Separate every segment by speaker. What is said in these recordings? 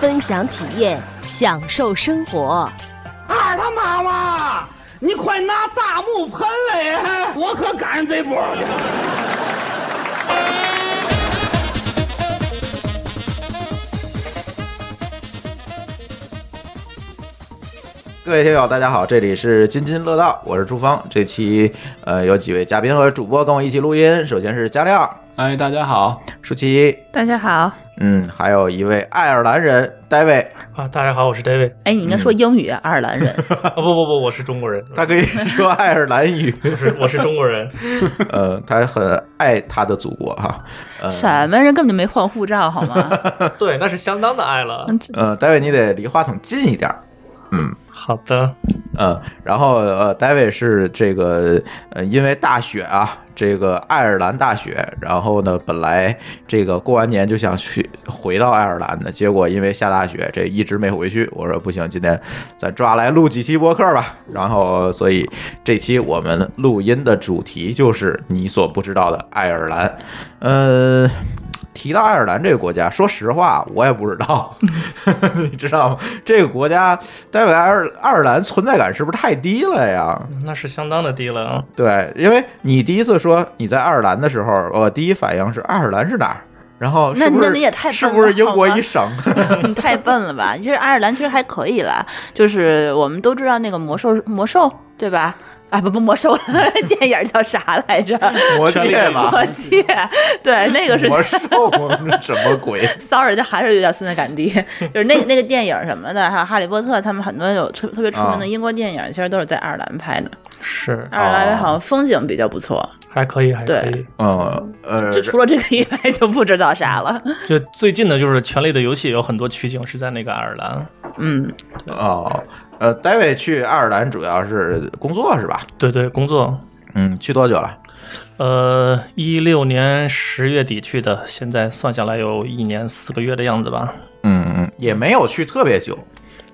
Speaker 1: 分享体验，享受生活。
Speaker 2: 二他妈妈，你快拿大木盆来，我可赶上这波去了。
Speaker 3: 各位听友，大家好，这里是津津乐道，我是朱芳。这期呃有几位嘉宾和主播跟我一起录音，首先是加料、
Speaker 4: 哎，大家好，
Speaker 3: 舒淇，
Speaker 5: 大家好，
Speaker 3: 嗯，还有一位爱尔兰人 David，
Speaker 6: 啊，大家好，我是 David。
Speaker 5: 哎，你应该
Speaker 3: 嗯
Speaker 5: 说英语，爱尔兰人。
Speaker 6: 啊，不不不，我是中国人，
Speaker 3: 他可以说爱尔兰 语，
Speaker 6: 我是我是中国人。
Speaker 3: 呃，他很爱他的祖国哈， 呃
Speaker 5: 什么人根本就没换护照好 吗？
Speaker 6: 对，那是相当的爱了。
Speaker 5: 嗯
Speaker 3: 呃，David 你得离话筒近一点儿，嗯。
Speaker 6: 好的，
Speaker 3: 嗯，然后呃，David 是这个呃，因为大雪啊，这个爱尔兰大雪，然后呢，本来这个过完年就想去回到爱尔兰的，结果因为下大雪，这一直没回去。我说不行，今天咱抓来录几期播客吧。然后，所以这期我们录音的主题就是你所不知道的爱尔兰。呃，提到爱尔兰这个国家，说实话，我也不 知道， 你知道吗？这个国家代表爱尔爱尔兰存在感是不是太低了呀？
Speaker 6: 那是相当的低了啊。
Speaker 3: 对，因为你第一次说你在爱尔兰的时候，我第一反应是爱尔兰是哪儿？然后是不
Speaker 5: 那
Speaker 3: 是
Speaker 5: 那你也太笨了
Speaker 3: 是不是英国一省？
Speaker 5: 你太笨了吧？其实爱尔兰其实还可以啦，就是我们都知道那个魔兽魔兽对吧？啊不不魔兽 电影叫啥来着？
Speaker 3: 魔界吧？
Speaker 5: 魔戒，对那 个是
Speaker 3: 魔兽，什么鬼？
Speaker 5: sorry，这还是有点存在感 低。就是那那个电影什么的，还有《哈利波特》，他们很多有特特别出名
Speaker 3: 啊
Speaker 5: 的英国电影，其实都是在爱尔兰拍的。
Speaker 6: 是，
Speaker 5: 爱尔
Speaker 3: 哦
Speaker 5: 兰好像风景比较不错，
Speaker 6: 还可以，还可以
Speaker 5: 对。
Speaker 3: 嗯呃
Speaker 5: 就，除了这个以外就不知道啥了。
Speaker 6: 就最近的就是《权力的游戏》有很多取景是在那个爱尔兰。
Speaker 5: 嗯，
Speaker 3: 哦呃，David 去爱尔兰主要是工作是吧？
Speaker 6: 对对，工作。
Speaker 3: 嗯，去多久了？
Speaker 6: 呃，一六年十月底去的，现在算下来有一年四个月的样子吧。
Speaker 3: 嗯嗯，也没有去特别久，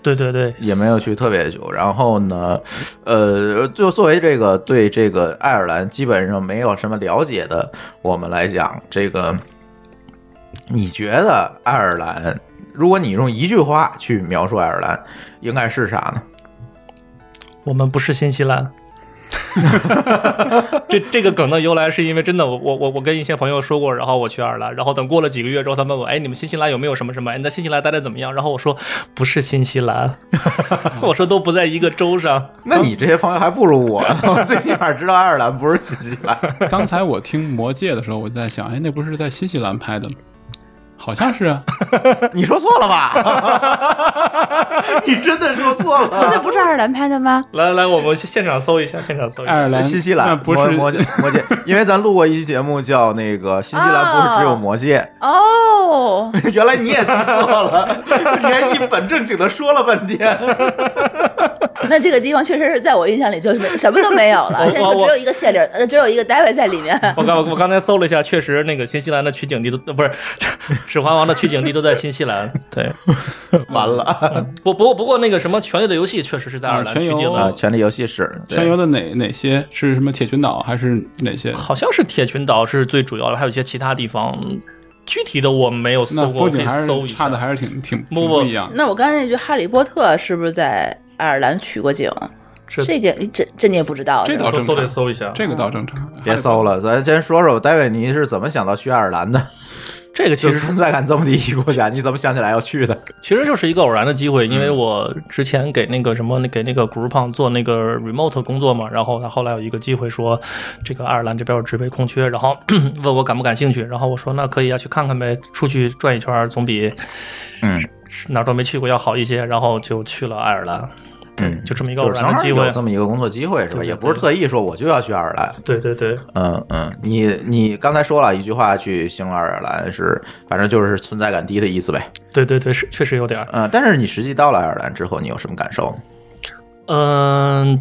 Speaker 6: 对对对，
Speaker 3: 也没有去特别久。然后呢，呃，就作为这个对这个爱尔兰基本上没有什么了解的我们来讲，这个你觉得爱尔兰，如果你用一句话去描述爱尔兰，应该是啥呢？
Speaker 6: 我们不是新西 兰。这这个梗的由来是因为真的，我我我我跟一些朋友说过，然后我去爱尔兰，然后等过了几个月之后，他们问我，哎，你们新西兰有没有什么什么？哎你在新西兰待的怎么样？然后我说不是新 西兰，我说都不在一个州上。
Speaker 3: 那你这些朋友还不如我，我最起码知道爱尔兰不是新西兰。
Speaker 4: 刚才我听《魔戒》的时候，我在想，哎，那不是在新西兰拍的吗？好像 是啊，
Speaker 3: 你说错了吧？你真的说错
Speaker 5: 这
Speaker 3: 了。
Speaker 5: 不是爱尔兰拍的吗？
Speaker 6: 来来来，我们现场搜一下，现场搜一
Speaker 4: 爱
Speaker 6: 下
Speaker 4: 尔。兰、
Speaker 3: 新西
Speaker 4: 那
Speaker 3: 兰
Speaker 4: 不
Speaker 3: 魔
Speaker 4: 是
Speaker 3: 魔戒魔戒，因为咱录过一期节目叫那个新西兰不是只有魔戒，
Speaker 5: 哦，
Speaker 3: 原来你也记错 了，你还一本正经的说了半 天。
Speaker 5: 那这个地方确实是在我印象里就没什么都没有了，
Speaker 6: 我
Speaker 5: 现在
Speaker 6: 我
Speaker 5: 就只有一个谢里，呃，只有一个 David 在里面。
Speaker 6: 我刚我刚才搜了一下，确实那个新西兰的取景地都不是《指环王》的取景地都在新西兰。对，
Speaker 3: 完了，
Speaker 6: 不不过不过那个什么《权力的游戏》确实是在爱尔兰取景
Speaker 4: 啊
Speaker 3: 呃，《，
Speaker 6: 的
Speaker 3: 权力游戏》是对
Speaker 4: 全游的哪哪些是什么铁群岛还是哪些？
Speaker 6: 好像是铁群岛是最主要的，还有一些其他地方。具体的我没有
Speaker 4: 那
Speaker 6: 搜过，
Speaker 4: 风
Speaker 6: 我可
Speaker 4: 景
Speaker 6: 以
Speaker 4: 还
Speaker 6: 搜
Speaker 4: 是
Speaker 6: 一
Speaker 4: 差
Speaker 6: 下
Speaker 4: 的。还是挺挺挺
Speaker 6: 不
Speaker 4: 不一样。
Speaker 5: 那我刚才那句《哈利波特》是不是在爱尔兰取过景？啊
Speaker 6: 这
Speaker 5: 这一点这这你也不知道，
Speaker 4: 这
Speaker 5: 是吧
Speaker 4: 倒
Speaker 6: 都
Speaker 4: 正
Speaker 6: 都得
Speaker 4: 常，
Speaker 6: 搜一下。
Speaker 4: 这个倒正常。
Speaker 3: 别搜了，咱先说说戴维尼是怎么想到去爱尔兰的？
Speaker 6: 这个其
Speaker 3: 就
Speaker 6: 实
Speaker 3: 存在感这么低一国家，你怎么想起来要去的？
Speaker 6: 其实就是一个偶然的机会，因为
Speaker 3: 嗯
Speaker 6: 我之前给那个什么，给那个 Groupon 做那个 remote 工作嘛，然后他后来有一个机会说，这个爱尔兰这边有职位空缺，然后问我感不感兴趣，然后我说那可以啊，去看看呗，出去转一圈儿总比
Speaker 3: 嗯
Speaker 6: 哪儿都没去过要好一些，然后就去了爱尔兰。
Speaker 3: 嗯，
Speaker 6: 就这么一个偶
Speaker 3: 就是
Speaker 6: 然
Speaker 3: 正
Speaker 6: 的
Speaker 3: 好
Speaker 6: 机会
Speaker 3: 有。这么一个工作机会是吧？
Speaker 6: 对
Speaker 3: 也不是特意说我就要去爱尔兰，
Speaker 6: 对对对，
Speaker 3: 嗯嗯，你你刚才说了一句话去形容爱尔兰是，反正就是存在感低的意思呗。
Speaker 6: 对对对，是确实有点儿。
Speaker 3: 嗯，但是你实际到了爱尔兰之后，你有什么感受？
Speaker 6: 嗯，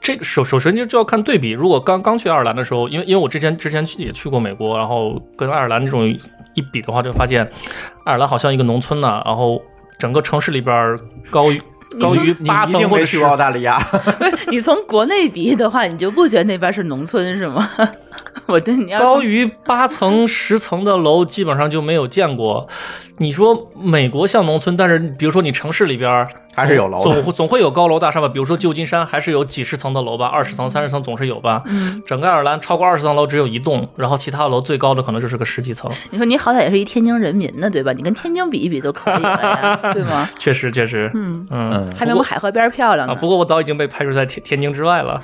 Speaker 6: 这个首首先就就要看对比。如果刚刚去爱尔兰的时候，因为因为我之前之前去也去过美国，然后跟爱尔兰这种一比的话，就发现爱尔兰好像一个农村呐、然后整个城市里边儿高于高于
Speaker 3: 你
Speaker 6: 八
Speaker 3: 一
Speaker 6: 层
Speaker 3: 定
Speaker 6: 或
Speaker 3: 没
Speaker 6: 者
Speaker 3: 去
Speaker 6: 十
Speaker 3: 过澳大利亚，
Speaker 5: 你从国内比的话，你就不觉得那边是农村是吗？ 我对你要从
Speaker 6: 高于八层、十层的楼基本上就没有见过。你说美国像农村，但是比如说你城市里边儿
Speaker 3: 还是有楼的。
Speaker 6: 总总会有高楼大厦吧？比如说旧金山还是有几十层的楼吧，二十层、三十层总是有吧。嗯，整个爱尔兰超过二十层楼只有一栋，然后其他的楼最高的可能就是个十几层。
Speaker 5: 你说你好歹也是一天津人民呢，对吧？你跟天津比一比都可以了 呀，对吗？
Speaker 6: 确实，确实，
Speaker 5: 嗯
Speaker 6: 嗯
Speaker 3: 嗯，
Speaker 5: 还没我们海河边儿漂亮
Speaker 6: 啊，
Speaker 5: 呢。
Speaker 6: 不过我早已经被排除在天天津之外了。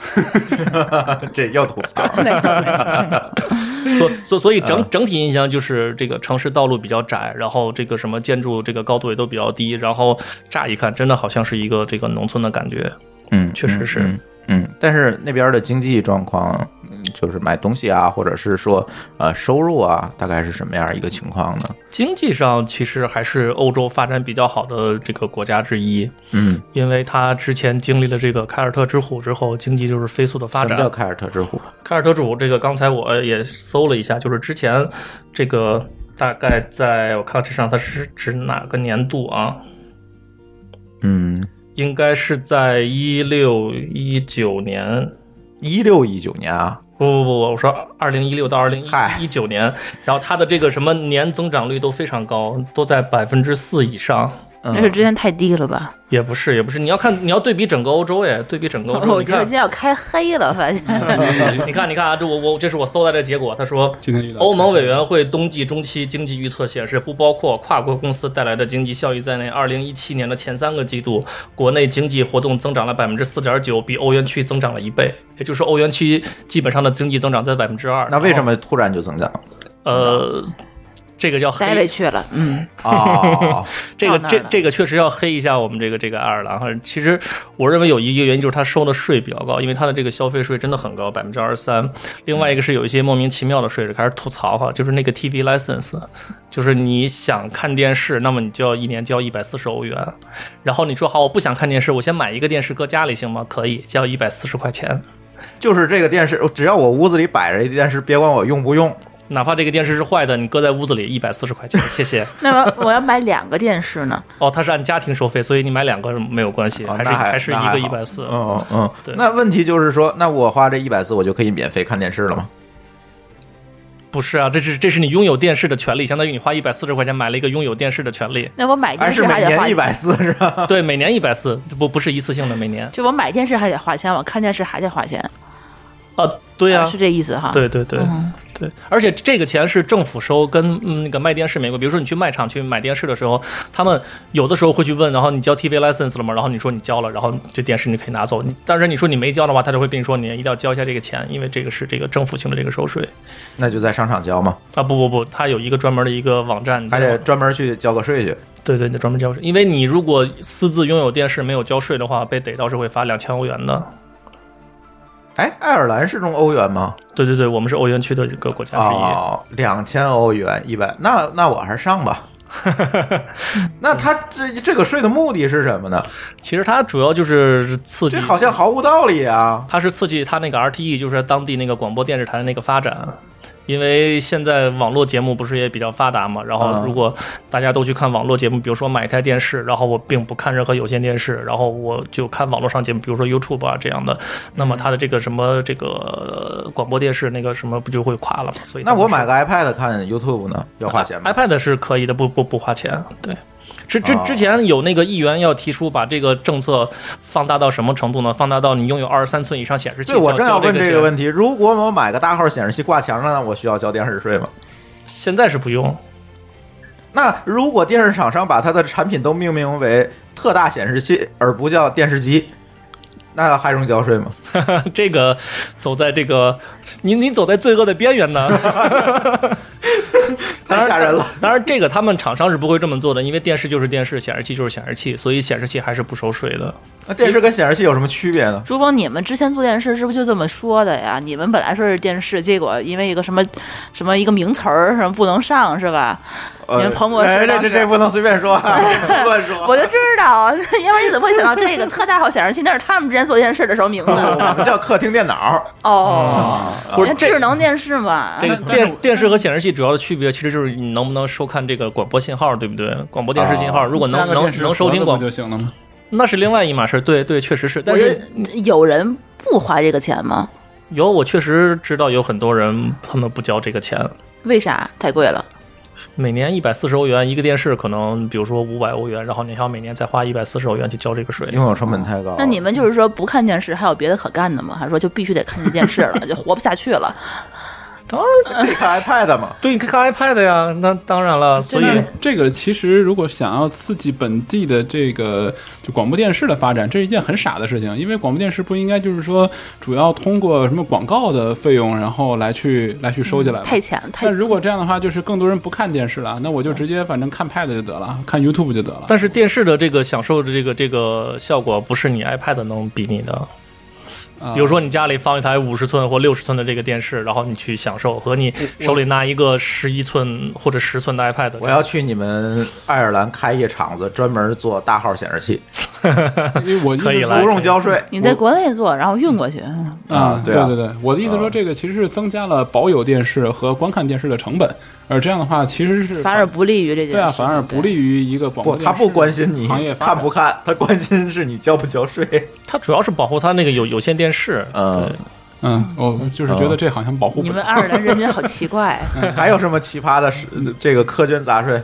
Speaker 3: 这又吐槽。
Speaker 5: 没有没有
Speaker 6: 所所所以
Speaker 3: 嗯
Speaker 6: 整整体印象就是这个城市道路比较窄，然后这个什么建筑这个高度也都比较低，然后乍一看真的好像是一个这个农村的感觉。
Speaker 3: 嗯，
Speaker 6: 确实是
Speaker 3: 嗯。嗯，嗯但是那边的经济状况，嗯就是买东西啊，或者是说呃收入啊，大概是什么样一个情况呢？
Speaker 6: 经济上其实还是欧洲发展比较好的这个国家之一，
Speaker 3: 嗯，
Speaker 6: 因为它之前经历了这个凯尔特之虎之后，经济就是飞速的发
Speaker 3: 什么叫
Speaker 6: 展。
Speaker 3: 凯尔特之虎？
Speaker 6: 凯尔特之虎这个，刚才我也搜了一下，就是之前这个大概在我看到这上它是指哪个年度啊？
Speaker 3: 嗯，
Speaker 6: 应该是在一六一九年。
Speaker 3: 一六一九年啊，
Speaker 6: 不不不，我说二零一六到二零
Speaker 3: 嗨
Speaker 6: 一九年，然后它的这个什么年增长率都非常高，都在百分之四以上。
Speaker 3: 嗯
Speaker 5: 那是之前太低了吧？
Speaker 6: 也不是，也不是，你要看，你要对比整个欧洲，哎，对比整个欧洲，
Speaker 5: 我
Speaker 6: 你
Speaker 5: 觉得
Speaker 6: 看嗯
Speaker 5: 今，天要开黑了，发现
Speaker 6: 你看，你看啊，这我我这是我搜来的结果，他说
Speaker 4: 今天一聊
Speaker 6: 欧盟委员会冬季中期经济预测显示，不包括跨国公司带来的经济效益在内，二零一七年的前三个季度，国内经济活动增长了百分之四点九，比欧元区增长了一倍，也就是说欧元区基本上的经济增长在百分之二。
Speaker 3: 那为什么突然就增 长了？
Speaker 6: 然后？呃，这个叫
Speaker 5: 待委
Speaker 6: 黑，
Speaker 5: 去了。嗯，
Speaker 3: 哦，
Speaker 6: 这个
Speaker 5: 到那儿
Speaker 6: 这
Speaker 5: 了
Speaker 6: 这个确实要黑一下我们这个这个爱尔兰哈。其实我认为有一个原因就是他收的税比较高，因为他的这个消费税真的很高，百分之二十三。另外一个是有一些莫名其妙的税，开始吐槽哈，就是那个 TV license，就是你想看电视，那么你就要一年交一百四十欧元。然后你说好，我不想看电视，我先买一个电视搁家里行吗？可以，交一百四十块钱。
Speaker 3: 就是这个电视，只要我屋子里摆着一电视，别管我用不用。
Speaker 6: 哪怕这个电视是坏的，你搁在屋子里一百四十块钱，谢谢。
Speaker 5: 那么我要买两个电视呢，。
Speaker 6: 哦，它是按家庭收费，所以你买两个没有关系，
Speaker 3: 啊
Speaker 6: 还是
Speaker 3: 那还
Speaker 6: 还是
Speaker 3: 那
Speaker 6: 一个一
Speaker 3: 还好
Speaker 6: 百四。
Speaker 3: 嗯嗯
Speaker 6: 对
Speaker 3: 嗯。那问题就是说，那我花这一百四，我就可以免费看电视了吗？
Speaker 6: 不是啊，这是这是你拥有电视的权利，相当于你花一百四十块钱买了一个拥有电视的权利
Speaker 5: 那我买电
Speaker 3: 还
Speaker 5: 视
Speaker 3: 是每
Speaker 5: 还得花
Speaker 3: 年一。百四是吧？
Speaker 6: 对，每年一百四，不不是一次性的，每年
Speaker 5: 就我买电视还得花钱，我看电视还得花钱，
Speaker 6: 啊，对啊，
Speaker 5: 是这意思哈？
Speaker 6: 对对对、
Speaker 5: 嗯
Speaker 6: 对，而且这个钱是政府收，跟、嗯、那个卖电视没关系。比如说你去卖场去买电视的时候，他们有的时候会去问，然后你交 TV license 了吗？然后你说你交了，然后这电视你可以拿走。你但是你说你没交的话，他就会跟你说你一定要交一下这个钱，因为这个是这个政府性的这个收税
Speaker 3: 那就在商场交嘛，
Speaker 6: 啊。不不不，他有一个专门的一个网站，你知道
Speaker 3: 还
Speaker 6: 吗
Speaker 3: 得专门去交个税去。
Speaker 6: 对对，你得专门交税，因为你如果私自拥有电视没有交税的话，被逮到是会罚两千欧元的。
Speaker 3: 哎，爱尔兰是用欧元吗？
Speaker 6: 对对对，我们是欧元区的一个国家之一。
Speaker 3: 哦，两千欧元一百，那那我还是上 吧。那他这这个税的目的是什么呢？
Speaker 6: 其实它主要就是刺激
Speaker 3: 这，好像毫无道理啊！
Speaker 6: 它是刺激它那个 RTE，就是当地那个广播电视台的那个发展。因为现在网络节目不是也比较发达嘛，然后
Speaker 3: 嗯
Speaker 6: 如果大家都去看网络节目，比如说买一台电视，然后我并不看任何有线电视，然后我就看网络上节目，比如说 YouTube 啊这样的，那么它的这个什么这个呃广播电视那个什么不就会垮了嘛？所以
Speaker 3: 那
Speaker 6: 他们
Speaker 3: 我
Speaker 6: 是
Speaker 3: 买个 iPad 看 YouTube 呢，要花钱吗？
Speaker 6: iPad 是可以的，不不不花钱。对，之之
Speaker 3: 哦
Speaker 6: 之前有那个议员要提出把这个政策放大到什么程度呢？放大到你拥有二十三寸以上显示器。
Speaker 3: 对，我正要问
Speaker 6: 这
Speaker 3: 这个问
Speaker 6: 题，
Speaker 3: 题。如果我买个大号显示器挂墙上，那我需要交电视税吗？
Speaker 6: 现在是不用。
Speaker 3: 那如果电视厂商把它的产品都命名为特大显示器，而不叫电视机，那还用交税吗？
Speaker 6: 这个走在这个，你你走在罪恶的边缘呢。
Speaker 3: 太吓人了。
Speaker 6: 当然，这个他们厂商是不会这么做的，因为电视就是电视，显示器就是显示器，所以显示器还是不收税的。
Speaker 3: 那电视跟显示器有什么区别呢？
Speaker 5: 朱峰，你们之前做电视是不是就这么说的呀？你们本来说是电视，结果因为一个什么什么一个名词儿什么不能上是吧？你们彭博士
Speaker 3: 哎这
Speaker 5: 当
Speaker 3: 这
Speaker 5: 时
Speaker 3: 这不能随便说， 啊，不能乱说。
Speaker 5: 我就知道， 那要不然你怎么会想到这个特大号显示器？那是他们之前做电视的时候名字。
Speaker 3: 我们叫客厅电脑，
Speaker 4: 啊
Speaker 5: 哦，
Speaker 6: 不是
Speaker 5: 那智能电视嘛，
Speaker 6: 这个电电视和显示器主要的区别，其实就是你能不能收看这个广播信号，对不对？广播电视信号，
Speaker 3: 哦
Speaker 6: 如果能
Speaker 4: 加个电
Speaker 6: 能
Speaker 4: 视
Speaker 6: 能收
Speaker 4: 盒子
Speaker 6: 听
Speaker 4: 不
Speaker 6: 广，
Speaker 4: 就行了吗？
Speaker 6: 那是另外一码事儿。对对，确实是。但是
Speaker 5: 我就有人不花这个钱吗？
Speaker 6: 有，我确实知道有很多人他们不交这个钱，
Speaker 5: 为啥太贵了？
Speaker 6: 每年一百四十欧元一个电视，可能比如说五百欧元，然后你还要每年再花一百四十欧元去交这个税。
Speaker 3: 因为我成本太高了。
Speaker 5: 那你们就是说不看电视还有别的可干的吗？还是说就必须得看这电视了，就 活不下去了？
Speaker 6: 当然，
Speaker 3: 可以看 iPad 嘛？
Speaker 6: 对，你可以看 iPad 呀，那当然了。所以
Speaker 5: 真的
Speaker 4: 这个其实如果想要刺激本地的这个就广播电视的发展，这是一件很傻的事情，因为广播电视不应该就是说主要通过什么广告的费用，然后来去来去收进来吗、
Speaker 6: 嗯
Speaker 5: 太浅了，太
Speaker 4: 但
Speaker 5: 浅
Speaker 4: 哎如果这样的话，就是更多人不看电视了，那我就直接反正看 Pad 就得了，看 YouTube 就得了。
Speaker 6: 但是电视的这个享受的这个这个效果，不是你 iPad 能比拟的。
Speaker 4: 啊
Speaker 6: 比如说，你家里放一台五十寸或六十寸的这个电视，然后你去享受，和你手里拿一个十一寸或者十寸的 iPad，
Speaker 3: 我要去你们爱尔兰开一厂子，专门做大号显示器，
Speaker 4: 因为我
Speaker 6: 可以
Speaker 4: 了
Speaker 6: 来
Speaker 3: 不用交税。
Speaker 5: 你在国内做，然后运过去，
Speaker 4: 啊
Speaker 3: 啊，
Speaker 4: 对
Speaker 3: 对啊
Speaker 4: 对对，我的意思说，这个其实是增加了保有电视和观看电视的成本，而这样的话其实是
Speaker 5: 反而不利于这件事情。
Speaker 4: 对啊，反而不利于一个广播
Speaker 3: 不，
Speaker 4: 电视
Speaker 3: 他不关心你
Speaker 4: 行业发
Speaker 3: 看
Speaker 4: 展
Speaker 3: 不看，他关心是你交不交税。
Speaker 6: 它主要是保护它那个有有线电视。
Speaker 3: 嗯
Speaker 6: 对，
Speaker 4: 嗯，我就是觉得这好像保护
Speaker 5: 你
Speaker 4: 不
Speaker 5: 们啊
Speaker 4: 了。
Speaker 5: 爱尔兰人民好奇怪，
Speaker 3: 还有什么奇葩的事？这个苛捐杂税？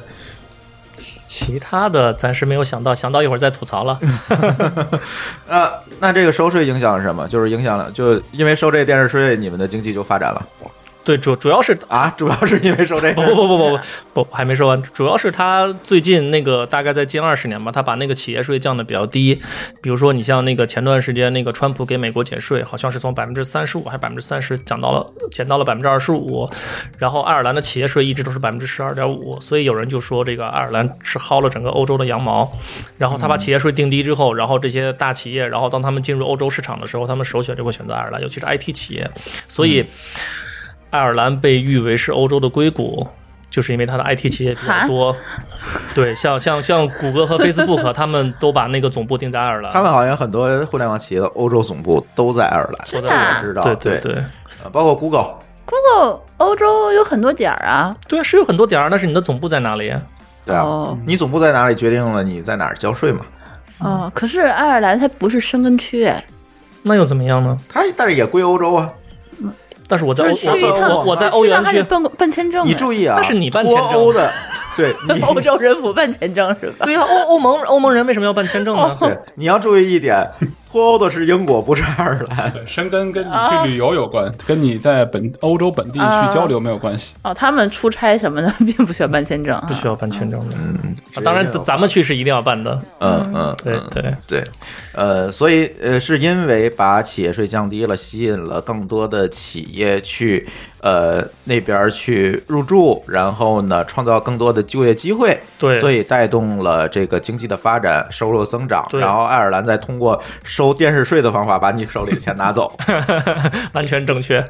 Speaker 6: 其他的暂时没有想到，想到一会儿再吐槽了。
Speaker 3: 呃，那这个收税影响是什么？就是影响了，就因为收这电视税，你们的经济就发展了
Speaker 6: 对，主主要是
Speaker 3: 啊？主要是因为收这
Speaker 6: 不
Speaker 3: 个
Speaker 6: 不不不不不，我还没说完。主要是他最近那个大概在近二十年吧，他把那个企业税降的比较低。比如说，你像那个前段时间那个川普给美国减税，好像是从百分之三十五还是百分之三十降到了减到了百分之二十五。然后爱尔兰的企业税一直都是百分之十二点五，所以有人就说这个爱尔兰是薅了整个欧洲的羊毛。然后他
Speaker 5: 嗯
Speaker 6: 把企业税定低之后，然后这些大企业，然后当他们进入欧洲市场的时候，他们首选就会选择爱尔兰，尤其是 IT 企业。
Speaker 5: 嗯
Speaker 6: 所以。爱尔兰被誉为是欧洲的硅谷，就是因为它的 IT 企业比较多。对，像像像谷歌和 Facebook，他们都把那个总部定在爱尔兰。
Speaker 3: 他们好像很多互联网企业的欧洲总部都在爱尔兰，
Speaker 6: 真的
Speaker 3: 我知道，
Speaker 6: 对
Speaker 3: 对
Speaker 6: 对，
Speaker 3: 呃包括 Google。
Speaker 5: Google 欧洲有很多点儿啊。
Speaker 6: 对，是有很多点儿，但是你的总部在哪里？
Speaker 3: 对啊，
Speaker 5: 哦
Speaker 3: 你总部在哪里决定了你在哪儿交税嘛？
Speaker 5: 哦，可是爱尔兰它不是申根区，哎，
Speaker 6: 那又怎么样呢？
Speaker 3: 它但是也归欧洲啊。
Speaker 6: 但是我在
Speaker 5: 就
Speaker 6: 欧
Speaker 5: 是去一
Speaker 6: 我
Speaker 5: 趟，
Speaker 6: 我我在欧元
Speaker 5: 去一趟还得
Speaker 6: 区，
Speaker 5: 办办签证。
Speaker 3: 你
Speaker 5: 哎
Speaker 3: 注意啊，
Speaker 6: 那是你办
Speaker 3: 脱
Speaker 6: 签证
Speaker 3: 欧的，对
Speaker 5: 欧
Speaker 3: 你
Speaker 5: 洲人不办签证是吧？
Speaker 6: 对呀、啊欧欧盟欧盟人为什么要办签证
Speaker 5: 哦
Speaker 6: 呢？
Speaker 3: 对你要注意一点，脱欧的是英国，不是爱尔兰。
Speaker 4: 深根跟你
Speaker 5: 啊
Speaker 4: 去旅游有关，跟你在本欧洲本地去交流没有关系。
Speaker 5: 哦，他们出差什么的 并不需要办签证啊
Speaker 6: 不。需要办签证的，
Speaker 5: 嗯
Speaker 6: 啊
Speaker 3: 谁
Speaker 6: 当然
Speaker 3: 知道
Speaker 6: 咱咱们去是一定要办的。
Speaker 3: 嗯嗯，
Speaker 6: 对
Speaker 3: 嗯
Speaker 6: 对，
Speaker 3: 对，呃，所以呃，是因为把企业税降低了，吸引了更多的企业去呃那边儿去入驻，然后呢，创造更多的就业机会，
Speaker 6: 对
Speaker 3: 所以带动了这个经济的发展，收入增长，
Speaker 6: 对
Speaker 3: 然后爱尔兰再通过收电视税的方法把你手里的钱拿 走，
Speaker 6: 完全正确。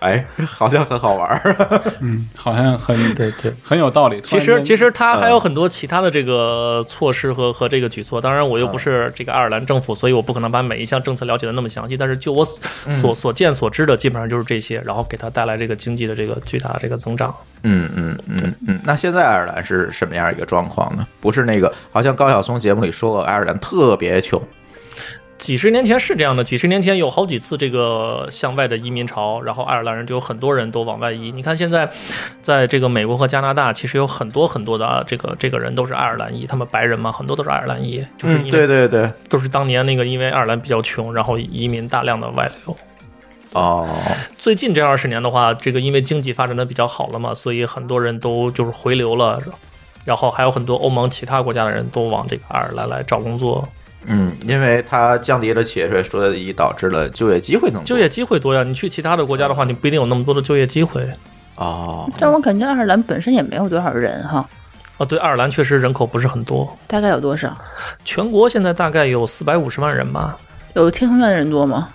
Speaker 3: 哎，好像很好玩儿，
Speaker 4: 嗯，好像很
Speaker 6: 对对。
Speaker 4: 很有道理。
Speaker 6: 其实，其
Speaker 4: 实
Speaker 6: 实它还有很多其他的这个措施和和这个举措。当然，我又
Speaker 3: 嗯
Speaker 6: 不是这个爱尔兰政府，所以我不可能把每一项政策了解的那么详细。但是就我所
Speaker 3: 嗯
Speaker 6: 所所见所知的，基本上就是这些，然后给它带来这个经济的这个巨大的这个增长。
Speaker 3: 嗯嗯嗯嗯。那现在爱尔兰是什么样一个状况呢？不是那个，好像高晓松节目里说过，爱尔兰特别穷，
Speaker 6: 几十年前是这样的，几十年前有好几次这个向外的移民潮，然后爱尔兰人就有很多人都往外移。你看现在，在这个美国和加拿大，其实有很多很多的啊这个这个人都是爱尔兰裔，他们白人嘛，很多都是爱尔兰裔，就是因
Speaker 3: 嗯，
Speaker 6: 为
Speaker 3: 对对对，
Speaker 6: 都是当年那个因为爱尔兰比较穷，然后移民大量的外流。
Speaker 3: 哦。
Speaker 6: 最近这二十年的话，这个因为经济发展的比较好了嘛，所以很多人都就是回流了，然后还有很多欧盟其他国家的人都往这个爱尔兰来找工作，
Speaker 3: 嗯，因为它降低了企业税，所以导致了就业机会增多。
Speaker 6: 就业机会多呀。你去其他的国家的话，你不一定有那么多的就业机会。
Speaker 3: 哦，
Speaker 5: 但我感觉爱尔兰本身也没有多少人哈，
Speaker 6: 哦，对，爱尔兰确实人口不是很多，
Speaker 5: 大概有多少？
Speaker 6: 全国现在大概有四百五十万人 吧。
Speaker 5: 有天通苑人多吗？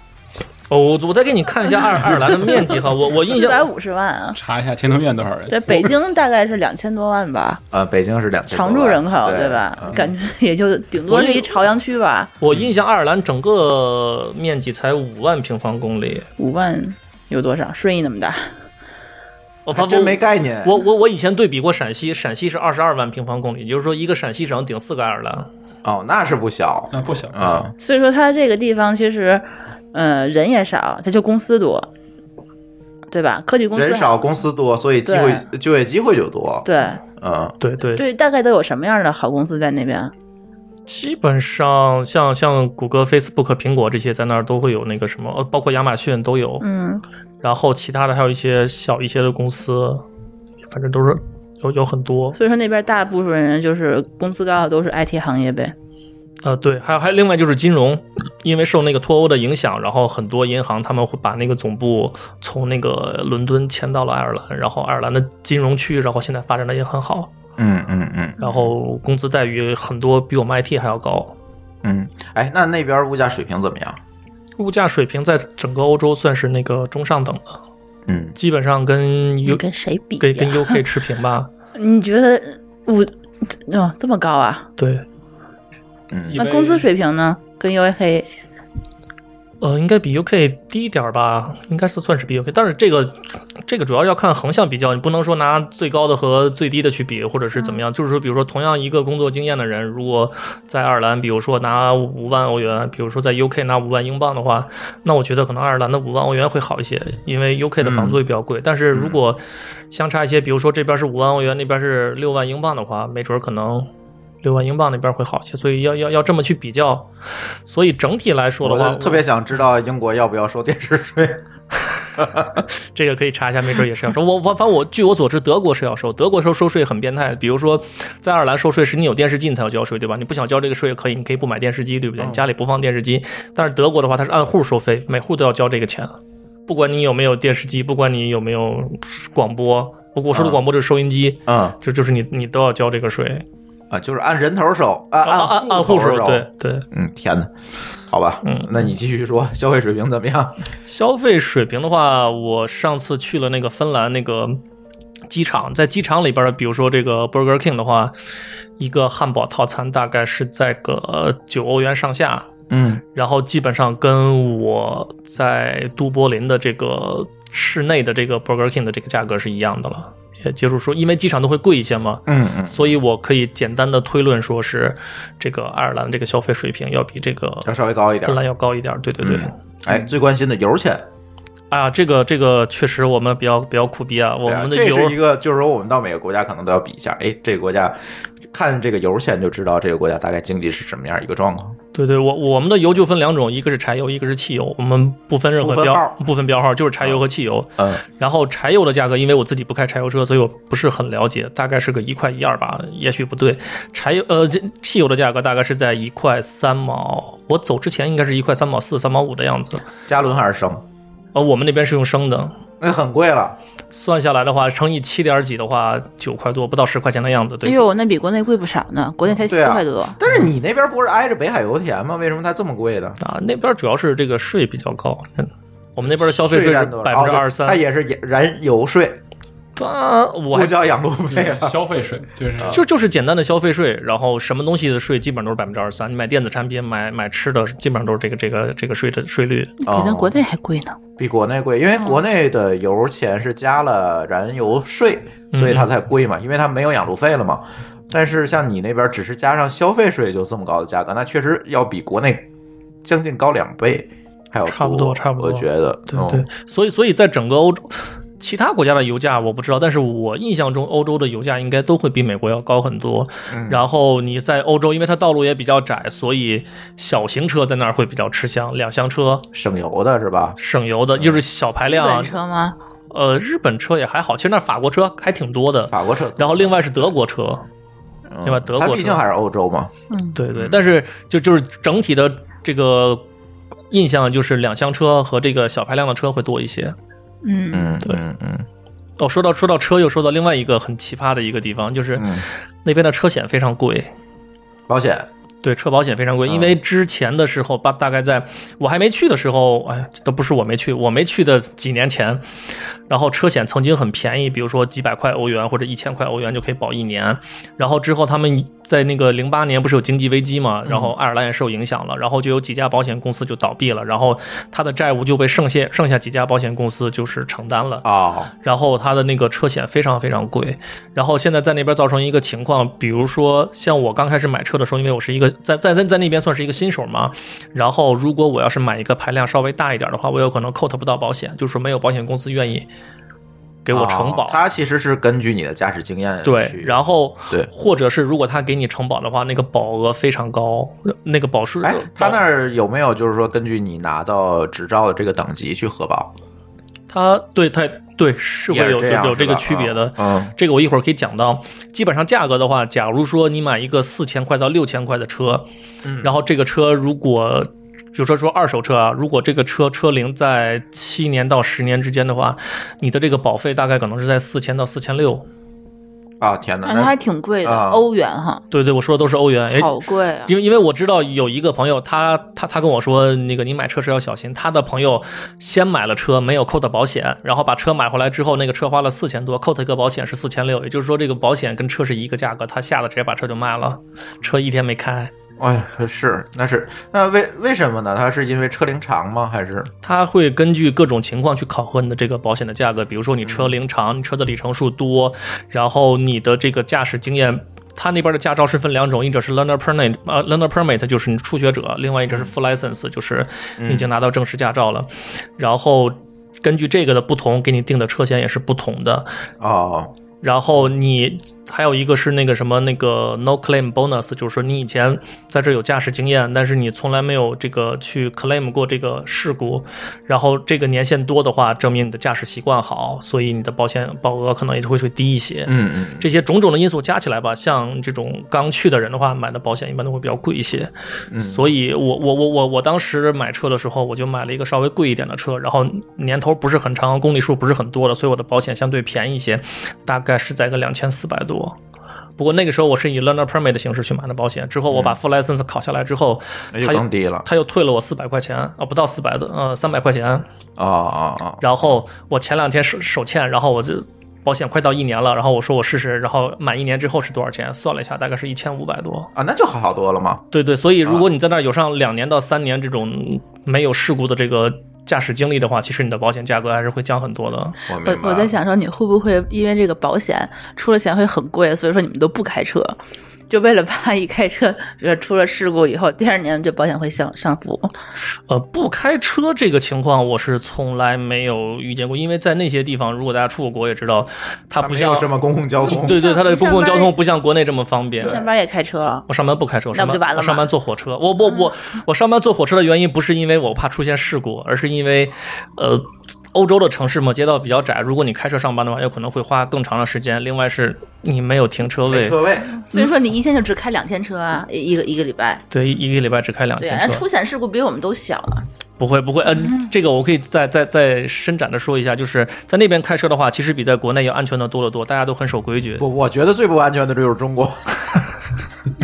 Speaker 6: 哦，我我再给你看一下爱尔爱尔兰的面积哈，我我印
Speaker 5: 四百
Speaker 6: 象
Speaker 5: 五十万啊，
Speaker 4: 查一下天通苑多少人？
Speaker 5: 在北京大概是两千多万 吧，
Speaker 3: 呃，北京是两千
Speaker 5: 常住人口
Speaker 3: 对
Speaker 5: 吧？
Speaker 3: 嗯
Speaker 5: 感觉 也就顶多是一朝阳区吧，
Speaker 6: 我印象爱尔兰整个面积才五万平方公里，
Speaker 5: 五万有多少？顺义那么大，
Speaker 6: 我
Speaker 3: 还
Speaker 6: 发
Speaker 3: 真没概念。
Speaker 6: 我我我以前对比过陕西，陕西是二十二万平方公里，也就是说一个陕西省顶四个爱尔兰。
Speaker 3: 哦，那是不小
Speaker 6: 嗯
Speaker 4: 那不小不小
Speaker 3: 啊，
Speaker 5: 所以说它这个地方其实，呃，人也少，它就公司多，对吧？科技公司
Speaker 3: 人少公司多，所以机会就业机会就多。
Speaker 5: 对
Speaker 3: 嗯，
Speaker 6: 对对，
Speaker 5: 对，大概都有什么样的好公司在那边？
Speaker 6: 基本上像像谷歌、Facebook、苹果这些在那儿都会有那个什么，呃，包括亚马逊都有，
Speaker 5: 嗯，
Speaker 6: 然后其他的还有一些小一些的公司，反正都是有有很多。
Speaker 5: 所以说那边大部分人就是工资高的都是 IT 行业呗。
Speaker 6: 呃，对，还有还有另外就是金融，因为受那个脱欧的影响，然后很多银行他们会把那个总部从那个伦敦迁到了爱尔兰，然后爱尔兰的金融区，然后现在发展的也很好。
Speaker 3: 嗯嗯嗯
Speaker 6: 然后工资待遇很多比我们 IT 还要高。
Speaker 3: 嗯，哎，那那边物价水平怎么样？
Speaker 6: 物价水平在整个欧洲算是那个中上等的，
Speaker 3: 嗯，
Speaker 6: 基本上跟 U
Speaker 5: 你跟谁比
Speaker 6: 跟
Speaker 5: 呀
Speaker 6: 跟 UK 持平吧。
Speaker 5: 你觉得我哦这么高啊？
Speaker 6: 对，
Speaker 3: 嗯
Speaker 4: 一
Speaker 5: 那
Speaker 4: 杯
Speaker 5: 工资水平呢？跟 U A 黑
Speaker 6: 呃，应该比 UK 低一点儿吧，应该是算是比 UK，但是这个这个主要要看横向比较，你不能说拿最高的和最低的去比，或者是怎么样。就是说，比如说同样一个工作经验的人，如果在爱尔兰，比如说拿五万欧元，比如说在 UK 拿五万英镑的话，那我觉得可能爱尔兰的五万欧元会好一些，因为 UK 的
Speaker 3: 嗯
Speaker 6: 房租也比较贵。但是如果相差一些，比如说这边是五万欧元，那边是六万英镑的话，没准儿可能。六万英镑那边会好一些，所以要要要这么去比较，所以整体来说的
Speaker 3: 我
Speaker 6: 话，
Speaker 3: 特别想知道英国要不要收电视税。
Speaker 6: 这个可以查一下，没准也是要收。我我反正我据我所知，德国是要收，德国收收税很变态。比如说，在爱尔兰收税是你有电视机你才要交税，对吧？你不想交这个税也可以，你可以不买电视机，对不对？你家里不放电视机。但是德国的话，它是按户收费，每户都要交这个钱，不管你有没有电视机，不管你有没有广播，我我说的广播就是收音机，
Speaker 3: 嗯
Speaker 6: 就就是你你都要交这个税，
Speaker 3: 啊，就是按人头收，啊按
Speaker 6: 按按啊按
Speaker 3: 户
Speaker 6: 户
Speaker 3: 头
Speaker 6: 收，对。对。
Speaker 3: 嗯，天哪，好吧，
Speaker 6: 嗯
Speaker 3: 那你继续说消费水平怎么样？
Speaker 6: 消费水平的话，我上次去了那个芬兰那个机场，在机场里边的，比如说这个 Burger King 的话，一个汉堡套餐大概是在个九欧元上下，
Speaker 3: 嗯
Speaker 6: 然后基本上跟我在都柏林的这个室内的这个 Burger King 的这个价格是一样的了。也就是说，因为机场都会贵一些嘛，
Speaker 3: 嗯嗯，
Speaker 6: 所以我可以简单的推论说是这个爱尔兰这个消费水平要比这个
Speaker 3: 要稍微高一点
Speaker 6: 芬。兰要高一点儿。对对对。
Speaker 3: 嗯哎，最关心的油钱，
Speaker 6: 啊，这个这个确实我们比较比较苦逼啊，我
Speaker 3: 对啊
Speaker 6: 们的
Speaker 3: 这
Speaker 6: 油、
Speaker 3: 是一个，就是说我们到每个国家可能都要比一下，哎，这个国家看这个油钱就知道这个国家大概经济是什么样一个状况。
Speaker 6: 对对，我我们的油就分两种，一个是柴油，一个是汽油，我们不分任
Speaker 3: 不
Speaker 6: 何
Speaker 3: 分
Speaker 6: 标
Speaker 3: 号
Speaker 6: 不分标号，就是柴油和汽油。
Speaker 3: 嗯
Speaker 6: 然后柴油的价格，因为我自己不开柴油车，所以我不是很了解，大概是个一块一二吧，也许不对。柴油呃，这汽油的价格大概是在一块三毛，我走之前应该是一块三毛四、三毛五的样子。
Speaker 3: 加仑还是升，
Speaker 6: 呃，我们那边是用升的，
Speaker 3: 那很贵了。
Speaker 6: 算下来的话，乘以七点几的话，九块多，不到十块钱的样子。对，
Speaker 5: 哎呦，那比国内贵不少呢，国内才
Speaker 3: 对
Speaker 5: 四
Speaker 3: 啊
Speaker 5: 块多。
Speaker 3: 但
Speaker 6: 嗯
Speaker 3: 是你那边不是挨着北海油田吗？为什么它这么贵呢？
Speaker 6: 啊，那边主要是这个税比较高，真的。我们那边的消费
Speaker 3: 税
Speaker 6: 税是
Speaker 3: 占多少
Speaker 6: 百分之二十
Speaker 3: 哦对它
Speaker 6: 三，
Speaker 3: 也是燃油税，
Speaker 6: 啊，我
Speaker 3: 不
Speaker 6: 还
Speaker 3: 交养路费啊。
Speaker 4: 消费税就是
Speaker 6: 就就是简单的消费税，然后什么东西的税基本上都是百分之二十三，你买电子产品、买买吃的，基本上都是这个这个这个税的税率。
Speaker 5: 比咱国内还贵呢，
Speaker 3: 比国内贵，因为
Speaker 6: 嗯
Speaker 3: 国内的油钱是加了燃油税，
Speaker 6: 嗯
Speaker 3: 所以它才贵嘛，因为它没有养路费了嘛。但是像你那边只是加上消费税就这么高的价格，那确实要比国内将近高两倍，还有
Speaker 6: 差不多差不多
Speaker 3: 我觉得，
Speaker 6: 对
Speaker 3: 嗯
Speaker 6: 对，所以所以在整个欧洲，其他国家的油价我不知道，但是我印象中欧洲的油价应该都会比美国要高很多。
Speaker 3: 嗯
Speaker 6: 然后你在欧洲，因为它道路也比较窄，所以小型车在那儿会比较吃香，两厢车
Speaker 3: 省油的是吧？
Speaker 6: 省油的，就是小排
Speaker 5: 日
Speaker 6: 量啊
Speaker 5: 本，车吗？
Speaker 6: 呃，日本车也还好，其实那法国车还挺多的。
Speaker 3: 法国车，
Speaker 6: 然后另外是德国车，
Speaker 3: 嗯
Speaker 6: 另外德
Speaker 3: 它
Speaker 6: 国
Speaker 3: 毕竟
Speaker 6: 车
Speaker 3: 还嗯是欧洲嘛，
Speaker 6: 对对，但是就就是整体的这个印象就是两厢车和这个小排量的车会多一些。
Speaker 5: 嗯，
Speaker 3: 嗯
Speaker 6: 对
Speaker 3: 嗯嗯。
Speaker 6: 哦，说到说到车，又说到另外一个很奇葩的一个地方，就是
Speaker 3: 嗯
Speaker 6: 那边的车险非常贵，
Speaker 3: 保险
Speaker 6: 对，车保险非常贵，因为之前的时候，吧，大概在我还没去的时候，哎呀，这都不是我没去，我没去的几年前，然后车险曾经很便宜，比如说几百块欧元或者一千块欧元就可以保一年。然后之后他们在那个零八年不是有经济危机嘛，然后爱尔兰也受影响了，然后就有几家保险公司就倒闭了，然后他的债务就被剩下剩下几家保险公司就是承担了。
Speaker 3: 哦，
Speaker 6: 然后它的那个车险非常非常贵，然后现在在那边造成一个情况，比如说像我刚开始买车的时候，因为我是一个在在在在那边算是一个新手嘛，然后如果我要是买一个排量稍微大一点的话，我有可能 quote 不到保险，就是没有保险公司愿意给
Speaker 3: 给
Speaker 6: 我承保。
Speaker 3: 哦它其实是根据你的驾驶经验
Speaker 6: 对，
Speaker 3: 啊去
Speaker 6: 然后
Speaker 3: 对
Speaker 6: 或者是如果他给你承保的话，那个保额非常高，那个保数
Speaker 3: 哎，他那
Speaker 6: 保
Speaker 3: 儿有没有就是说根据你拿到执照的这个等级去核保？
Speaker 6: 他对他对是会
Speaker 3: 也是
Speaker 6: 有
Speaker 3: 这样
Speaker 6: 有
Speaker 3: 是
Speaker 6: 这
Speaker 3: 吧
Speaker 6: 个区别的，
Speaker 3: 嗯，
Speaker 6: 这个我一会儿可以讲到。基本上价格的话，假如说你买一个四千块到六千块的车，然后这个车如果比如说说二手车啊，如果这个车车龄在七年到十年之间的话，你的这个保费大概可能是在四千到四千六。
Speaker 3: 啊，天哪，
Speaker 5: 感觉哎嗯
Speaker 3: 那
Speaker 5: 还挺贵的，
Speaker 3: 啊
Speaker 5: 欧元哈，
Speaker 6: 对对，我说的都是欧元。哎，
Speaker 5: 好贵啊！
Speaker 6: 因为因为我知道有一个朋友，他他他跟我说，那个你买车时要小心。他的朋友先买了车，没有扣的保险，然后把车买回来之后，那个车花了四千多，扣他一个保险是四千六，也就是说这个保险跟车是一个价格，他吓得直接把车就卖了，车一天没开。
Speaker 3: 哎呀，是那是那为为什么呢？它是因为车龄长吗？还是
Speaker 6: 他会根据各种情况去考核你的这个保险的价格，比如说你车龄长，你车的里程数多，然后你的这个驾驶经验。他那边的驾照是分两种，一种是 learner permit，呃，learner permit 就是你初学者，另外一种是 full license，就是你已经拿到正式驾照了。然后根据这个的不同，给你定的车险也是不同的。
Speaker 3: 哦
Speaker 6: 然后你还有一个是那个什么那个 no claim bonus，就是说你以前在这有驾驶经验，但是你从来没有这个去 claim 过这个事故，然后这个年限多的话，证明你的驾驶习惯好，所以你的保险保额可能也就会会低一些。
Speaker 3: 嗯嗯
Speaker 6: 这些种种的因素加起来吧，像这种刚去的人的话，买的保险一般都会比较贵一些。
Speaker 3: 嗯
Speaker 6: 所以我我我我我当时买车的时候，我就买了一个稍微贵一点的车，然后年头不是很长，公里数不是很多的，所以我的保险相对便宜一些，大概是在个两千四百多。不过那个时候我是以 learner permit 的形式去买的保险，之后我把 full license 考下来之后，
Speaker 3: 那
Speaker 6: 他
Speaker 3: 就嗯哎更低了
Speaker 6: 他又退了我四百块钱啊、不到四百的，呃，三百块钱。
Speaker 3: 哦哦哦，
Speaker 6: 然后我前两天手手欠，然后我就保险快到一年了，然后我说我试试，然后满一年之后是多少钱？算了一下，大概是一千五百多。
Speaker 3: 啊，那就好好多了嘛。
Speaker 6: 对对，
Speaker 3: 啊
Speaker 6: 所以如果你在那儿有上两年到三年这种没有事故的这个驾驶经历的话，其实你的保险价格还是会降很多的。
Speaker 3: 我明
Speaker 5: 我
Speaker 3: 白。
Speaker 5: 我在，想说，你会不会因为这个保险出了险会很贵，所以说你们都不开车，就为了怕一开车呃出了事故以后，第二年这保险会上上浮。
Speaker 6: 呃，不开车这个情况我是从来没有遇见过，因为在那些地方，如果大家出过国也知道，它
Speaker 3: 它
Speaker 6: 不
Speaker 3: 没
Speaker 6: 像嗯
Speaker 3: 有什么公共交通，
Speaker 6: 对对，它的
Speaker 5: 上
Speaker 6: 公共
Speaker 5: 班
Speaker 6: 交通不像国内这么方便。
Speaker 5: 上班也开车啊了，
Speaker 6: 我上班不开车，我
Speaker 5: 那
Speaker 6: 上
Speaker 5: 不
Speaker 6: 班
Speaker 5: 就完了
Speaker 6: 我
Speaker 5: 吗嗯
Speaker 6: 上班坐火车。我我我我上班坐火车的原因不是因为我怕出现事故，而是因为，呃，欧洲的城市嘛，街道比较窄，如果你开车上班的话，有可能会花更长的时间。另外是你没有停车
Speaker 3: 没
Speaker 6: 位，
Speaker 3: 车位，
Speaker 5: 所以说你一天就只开两天车啊，一一个一个礼拜。
Speaker 6: 对，一一个礼拜只开两
Speaker 5: 对
Speaker 6: 天
Speaker 5: 啊，人
Speaker 6: 车
Speaker 5: 出。险事故比我们都小啊。
Speaker 6: 不会不会，嗯、这个我可以再再再伸展的说一下，就是在那边开车的话，其实比在国内要安全的多得多，大家都很守规矩。
Speaker 3: 不，我觉得最不安全的就是中 国，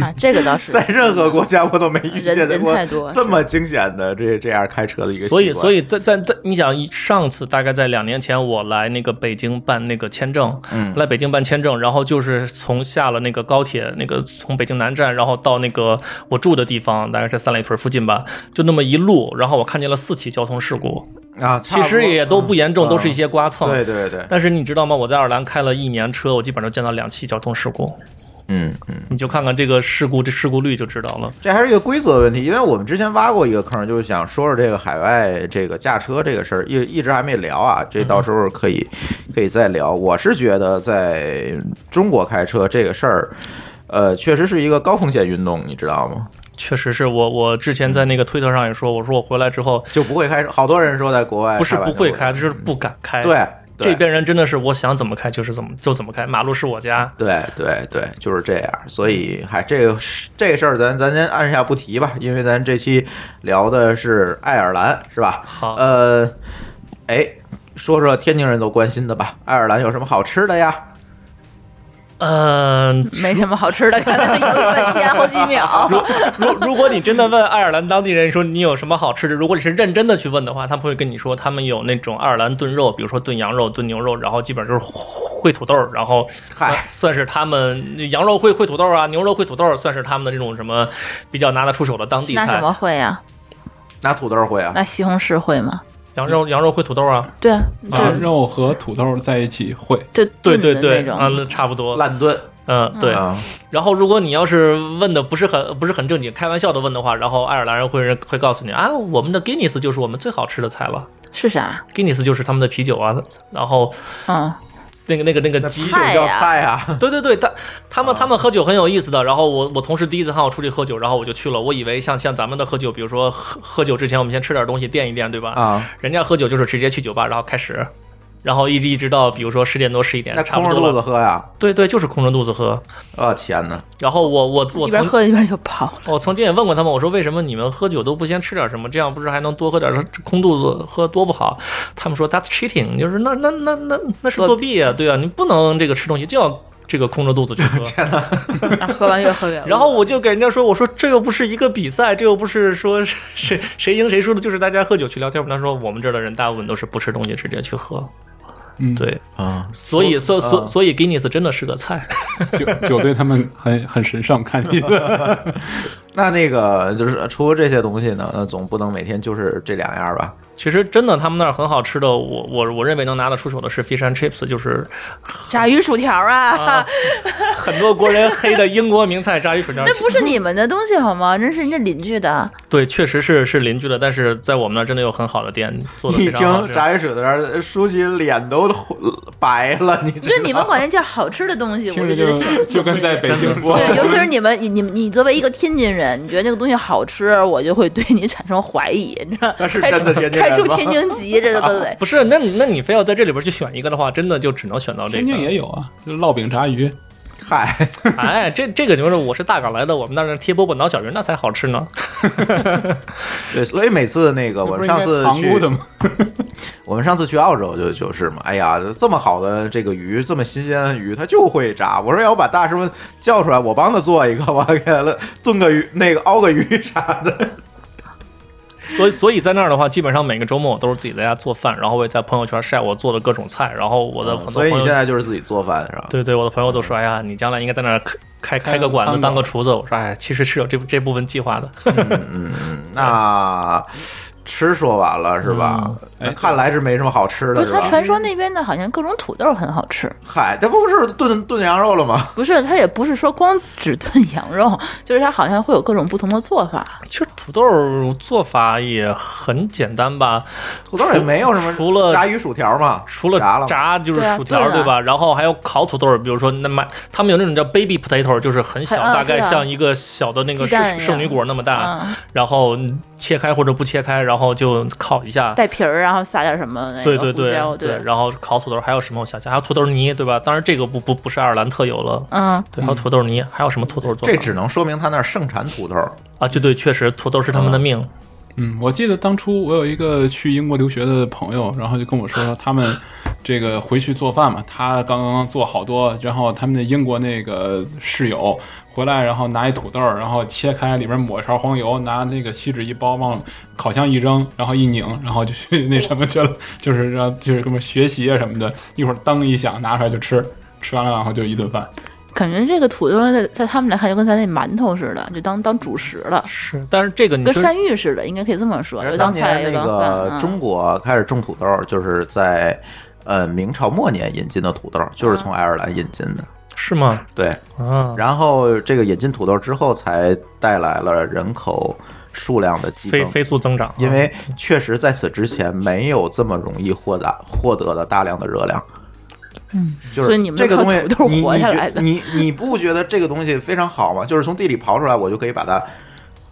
Speaker 5: 啊，这个倒是。
Speaker 3: 在任何国家我都没遇
Speaker 5: 人
Speaker 3: 见
Speaker 5: 人
Speaker 3: 过
Speaker 5: 太多
Speaker 3: 这么惊险的这这样开车的一个习惯。
Speaker 6: 所以，所以在在在，你想上次大概在两年前，我来那个北京办那个签证，嗯，来北京办签证，然后就是从下了那个高铁，那个从北京南站，然后到那个我住的地方，大概在三里屯附近吧，就那么一路，然后我看见了四起交通事故，
Speaker 3: 啊，差
Speaker 6: 其
Speaker 3: 不
Speaker 6: 实
Speaker 3: 多
Speaker 6: 也都不严重，
Speaker 3: 嗯
Speaker 6: 都是一些刮蹭。
Speaker 3: 对对对，
Speaker 6: 但是你知道吗？我在爱尔兰开了一年车，我基本上见到两起交通事故，
Speaker 3: 嗯嗯。
Speaker 6: 你就看看这个事故这事故率就知道了。
Speaker 3: 这还是一个规则问题，因为我们之前挖过一个坑，就是想说说这个海外这个驾车这个事儿，一一直还没聊啊，
Speaker 6: 嗯
Speaker 3: 这到时候可以可以再聊。我是觉得在中国开车这个事儿，呃，确实是一个高风险运动，你知道吗？
Speaker 6: 确实是我我之前在那个推特上也说，我说我回来之后
Speaker 3: 就不会开车，好多人说在国外
Speaker 6: 不是不会开，
Speaker 3: 外
Speaker 6: 就是不敢开。
Speaker 3: 车嗯对。对
Speaker 6: 这边人真的是我想怎么开就是怎么就怎么开，马路是我家。
Speaker 3: 对对对，就是这样。所以，嗨，这个这个事儿咱咱先按下不提吧，因为咱这期聊的是爱尔兰，是吧？
Speaker 6: 好
Speaker 3: 呃，哎，说说天津人都关心的吧，爱尔兰有什么好吃的呀？
Speaker 6: 嗯、
Speaker 5: 没什么好吃的，看他犹豫半天好几秒。
Speaker 6: 如如果你真的问爱尔兰当地人说你有什么好吃的，如果你是认真的去问的话，他们会跟你说他们有那种爱尔兰炖肉，比如说炖羊肉、炖牛肉，然后基本就是烩土豆，然后算
Speaker 3: 嗨
Speaker 6: 算是他们羊肉烩烩土豆啊，牛肉烩土豆，算是他们的这种什么比较拿得出手的当地
Speaker 5: 那什
Speaker 6: 菜
Speaker 5: 么。会呀、
Speaker 3: 拿土豆会啊？
Speaker 6: 哎
Speaker 5: 那西红柿会吗？
Speaker 6: 羊肉羊肉烩土豆啊，
Speaker 5: 对啊，就
Speaker 4: 把
Speaker 5: 是
Speaker 4: 肉和土豆在一起 烩，
Speaker 5: 就
Speaker 6: 对
Speaker 5: 炖
Speaker 6: 对
Speaker 5: 的
Speaker 6: 对，
Speaker 5: 那种
Speaker 6: 啊，那差不多，
Speaker 3: 烂炖
Speaker 6: 嗯，对。
Speaker 3: 啊，
Speaker 6: 然后，如果你要是问的不是很不是很正经，开玩笑的问的话，然后爱尔兰人会会告诉你啊，我们的 Guinness 就是我们最好吃的菜了
Speaker 5: 是啥？
Speaker 6: ，Guinness 就是他们的啤酒啊，然后
Speaker 5: 嗯，
Speaker 6: 那个那个那个鸡
Speaker 3: 啤酒叫菜啊，
Speaker 6: 对对对，他他们他们喝酒很有意思的。然后我我同事第一次喊我出去喝酒，然后我就去了。我以为像像咱们的喝酒，比如说喝喝酒之前我们先吃点东西垫一垫，对吧？
Speaker 3: 啊，
Speaker 6: 人家喝酒就是直接去酒吧，然后开始，然后一直一直到比如说十点多十一点
Speaker 3: 那，
Speaker 6: 差
Speaker 3: 空着
Speaker 6: 不多
Speaker 3: 肚
Speaker 6: 了。
Speaker 3: 子喝呀？
Speaker 6: 对对，就是空着肚子喝。
Speaker 3: 哦天哪，
Speaker 6: 然后我我我
Speaker 5: 一边
Speaker 6: 曾
Speaker 5: 喝一边就跑了。
Speaker 6: 哦我曾经也问过他们，我说为什么你们喝酒都不先吃点什么？这样不是还能多喝点？空肚子喝多不好。他们说 that's cheating，就是那那那那那是作弊啊，对啊，你不能这个吃东西就要这个空着肚子去喝。
Speaker 5: 然后啊喝完越喝 越饿，
Speaker 6: 然后我就给人家说，我说这又不是一个比赛，这又不是说是谁谁赢谁输的，就是大家喝酒去聊天。他说我们这儿的人大部分都是不吃东西直接去喝，
Speaker 4: 嗯，，
Speaker 6: 对，
Speaker 3: 啊，
Speaker 6: 所以所所
Speaker 3: 嗯
Speaker 6: 所以 Guinness 真的是个菜，
Speaker 4: 酒酒对他们很很神圣，看意 思。
Speaker 3: 那那个就是除了这些东西呢，那总不能每天就是这两样吧？
Speaker 6: 其实真的他们那儿很好吃的，我我我认为能拿得出手的是 fish and chips，就是
Speaker 5: 炸鱼薯条啊，
Speaker 6: 很多国人黑的英国名菜炸鱼薯 条。
Speaker 5: 那不是你们的东西好吗？那是人家邻居的。
Speaker 6: 对，确实是是邻居的，但是在我们那儿真的有很好的店做的
Speaker 3: 一
Speaker 6: 非常好
Speaker 3: 听
Speaker 6: 吃。
Speaker 3: 炸鱼薯条，舒淇脸都白了，你
Speaker 5: 不是你们管那叫好吃的东西，我
Speaker 4: 听着
Speaker 5: 就觉得挺
Speaker 4: 就就跟在北京播，
Speaker 5: 对，尤其是你们，你你们你作为一个天津人，你觉得这个东西好吃，我就会对你产生怀疑，你知道？
Speaker 3: 那是
Speaker 5: 开
Speaker 3: 真的
Speaker 5: 除
Speaker 3: 天津
Speaker 5: 开
Speaker 3: 人
Speaker 5: 除
Speaker 3: 吗
Speaker 5: 天津籍，这都对
Speaker 6: 不是，那你那你非要在这里边去选一个的话，真的就只能选到这
Speaker 4: 天
Speaker 6: 个。
Speaker 4: 津也有啊，就烙饼炸鱼，
Speaker 3: 嗨，
Speaker 6: 哎，这这个就是我是大港来的，我们那儿的贴饽饽挠小鱼那才好吃呢。
Speaker 3: 对，所以每次那个我
Speaker 4: 不
Speaker 3: 们
Speaker 4: 是
Speaker 3: 上
Speaker 4: 应该
Speaker 3: 次
Speaker 4: 塘沽
Speaker 3: 去
Speaker 4: 的吗？
Speaker 3: 我们上次去澳洲就就是嘛，哎呀，这么好的这个鱼，这么新鲜的鱼，它就会炸。我说要我把大师傅叫出来，我帮他做一个，我给他炖个鱼，那个熬个鱼啥的。
Speaker 6: 所以所以在那儿的话，基本上每个周末我都是自己在家做饭，然后我也在朋友圈晒我做的各种菜，然后我的很多
Speaker 3: 哦所
Speaker 6: 朋
Speaker 3: 以你
Speaker 6: 友，
Speaker 3: 现在就是自己做饭是吧？
Speaker 6: 对对，我的朋友都说，哎呀，你将来应该在那儿开开开个馆
Speaker 4: 开
Speaker 6: 子，
Speaker 4: 个
Speaker 6: 当个厨子。我说，哎，其实是有这这部分计划的。
Speaker 3: 嗯那吃说完了是吧？
Speaker 6: 嗯
Speaker 3: 那看来是没什么好吃
Speaker 5: 不
Speaker 3: 的
Speaker 5: 是，
Speaker 3: 是
Speaker 5: 他
Speaker 3: 吧？
Speaker 5: 传说那边的好像各种土豆很好吃，
Speaker 3: 嗨，这不是炖炖羊肉了吗？
Speaker 5: 不是，他也不是说光只炖羊肉，就是他好像会有各种不同的做法。
Speaker 6: 其实土豆做法也很简单吧，
Speaker 3: 土豆也没有什么，
Speaker 6: 除了
Speaker 3: 炸鱼薯条嘛，
Speaker 6: 除了
Speaker 3: 炸了嘛
Speaker 6: 炸就是
Speaker 5: 对啊
Speaker 6: 薯条
Speaker 5: 对啊
Speaker 6: 对吧？然后还有烤土豆，比如说那买他们有那种叫 baby potato，就是很小，
Speaker 5: 还啊
Speaker 6: 大概
Speaker 5: 对啊
Speaker 6: 像一个小的那个
Speaker 5: 鸡蛋
Speaker 6: 圣
Speaker 5: 一样
Speaker 6: 圣女果那么大。
Speaker 5: 嗯，
Speaker 6: 然后切开或者不切开，然后就烤一下。
Speaker 5: 带皮儿，然后撒点什么那
Speaker 6: 对
Speaker 5: 个
Speaker 6: 对
Speaker 5: 胡
Speaker 6: 对
Speaker 5: 椒，
Speaker 6: 对，然后烤土豆还有什么？我想想，还有土豆泥，对吧？当然这个不不不是爱尔兰特有了。
Speaker 5: 嗯，
Speaker 6: 对，还有土豆泥，还有什么土豆做法？
Speaker 3: 这只能说明他那儿盛产土豆。
Speaker 6: 啊，就对，确实土豆是他们的命。
Speaker 4: 嗯，我记得当初我有一个去英国留学的朋友，然后就跟我说他们这个回去做饭嘛，他刚刚做好多，然后他们的英国那个室友回来，然后拿一土豆儿，然后切开里边抹一勺黄油，拿那个锡纸一包，往烤箱一扔，然后一拧，然后就去那什么去了，就是让就是跟我们学习啊什么的，一会儿当一响拿出来就吃。吃完了，然后就一顿饭。
Speaker 5: 感觉这个土豆在在他们来看就跟咱那馒头似的，就当当主食了，
Speaker 6: 是，但是这个你
Speaker 5: 跟
Speaker 6: 说
Speaker 5: 山芋似的，应该可以这么说，又
Speaker 3: 当
Speaker 5: 当菜
Speaker 3: 年
Speaker 5: 又
Speaker 3: 那
Speaker 5: 当饭。
Speaker 3: 个
Speaker 5: 嗯
Speaker 3: 中国开始种土豆，就是在呃明朝末年引进的土豆，就是
Speaker 5: 嗯
Speaker 3: 从爱尔兰引进的。
Speaker 6: 是吗？
Speaker 3: 对，
Speaker 6: 啊，
Speaker 3: 然后这个引进土豆之后，才带来了人口数量的激
Speaker 6: 飞
Speaker 3: 增。
Speaker 6: 飞速增长，啊
Speaker 3: 因为
Speaker 5: 嗯
Speaker 3: 确实在此之前没有这么容易获得获得的大量的热量，嗯，就是
Speaker 5: 所以你们
Speaker 3: 这个
Speaker 5: 靠
Speaker 3: 东西
Speaker 5: 土豆，
Speaker 3: 你
Speaker 5: 活
Speaker 3: 你
Speaker 5: 下
Speaker 3: 觉
Speaker 5: 来的
Speaker 3: 你你不觉得这个东西非常好吗？就是从地里刨出来，我就可以把它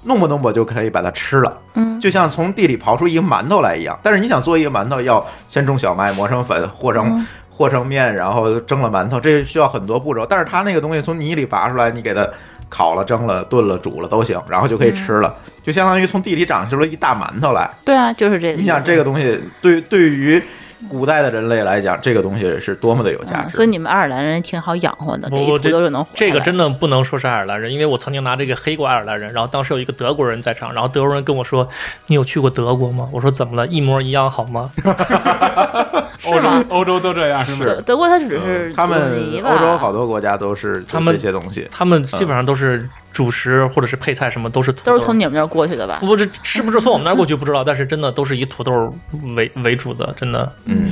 Speaker 3: 弄吧弄吧就可以把它吃了，嗯，就像从地里刨出一个馒头来一样。但是你想做一个馒头，要先种小麦，磨成粉，和成。
Speaker 5: 嗯
Speaker 3: 和成面，然后蒸了馒头，这需要很多步骤。但是它那个东西从泥里拔出来，你给它烤了、蒸了、炖了、煮了都行，然后就可以吃了，
Speaker 5: 嗯
Speaker 3: 就相当于从地里长出了一大馒头来。
Speaker 5: 对啊，就是这个意思。
Speaker 3: 你想这个东西对对于古代的人类来讲，这个东西是多么的有价
Speaker 5: 嗯
Speaker 3: 值。
Speaker 5: 所以你们爱尔兰人挺好养活的，给一
Speaker 6: 不，
Speaker 5: 土
Speaker 6: 这
Speaker 5: 豆就能活。
Speaker 6: 这个真的不能说是爱尔兰人，因为我曾经拿这个黑过爱尔兰人，然后当时有一个德国人在场，然后德国人跟我说：“你有去过德国吗？”我说：“怎么了？一模一样好吗
Speaker 4: 欧洲欧洲都这样哦是吗？
Speaker 3: 是嗯
Speaker 5: 德国，它只是
Speaker 3: 他们
Speaker 5: 土泥吧
Speaker 3: 欧洲好多国家都是就
Speaker 6: 他们
Speaker 3: 这些东西？”，
Speaker 6: 他
Speaker 4: 嗯
Speaker 6: 们基本上都是主食或者是配菜什么都是土豆，
Speaker 5: 都是从你们那儿过去的吧？
Speaker 6: 不这是不是从我们那儿过去不知道，但是真的都是以土豆为为主的，真的。
Speaker 3: 嗯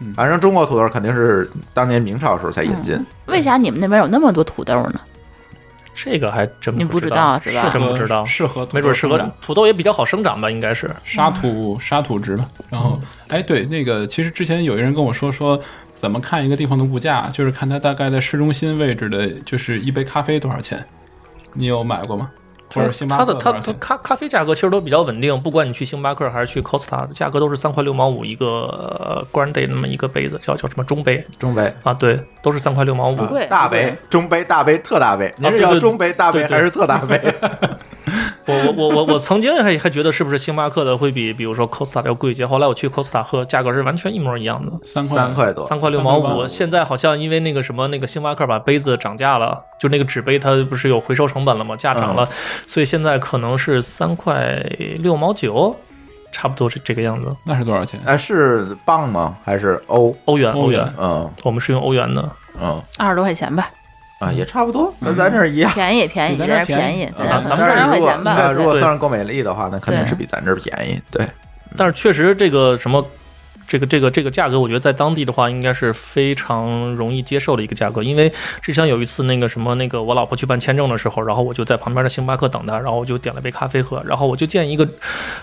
Speaker 3: 嗯，反正中国土豆肯定是当年明朝时候才引进，
Speaker 5: 为啥你们那边有那么多土豆呢？
Speaker 6: 这个还真
Speaker 5: 你不
Speaker 6: 知
Speaker 5: 知道是吧
Speaker 6: 真不知道，
Speaker 4: 适合土豆
Speaker 6: 没准适合
Speaker 4: 生长
Speaker 6: 土豆也比较好生长吧，应该是。
Speaker 4: 沙土沙土值吧。然后，哎，对，那个其实之前有一人跟我说说，怎么看一个地方的物价，就是看它大概在市中心位置的，就是一杯咖啡多少钱。你有买过吗？或者星巴
Speaker 6: 它
Speaker 4: 克
Speaker 6: 的
Speaker 4: 多
Speaker 6: 它
Speaker 4: 少
Speaker 6: 它
Speaker 4: 钱？
Speaker 6: 咖咖啡价格其实都比较稳定，不管你去星巴克还是去 Costa，价格都是三块六毛五一个呃 grande 那么一个杯子，叫叫什么中杯
Speaker 3: 中杯、
Speaker 6: 啊？对，都是三块六毛五。
Speaker 5: 不贵
Speaker 3: 啊大杯、中杯、大杯、特大杯。您是
Speaker 6: 啊对
Speaker 3: 要
Speaker 6: 对
Speaker 3: 中杯、大杯
Speaker 6: 对对
Speaker 3: 还是特大杯？
Speaker 6: 我我我我我曾经还还觉得是不是星巴克的会比比如说 Costa 要贵一些，后来我去 Costa 喝，价格是完全一模一样的。
Speaker 4: 三块
Speaker 3: 三块多，
Speaker 6: 三块六毛
Speaker 4: 三块六毛
Speaker 6: 五，
Speaker 4: 五
Speaker 6: 现在好像因为那个什么那个星巴克把杯子涨价了，就那个纸杯它不是有回收成本了吗？价涨了，
Speaker 4: 嗯
Speaker 6: 所以现在可能是三块六毛九，差不多是这个样子。
Speaker 4: 那是多少钱？
Speaker 3: 哎，是磅吗？还是欧？
Speaker 6: 欧元，
Speaker 4: 欧
Speaker 6: 欧
Speaker 4: 元
Speaker 6: 元，
Speaker 3: 嗯
Speaker 6: 我们是用欧元的。
Speaker 3: 嗯
Speaker 5: 二十多块钱吧，
Speaker 3: 啊，也差不多，跟咱这儿一 样。
Speaker 5: 便宜便宜，
Speaker 4: 比咱
Speaker 5: 人
Speaker 4: 这儿
Speaker 5: 家
Speaker 4: 便
Speaker 5: 便
Speaker 4: 宜
Speaker 5: 宜，
Speaker 6: 嗯咱咱
Speaker 5: 三
Speaker 6: 们
Speaker 3: 但
Speaker 5: 十块
Speaker 3: 是如果
Speaker 5: 钱
Speaker 3: 那
Speaker 5: 吧。
Speaker 3: 如果算上购买力的话，那肯定是比咱这儿便宜。对，
Speaker 6: 但是确实这个什么。这个这个这个价格，我觉得在当地的话，应该是非常容易接受的一个价格。因为之前有一次那个什么那个，我老婆去办签证的时候，然后我就在旁边的星巴克等她，然后我就点了杯咖啡喝，然后我就见一个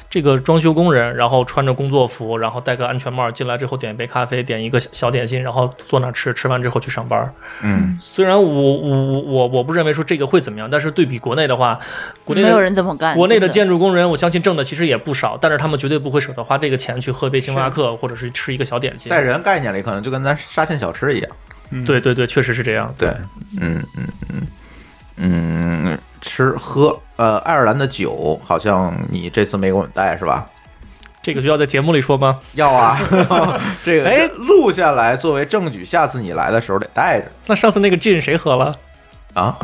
Speaker 6: 这个装修工人，然后穿着工作服，然后戴个安全帽进来之后，点一杯咖啡，点一个小小点心，然后坐那儿吃，吃完之后去上班。
Speaker 3: 嗯，
Speaker 6: 虽然我我我我不认为说这个会怎么样，但是对比国内的话，国内
Speaker 5: 没
Speaker 6: 的
Speaker 5: 有人这么干。
Speaker 6: 国内的
Speaker 5: 啊真
Speaker 6: 建筑工人，我相信挣的其实也不少，但是他们绝对不会舍得花这个钱去喝杯星巴克，或者是吃一个小点心
Speaker 3: 在。人概念里，可能就跟咱沙县小吃一样。
Speaker 6: 对对对，确实是这样。
Speaker 3: 对，嗯嗯嗯嗯，吃喝，呃，爱尔兰的酒好像你这次没给我们带是吧？
Speaker 6: 这个需要在节目里说吗？
Speaker 3: 要 啊，这个哎录下来作为证据，下次你来的时候得带着
Speaker 6: 那上次那个 gin 谁喝了？
Speaker 3: 啊。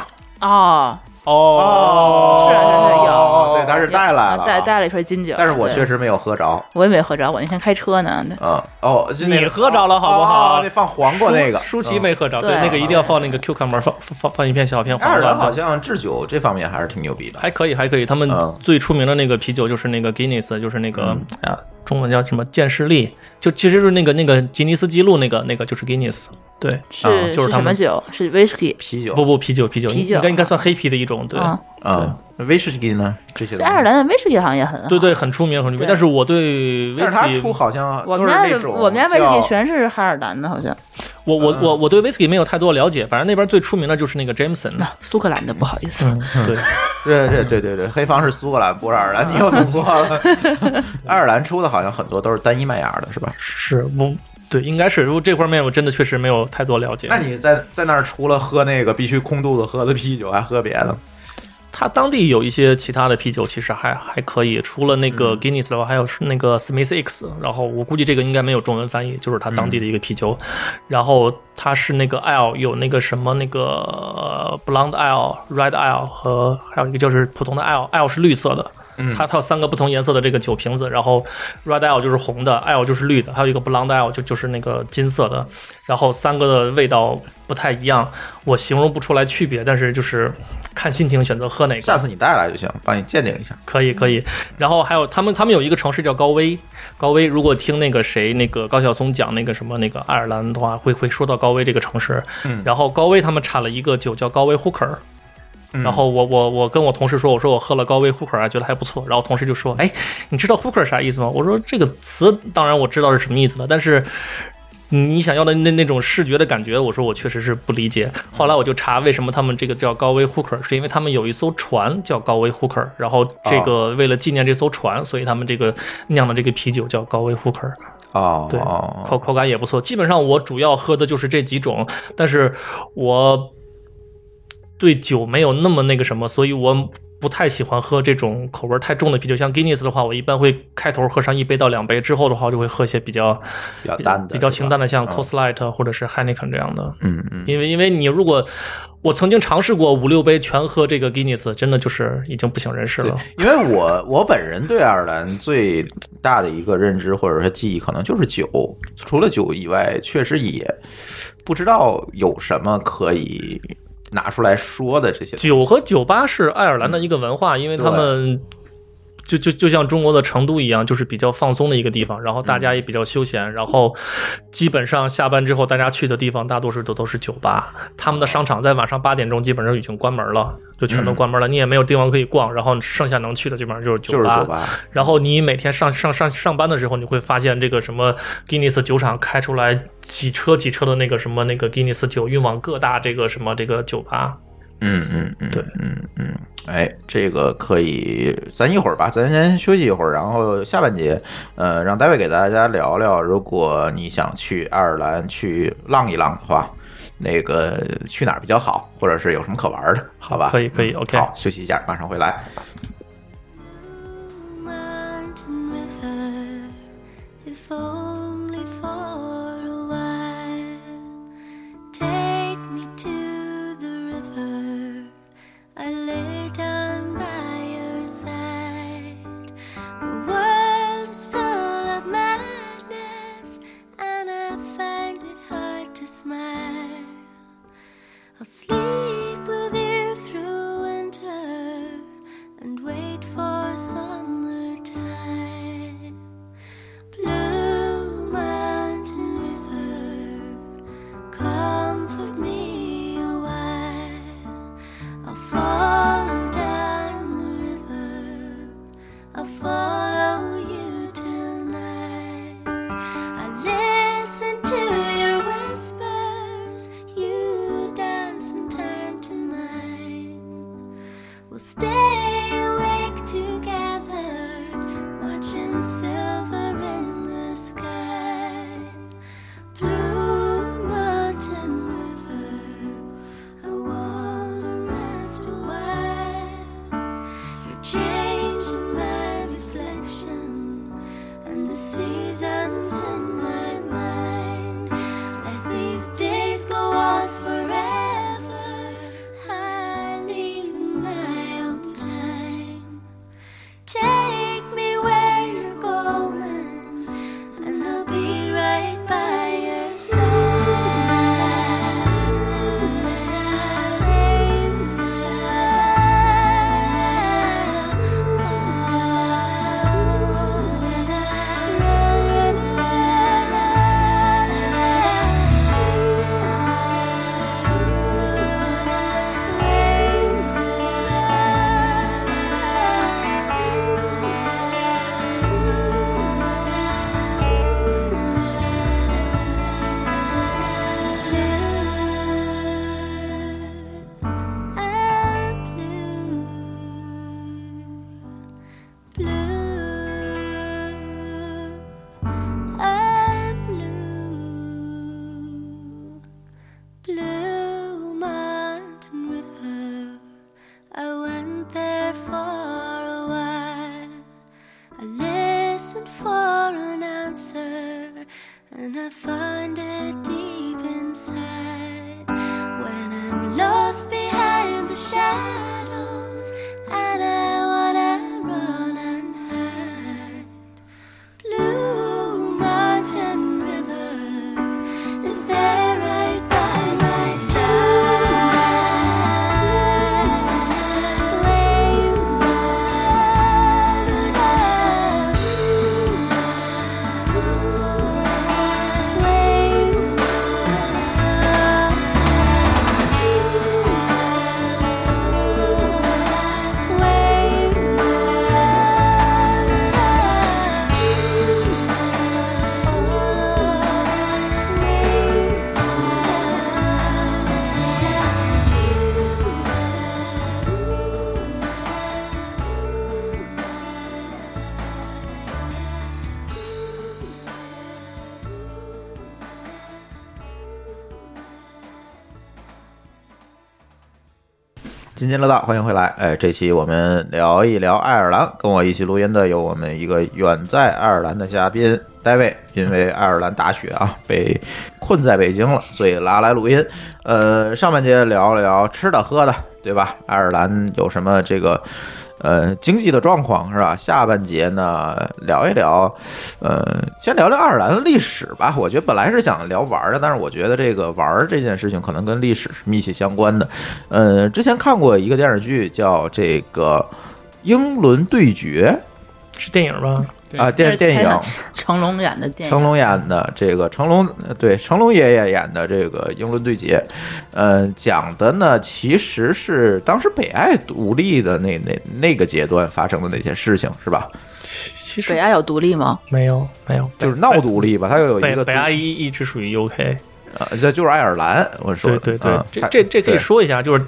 Speaker 5: 哦，
Speaker 3: 哦
Speaker 5: 是啊是啊有
Speaker 3: 对，他是带来了，啊
Speaker 5: 带。带了一瓶金酒，
Speaker 3: 但是我确
Speaker 5: 对
Speaker 3: 实没有喝着，
Speaker 5: 我也没喝着，我那天开车呢。对
Speaker 3: 嗯，哦，就那个
Speaker 6: 你喝着了好不好
Speaker 3: 哦哦那放黄瓜那个，嗯
Speaker 6: 舒舒淇没喝着，
Speaker 5: 对
Speaker 6: 对，那个一定要放那个 cucumber，放放放一片小片
Speaker 3: 爱尔
Speaker 6: 黄
Speaker 3: 兰
Speaker 6: 瓜
Speaker 3: 好
Speaker 6: 的。
Speaker 3: 像制酒这方面还是挺牛逼的。
Speaker 6: 还可以，还可以。他们
Speaker 3: 嗯
Speaker 6: 最出名的那个啤酒就是那个 Guinness，就是那个、哎呀，中文叫什么健士力，就其实就是那个那个吉尼斯纪录那个那个就是 Guinness。对，
Speaker 5: 是
Speaker 6: 啊就
Speaker 5: 是
Speaker 6: 是他
Speaker 5: 什么
Speaker 6: 们
Speaker 5: 酒？是 whisky
Speaker 3: 啤酒
Speaker 6: 不不，啤酒啤酒，
Speaker 5: 啤酒
Speaker 6: 应该应该算黑啤的一种。对，
Speaker 5: 啊。
Speaker 3: 啊，那威士忌呢？这
Speaker 5: 这
Speaker 3: 些东西
Speaker 5: 爱尔，兰的威士忌好像也很好。
Speaker 6: 对对，很出名，很出名。
Speaker 5: 对
Speaker 6: 但是我对威
Speaker 3: 但
Speaker 6: 士
Speaker 3: 是它
Speaker 6: 忌，
Speaker 3: 出好像
Speaker 5: 我
Speaker 3: 都
Speaker 5: 们
Speaker 3: 是
Speaker 5: 家
Speaker 3: 那
Speaker 5: 的
Speaker 3: 种
Speaker 5: 我们家威士忌
Speaker 3: 叫
Speaker 5: 全是爱尔兰的，好像
Speaker 6: 我我
Speaker 3: 嗯
Speaker 6: 我我对威士忌没有太多了解。反正那边最出名的就是那个嗯 Jameson
Speaker 5: 那苏格兰的，不好意思。
Speaker 6: 对，
Speaker 3: 对对对对对，黑方是苏格兰，不是爱 尔兰，你又弄错了。爱尔兰出的好像很多都是单一麦芽的，是吧？
Speaker 6: 是我对，应该是。如果这块面我真的确实没有太多了解
Speaker 3: 那。你在在那儿除了喝那个必须空肚子喝的啤酒，还喝别的？
Speaker 6: 它当地有一些其他的啤酒，其实还还可以。除了那个 Guinness 的话，还有是那个 Smith X。然后我估计这个应该没有中文翻译，就是它当地的一个啤酒。然后它是那个 L 有那个什么那个呃 Blonde L、Red L 和还有一个就是普通的 L。L 是绿色的，它它有三个不同颜色的这个酒瓶子，然后 red ale 就是红的，ale 就是绿的，还有一个 blonde ale 就就是那个金色的，然后三个的味道不太一样，我形容不出来区别，但是就是看心情选择喝哪
Speaker 3: 下
Speaker 6: 个，
Speaker 3: 次你带来就行，帮你鉴定一下。
Speaker 6: 可以可以。然后还有他们他们有一个城市叫高威，高威如果听那个谁那个高晓松讲那个什么那个爱尔兰的话，会会说到高威这个城市，
Speaker 3: 嗯
Speaker 6: 然后高威他们产了一个酒叫高威 hooker。然后我我我跟我同事说，我说我喝了高威 hooker 啊，觉得还不错。然后同事就说，哎，你知道 hooker 啥意思吗？我说这个词当然我知道是什么意思了，但是嗯你想要的那那种视觉的感觉，我说我确实是不理解。后来我就查为什么他们这个叫高威 hooker，是因为他们有一艘船叫高威 hooker，然后这个为了纪念这艘船，所以他们这个酿的这个啤酒叫高威 hooker。
Speaker 3: 哦，
Speaker 6: 对，
Speaker 3: 哦
Speaker 6: 口口感也不错。基本上我主要喝的就是这几种，但是我对酒没有那么那个什么，所以我不太喜欢喝这种口味太重的啤酒，像 Guinness 的话，我一般会开头喝上一杯到两杯，之后的话就会喝些比较
Speaker 3: 比较淡的
Speaker 6: 比较清淡的，
Speaker 3: 是吧
Speaker 6: 像 c o s l i g h t 或者是 Heineken 这样的。
Speaker 3: 嗯嗯，
Speaker 6: 因为因为你如果我曾经尝试过五六杯全喝这个 Guinness，真的就是已经不省人事了。
Speaker 3: 因为我我本人对爱尔兰最大的一个认知或者说记忆，可能就是酒。除了酒以外，确实也不知道有什么可以拿出来说的这些。
Speaker 6: 酒和酒吧是爱尔兰
Speaker 3: 嗯
Speaker 6: 的一个文化，因为他们就就就像中国的成都一样，就是比较放松的一个地方，然后
Speaker 3: 嗯
Speaker 6: 大家也比较休闲，然后基本上下班之后大家去的地方大多数都都是酒吧，他们的商场在晚上八点钟基本上已经关门了，就全
Speaker 3: 嗯
Speaker 6: 都关门了，你也没有地方可以逛，然后剩下能去的基本上就是
Speaker 3: 就是酒吧，
Speaker 6: 然后你每天上上上上班的时候，你会发现这个什么 Guinness 酒厂开出来几车几车的那个什么那个 Guinness 酒运往各大这个什么这个酒吧，
Speaker 3: 嗯嗯嗯，
Speaker 6: 对
Speaker 3: 嗯嗯，哎，这个可以，咱一会儿吧，咱先休息一会儿，然后下半节，呃，让大卫给大家聊聊，如果你想去爱尔兰去浪一浪的话，那个去哪儿比较好，或者是有什么可玩的，好吧？嗯
Speaker 6: 可以可以，OK。
Speaker 3: 好，休息一下，马上回来。
Speaker 7: mountain river, if only for a while. Take me to the river, I lay down by your side. The world is full of madness, and I find it hard to smile. I'll sleep with you through winter and wait for summertime. Blue Mountain River, comfort me a while. I'll follow down the river, I'll follow you till night. I listen to your whispers, you dance in time to mine. We'll stay awake together, watching silver in the sky. Blue Mountain River, I wanna rest a while. You're changing my reflection and the seasons in my mind. Let these days go on forever. I leave in my own time. Take me where you're going, and I'll be right by your side.
Speaker 3: 津津乐道，欢迎回来。哎，这期我们聊一聊爱尔兰，跟我一起录音的有我们一个远在爱尔兰的嘉宾 David，因为爱尔兰大雪啊被困在北京了，所以拉来录音。呃，上半节聊了聊吃的喝的，对吧？爱尔兰有什么这个？呃，经济的状况是吧？下半节呢，聊一聊，呃，先聊聊爱尔兰的历史吧。我觉得本来是想聊玩儿的，但是我觉得这个玩儿这件事情可能跟历史是密切相关的。呃，之前看过一个电视剧叫这个《英伦对决
Speaker 6: 是电影吧？》
Speaker 3: 啊、电电影，
Speaker 5: 成龙演的电影，
Speaker 3: 成龙演的这个成龙，呃对成龙爷爷演的这个《英伦对决》，呃，讲的呢其实是当时北爱独立的那那那个阶段发生的那些事情，是吧？
Speaker 6: 其
Speaker 5: 北
Speaker 6: 实
Speaker 5: 爱有独立吗？
Speaker 6: 没有没有，
Speaker 3: 就是
Speaker 6: 北
Speaker 3: 闹独立吧，它又有一
Speaker 6: 北
Speaker 3: 个
Speaker 6: 北阿姨一直属于 UK，
Speaker 3: 呃，这就是爱尔兰，我说
Speaker 6: 对对对
Speaker 3: 嗯，
Speaker 6: 这
Speaker 3: 它
Speaker 6: 这这可以
Speaker 3: 对
Speaker 6: 说一下，就是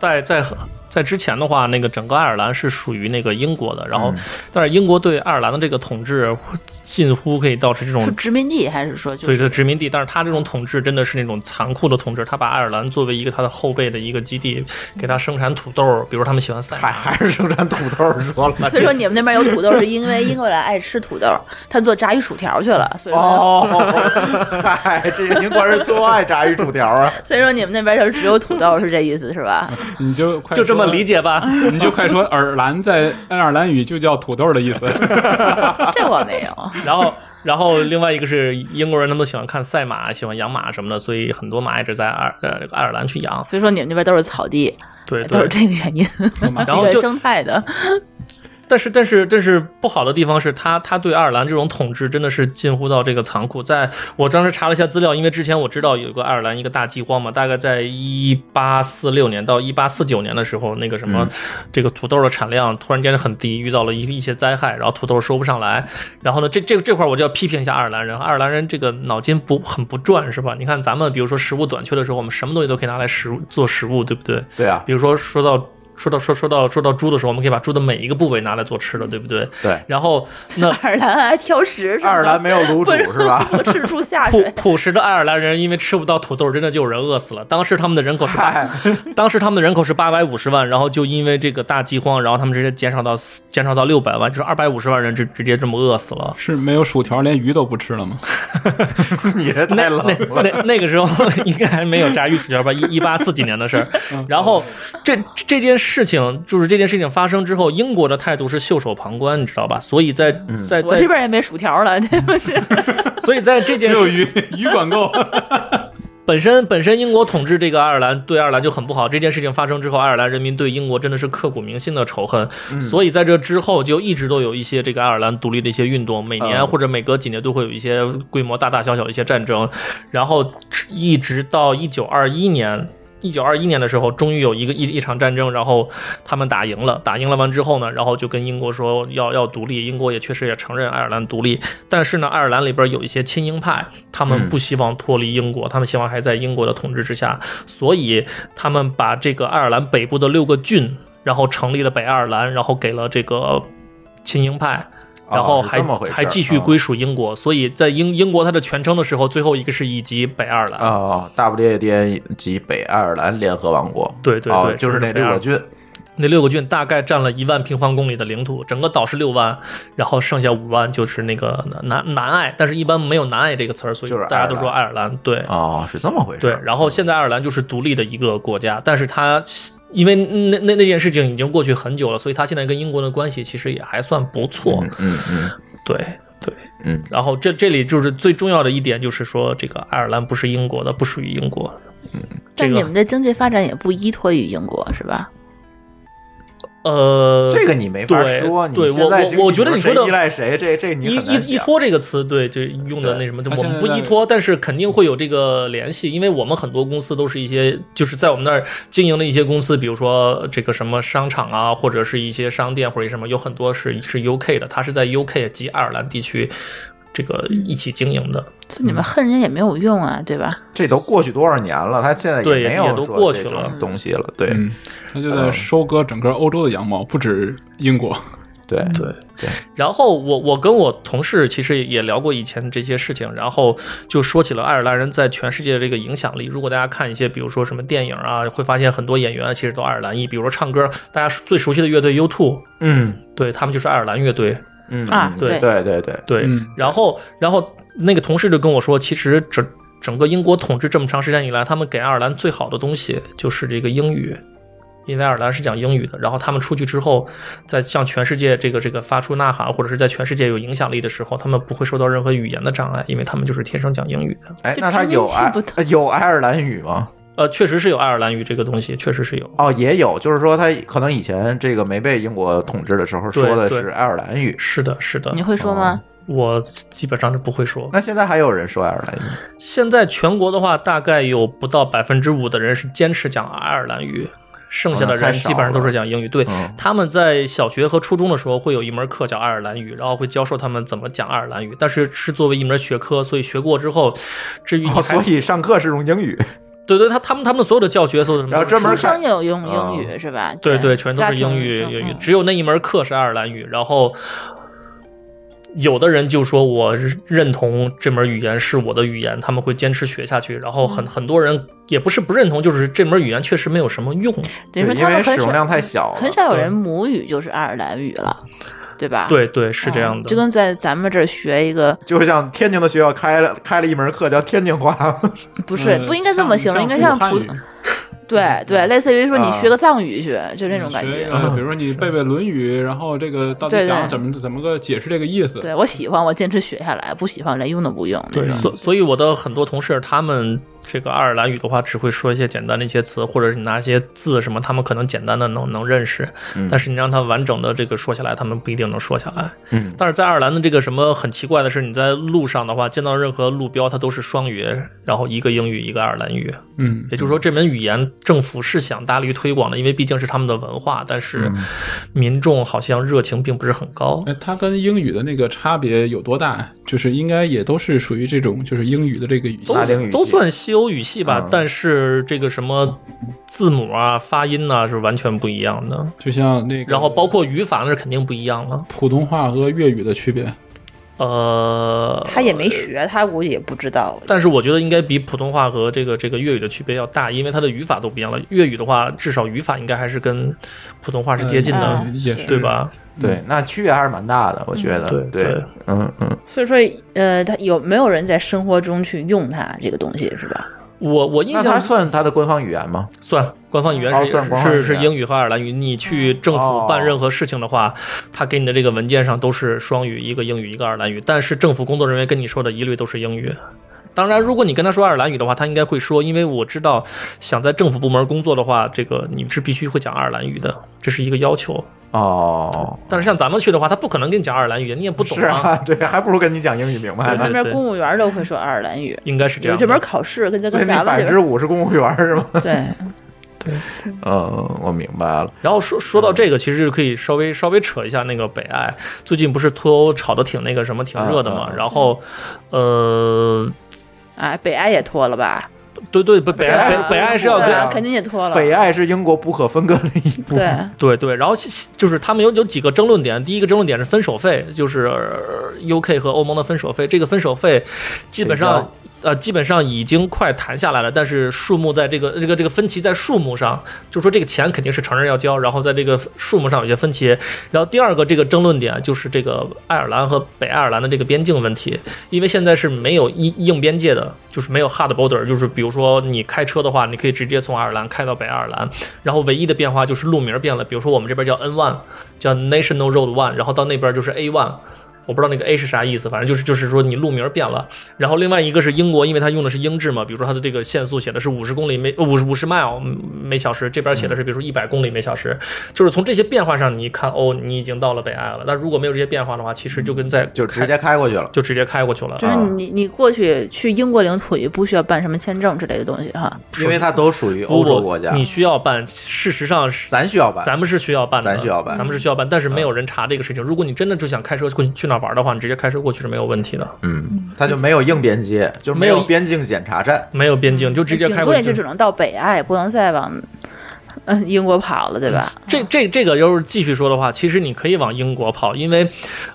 Speaker 6: 在在在之前的话，那个整个爱尔兰是属于那个英国的，然后、
Speaker 3: 嗯
Speaker 6: 但是英国对爱尔兰的这个统治近乎可以到是这
Speaker 5: 是
Speaker 6: 种。
Speaker 5: 殖民地还是说就
Speaker 6: 嗯对，
Speaker 5: 是
Speaker 6: 这殖民地，但是他这种统治真的是那种残酷的统治，他把爱尔兰作为一个他的后备的一个基地，给他生产土豆，比如他们喜欢赛
Speaker 3: 还
Speaker 6: 马，
Speaker 3: 还是生产土豆儿说了，
Speaker 5: 所以说你们那边有土豆，是因为英格兰爱吃土豆，他做炸鱼薯条去了。所以说，
Speaker 3: 哦， 嗨，这个英国人多爱炸鱼薯条啊！
Speaker 5: 所以说你们那边就只有土豆，是这意思是 吧？
Speaker 4: 你 就快
Speaker 6: 就这么
Speaker 4: 说
Speaker 6: 理，解吧。
Speaker 4: 你就快说，尔兰在爱尔兰语就叫土豆的意思。
Speaker 5: 这我没有。
Speaker 6: 然后，然后另外一个是英国人，他们都喜欢看赛马，喜欢养马什么的，所以很多马一直在爱尔呃这个爱尔兰去养。
Speaker 5: 所以说你们那边都是草地，
Speaker 6: 对
Speaker 5: 都
Speaker 6: 对
Speaker 5: 是，这个原因，
Speaker 6: 然后
Speaker 5: 原
Speaker 6: 就
Speaker 5: 生态的。
Speaker 6: 但是，但是，但是不好的地方是他，他对爱尔兰这种统治真的是近乎到这个残酷。在我当时查了一下资料，因为之前我知道有一个爱尔兰一个大饥荒嘛，大概在一八四六年到一八四九年的时候，那个什么，这个土豆的产量突然间很低，遇到了一一些灾害，然后土豆收不上来。然后呢，这这这块儿我就要批评一下爱尔兰人，爱尔兰人这个脑筋不很不转是吧？你看咱们比如说食物短缺的时候，我们什么东西都可以拿来食物做食物，对不对？
Speaker 3: 对啊，
Speaker 6: 比如说说到说到说说到说到猪的时候，我们可以把猪的每一个部位拿来做吃的，对不对？
Speaker 3: 对，
Speaker 6: 然后那
Speaker 5: 爱尔兰还挑食，是 吗
Speaker 3: 爱尔兰没有卤煮
Speaker 5: 不
Speaker 3: 是 吧？
Speaker 5: 不吃出下
Speaker 6: 朴
Speaker 5: 水。
Speaker 6: 朴实的爱尔兰人因为吃不到土豆，真的就有人饿死了。当时他们的人口是八，当时他们的人口是八百五十万，然后就因为这个大饥荒，然后他们直接减少到四减少到六百万，就是二百五十万人直直接这么饿死了。
Speaker 4: 是没有薯条，连鱼都不吃了吗？
Speaker 3: 你这太
Speaker 6: 那
Speaker 3: 冷
Speaker 6: 那
Speaker 3: 了。
Speaker 6: 那那个时候 应该还没有炸鱼薯条吧？一一八四几年的事儿。
Speaker 3: 嗯
Speaker 6: 然后这这件事情，就是这件事情发生之后，英国的态度是袖手旁观，你知道吧？所以在
Speaker 3: 嗯
Speaker 6: 在
Speaker 5: 我
Speaker 6: 在嗯
Speaker 5: 这边也没薯条了，对不对？
Speaker 6: 所以在这件
Speaker 4: 只有
Speaker 6: 事
Speaker 4: 鱼，鱼管 够。
Speaker 6: 本身本身英国统治这个爱尔兰对爱尔兰就很不好，这件事情发生之后，爱尔兰人民对英国真的是刻骨铭心的仇恨，所以在这之后就一直都有一些这个爱尔兰独立的一些运动，每年
Speaker 3: 嗯
Speaker 6: 或者每隔几年都会有一些规模大大小小的一些战争，然后一直到一九二一年。一九二一年的时候，终于有一个一一场战争，然后他们打赢了，打赢了完之后呢，然后就跟英国说要要独立，英国也确实也承认爱尔兰独立，但是呢，爱尔兰里边有一些亲英派，他们
Speaker 3: 嗯
Speaker 6: 不希望脱离英国，他们希望还在英国的统治之下，所以他们把这个爱尔兰北部的六个郡，然后成立了北爱尔兰，然后给了这个亲英派。
Speaker 3: 哦
Speaker 6: 然后
Speaker 3: 是
Speaker 6: 还、
Speaker 3: 这么回事儿
Speaker 6: 还继续
Speaker 3: 哦
Speaker 6: 归属英国，所以在英英国它的全称的时候，最后一个是以及北爱尔兰。
Speaker 3: 哦，WADN 及北爱尔兰联合王国，
Speaker 6: 对对
Speaker 3: 哦
Speaker 6: 对
Speaker 3: 就是那
Speaker 6: 是这
Speaker 3: 六
Speaker 6: 样
Speaker 3: 个郡，
Speaker 6: 那六个郡大概占了一万平方公里的领土，整个岛是六万，然后剩下五万就是那个南南爱，但是一般没有南爱这个词儿，所以
Speaker 3: 就是
Speaker 6: 大家都说
Speaker 3: 爱
Speaker 6: 爱尔兰。对，
Speaker 3: 哦，是这么回事
Speaker 6: 对
Speaker 3: 儿。，
Speaker 6: 然后现在爱尔兰就是独立的一个国家，但是它因为那那那件事情已经过去很久了，所以它现在跟英国的关系其实也还算不错。
Speaker 3: 嗯嗯嗯
Speaker 6: 对对，
Speaker 3: 嗯，
Speaker 6: 然后这这里就是最重要的一点，就是说这个爱尔兰不是英国的，不属于英国。
Speaker 3: 嗯
Speaker 6: 这
Speaker 5: 但
Speaker 6: 个
Speaker 5: 你们的经济发展也不依托于英国，是吧？
Speaker 6: 呃，
Speaker 3: 这个你没法
Speaker 6: 对
Speaker 3: 说。你
Speaker 6: 对
Speaker 3: 现
Speaker 6: 我
Speaker 3: 在经
Speaker 6: 我我
Speaker 3: 济
Speaker 6: 觉得
Speaker 3: 中
Speaker 6: 你
Speaker 3: 谁
Speaker 6: 说的
Speaker 3: 依赖谁，这这你
Speaker 6: 依
Speaker 3: 很难
Speaker 6: 依依
Speaker 3: 讲
Speaker 6: 托这个词，对，就用的那什么，就
Speaker 4: 他
Speaker 6: 我
Speaker 4: 现
Speaker 6: 们
Speaker 4: 在
Speaker 6: 不依托，但是肯定会有这个联系，因为我们很多公司都是一些就是在我们那儿经营的一些公司，比如说这个什么商场啊，或者是一些商店或者什么，有很多是是 UK 的，它是在 UK 及爱尔兰地区这个一起经营的，
Speaker 5: 所以你们恨人家也没有用啊，对吧？
Speaker 3: 这都过去多少年了，他现在
Speaker 6: 对
Speaker 3: 没
Speaker 6: 也
Speaker 3: 有
Speaker 6: 都
Speaker 3: 说
Speaker 6: 过
Speaker 3: 这
Speaker 6: 去
Speaker 3: 种
Speaker 6: 了嗯
Speaker 3: 东西了。对
Speaker 4: 嗯，他就在收割整个欧洲的羊毛，不止英国。
Speaker 3: 对
Speaker 6: 对
Speaker 3: 对。
Speaker 6: 然后我我跟我同事其实也聊过以前这些事情，然后就说起了爱尔兰人在全世界的这个影响力。如果大家看一些，比如说什么电影啊，会发现很多演员其实都爱尔兰裔，比如说唱歌，大家最熟悉的乐队 U2，
Speaker 3: 嗯
Speaker 6: 对他们就是爱尔兰乐队。
Speaker 3: 嗯
Speaker 5: 啊
Speaker 3: 嗯
Speaker 5: 对
Speaker 3: 对对对，
Speaker 6: 对，
Speaker 4: 嗯
Speaker 6: 然后然后那个同事就跟我说，其实整整个英国统治这么长时间以来，他们给爱尔兰最好的东西就是这个英语。因为爱尔兰是讲英语的，然后他们出去之后，在向全世界这个这个发出呐喊，或者是在全世界有影响力的时候，他们不会受到任何语言的障碍，因为他们就是天生讲英语的。
Speaker 3: 哎，
Speaker 5: 就
Speaker 3: 那他
Speaker 5: 殖民
Speaker 3: 有
Speaker 5: 地
Speaker 3: 爱
Speaker 5: 不同
Speaker 3: 有爱尔兰语吗？
Speaker 6: 呃，确实是有爱尔兰语这个东西，确实是有。
Speaker 3: 哦，也有，就是说他可能以前这个没被英国统治的时候
Speaker 6: 对
Speaker 3: 说的
Speaker 6: 对
Speaker 3: 是爱尔兰语，
Speaker 6: 是的，是的
Speaker 5: 你，会说吗？
Speaker 6: 我基本上是不会说。
Speaker 3: 那现在还有人说爱尔兰语？
Speaker 6: 现在全国的话，大概有不到百分之五的人是坚持讲爱尔兰语，剩
Speaker 3: 哦
Speaker 6: 下的人基本上都是讲英语。对，
Speaker 3: 嗯
Speaker 6: 他们在小学和初中的时候会有一门课叫爱尔兰语，然后会教授他们怎么讲爱尔兰语，但是是作为一门学科，所以学过之后，至于你
Speaker 3: 哦，
Speaker 6: 还、
Speaker 3: 所以上课是用英语，
Speaker 6: 对对，他他们他们所有的教学，所有的什么
Speaker 3: 然后专门
Speaker 5: 出
Speaker 3: 看
Speaker 5: 生有用
Speaker 3: 哦
Speaker 5: 英语是吧？
Speaker 6: 嗯对对，全都
Speaker 5: 家
Speaker 6: 是
Speaker 5: 庭
Speaker 6: 英语
Speaker 5: 用
Speaker 6: 英语，只
Speaker 5: 嗯
Speaker 6: 有那一门课是爱尔兰语。然后有的人就说我是认同这门语言是我的语言，他们会坚持学下去。然后
Speaker 5: 嗯
Speaker 6: 很很多人也不是不认同，就是这门语言确实没有什么用。
Speaker 5: 等于说
Speaker 3: 对
Speaker 5: 他
Speaker 3: 因为
Speaker 5: 们很
Speaker 3: 使用
Speaker 5: 少
Speaker 3: 量
Speaker 5: 嗯
Speaker 3: 太小了，
Speaker 5: 很少有
Speaker 6: 对
Speaker 5: 人母语就是爱尔兰语了，对吧？
Speaker 6: 对对，是这样
Speaker 5: 嗯
Speaker 6: 的。
Speaker 5: 就跟在咱们这儿学一个，
Speaker 3: 就像天津的学校开了开了一门课叫天津话，
Speaker 5: 不是
Speaker 4: 呃
Speaker 5: 不应该这么形容，应该像
Speaker 4: 武汉
Speaker 5: 普
Speaker 4: 语
Speaker 5: 对
Speaker 6: 嗯
Speaker 5: 对，类似于说你
Speaker 3: 啊
Speaker 5: 学个藏语去，就那种感
Speaker 4: 嗯学一
Speaker 5: 觉。嗯
Speaker 4: 个比如说你背背《论语》，然后这个到底
Speaker 5: 对对
Speaker 4: 讲怎么怎么个解释这个意思？
Speaker 5: 对我喜欢，我坚持学下来；不喜欢，连用都不用。
Speaker 6: 对，
Speaker 5: 那种
Speaker 6: 所所以我的很多同事，他们这个爱尔兰语的话，只会说一些简单的一些词，或者是你拿一些字什么，他们可能简单的能能认识，但是你让他完整的这个说下来，他们不一定能说下来。
Speaker 3: 嗯，
Speaker 6: 但是在爱尔兰的这个什么很奇怪的是，你在路上的话，见到任何路标，它都是双语，然后一个英语，一个爱尔兰语。
Speaker 4: 嗯，
Speaker 6: 也就是说，这门语言政府是想大力推广的，因为毕竟是他们的文化，但是民众好像热情并不是很高。
Speaker 4: 哎，它跟英语的那个差别有多大？就是应该也都是属于这种，就是英语的这个语系
Speaker 6: 都
Speaker 3: 拉丁语系
Speaker 6: 都算西欧语系吧，
Speaker 3: 嗯
Speaker 6: 但是这个什么字母啊、发音呐、是完全不一样的。
Speaker 4: 就像那个，
Speaker 6: 然后包括语法那是肯定不一样了。
Speaker 4: 普通话和粤语的区别。
Speaker 6: 呃，
Speaker 5: 他也没学，他我也不知道。
Speaker 6: 但是我觉得应该比普通话和这个这个粤语的区别要大，因为它的语法都不一样了。粤语的话，至少语法应该还是跟普通话是接近的，
Speaker 5: 嗯
Speaker 4: 嗯也是
Speaker 6: 对？吧？
Speaker 3: 对，那区别还是蛮大的，我觉得，
Speaker 6: 嗯对对
Speaker 3: 对，嗯嗯，
Speaker 5: 所以说，呃，他有没有人在生活中去用它这个东西是吧？
Speaker 6: 我我印
Speaker 3: 那它
Speaker 6: 象
Speaker 3: 算它的官方语言吗？
Speaker 6: 算官方语言
Speaker 3: 哦
Speaker 6: 是、
Speaker 3: 算官方语
Speaker 6: 是
Speaker 3: 言
Speaker 6: 是英语和爱尔兰语。你去政府办任何事情的话，他给你的这个文件上都是双语，一个英语，一个爱尔兰语。但是政府工作人员跟你说的一律都是英语。当然，如果你跟他说爱尔兰语的话，他应该会说，因为我知道，想在政府部门工作的话，这个你是必须会讲爱尔兰语的，这是一个要求。
Speaker 3: 哦，
Speaker 6: 但是像咱们去的话，他不可能跟你讲爱尔兰语，你也不懂
Speaker 3: 是啊， 对，还不如跟你讲英语明白
Speaker 6: 对
Speaker 3: 呢
Speaker 6: 对。
Speaker 5: 旁边公务员都会说爱尔兰语，
Speaker 6: 应该是这
Speaker 5: 有
Speaker 6: 样。
Speaker 5: 这门考试跟这
Speaker 3: 所以
Speaker 5: 跟
Speaker 3: 你
Speaker 5: 咱们
Speaker 3: 百
Speaker 5: 这
Speaker 3: 分之
Speaker 5: 边
Speaker 3: 五是公务员是吗？
Speaker 5: 对，
Speaker 3: 嗯，我明白了。
Speaker 6: 然后说说到这个，其实就可以稍微稍微扯一下那个北爱，最近不是脱欧吵得挺那个什么，挺热的嘛
Speaker 3: 嗯。嗯嗯
Speaker 6: 然后，呃，
Speaker 5: 哎，北爱也脱了吧？
Speaker 6: 对对， 北北爱北北爱是要
Speaker 5: 对啊
Speaker 6: 跟
Speaker 3: 跟
Speaker 5: 肯定也脱了。
Speaker 3: 北爱是英国不可分割的一部
Speaker 5: 对
Speaker 3: 分。，
Speaker 6: 对对，然后其其就是他们有有几个争论点，第一个争论点是分手费，就是呃 UK 和欧盟的分手费，这个分手费基本上
Speaker 3: 交。
Speaker 6: 呃，基本上已经快谈下来了，但是数目在这个这个这个分歧在数目上，就说这个钱肯定是承认要交，然后在这个数目上有些分歧。然后第二个这个争论点就是这个爱尔兰和北爱尔兰的这个边境问题，因为现在是没有硬硬边界的，就是没有 hard border，就是比如说你开车的话，你可以直接从爱尔兰开到北爱尔兰，然后唯一的变化就是路名变了，比如说我们这边叫 N one，叫 National Road One，然后到那边就是 A one。我不知道那个 A 是啥意思，反正就是就是说你路名变了。然后另外一个是英国，因为它用的是英制嘛，比如说它的这个限速写的是五十公里每五十五十 mile 每小时，这边
Speaker 3: 嗯
Speaker 6: 写的是比如说一百公里每小时，就是从这些变化上你一看哦，你已经到了北爱了。但如果没有这些变化的话，其实就跟在
Speaker 3: 就直接开过去了。
Speaker 6: 就直接开过去了。
Speaker 5: 就是你你过去去英国领土也不需要办什么签证之类的东西哈。
Speaker 3: 因为它都属于
Speaker 6: 不
Speaker 3: 欧
Speaker 6: 不，
Speaker 3: 洲国家，
Speaker 6: 啊你需要办。事实上是，
Speaker 3: 咱需要办。
Speaker 6: 咱们是需要办的，
Speaker 3: 咱需要办
Speaker 6: 咱们是需要办，但是没有人查这个事情。如果你真的就想开车过去去哪儿玩的话，你直接开车过去是没有问题的，
Speaker 3: 嗯，它就没有硬边界，就是没
Speaker 6: 没
Speaker 3: 有
Speaker 6: 有
Speaker 3: 边境检查站。
Speaker 6: 没有边境，你就直接
Speaker 5: 嗯顶
Speaker 6: 开
Speaker 5: 多
Speaker 6: 过
Speaker 5: 也就只
Speaker 6: 去。
Speaker 5: 能到北爱，不能再往嗯，英国跑了，对吧？
Speaker 6: 这这这个要是继续说的话，其实你可以往英国跑，因为，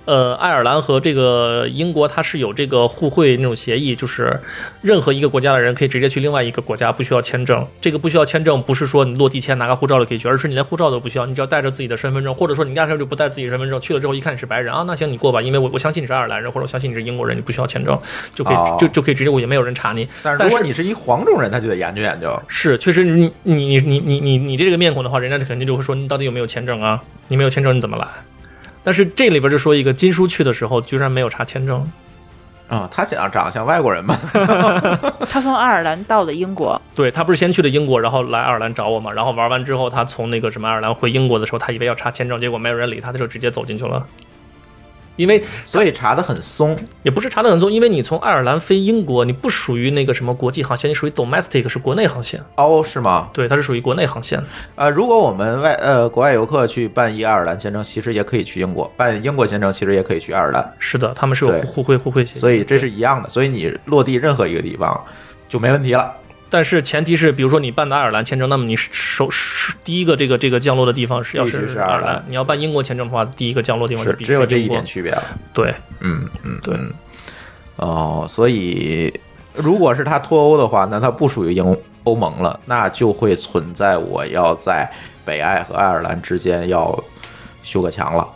Speaker 6: 呃，爱尔兰和这个英国它是有这个互惠那种协议，就是任何一个国家的人可以直接去另外一个国家，不需要签证。这个不需要签证，不是说你落地签拿个护照就可以去，而是你连护照都不需要，你只要带着自己的身份证，或者说你压根儿就不带自己身份证，去了之后一看你是白人啊，那行你过吧，因为我我相信你是爱尔兰人，或者我相信你是英国人，你不需要签证就可以、
Speaker 8: 哦
Speaker 6: 就就可以直接过去，没有人查你。
Speaker 8: 但是如果你是一黄种人，他就得研究研究。
Speaker 6: 是，确实你，你你你你你你这个面孔的话，人家肯定就会说你到底有没有签证啊？你没有签证你怎么来？但是这里边就说一个金叔去的时候居然没有查签证，
Speaker 8: 啊、他想长得像外国人嘛？
Speaker 5: 他从爱尔兰到了英国，
Speaker 6: 对他不是先去了英国，然后来爱尔兰找我嘛，然后玩完之后他从那个什么爱尔兰回英国的时候，他以为要查签证，结果没有人理他，他就直接走进去了。因为
Speaker 8: 所以查的很松。
Speaker 6: 也不是查得很松，因为你从爱尔兰飞英国，你不属于那个什么国际航线，你属于 domestic 是国内航线，
Speaker 8: 哦，是吗？
Speaker 6: 对，它是属于国内航线。
Speaker 8: 呃，如果我们外呃国外游客去办一爱尔兰签证，其实也可以去英国；办英国签证，其实也可以去爱尔兰，
Speaker 6: 是的，他们是有
Speaker 8: 对
Speaker 6: 互惠互惠协议的，
Speaker 8: 所以这是一样的。所以你落地任何一个地方就没问题了。
Speaker 6: 但是前提是，比如说你办的爱尔兰签证，那么你首首第一个这个这个降落的地方是要
Speaker 8: 必须是
Speaker 6: 爱
Speaker 8: 爱
Speaker 6: 尔
Speaker 8: 尔兰
Speaker 6: 兰，你要办英国签证的话，第一个降落地方
Speaker 8: 是
Speaker 6: 必须
Speaker 8: 只有这
Speaker 6: 英
Speaker 8: 一
Speaker 6: 国
Speaker 8: 点。区别了。
Speaker 6: 对，
Speaker 8: 嗯嗯，
Speaker 6: 对
Speaker 8: 嗯哦，所以如果是他脱欧的话，那他不属于英欧盟了，那就会存在我要在北爱和爱尔兰之间要修个墙了。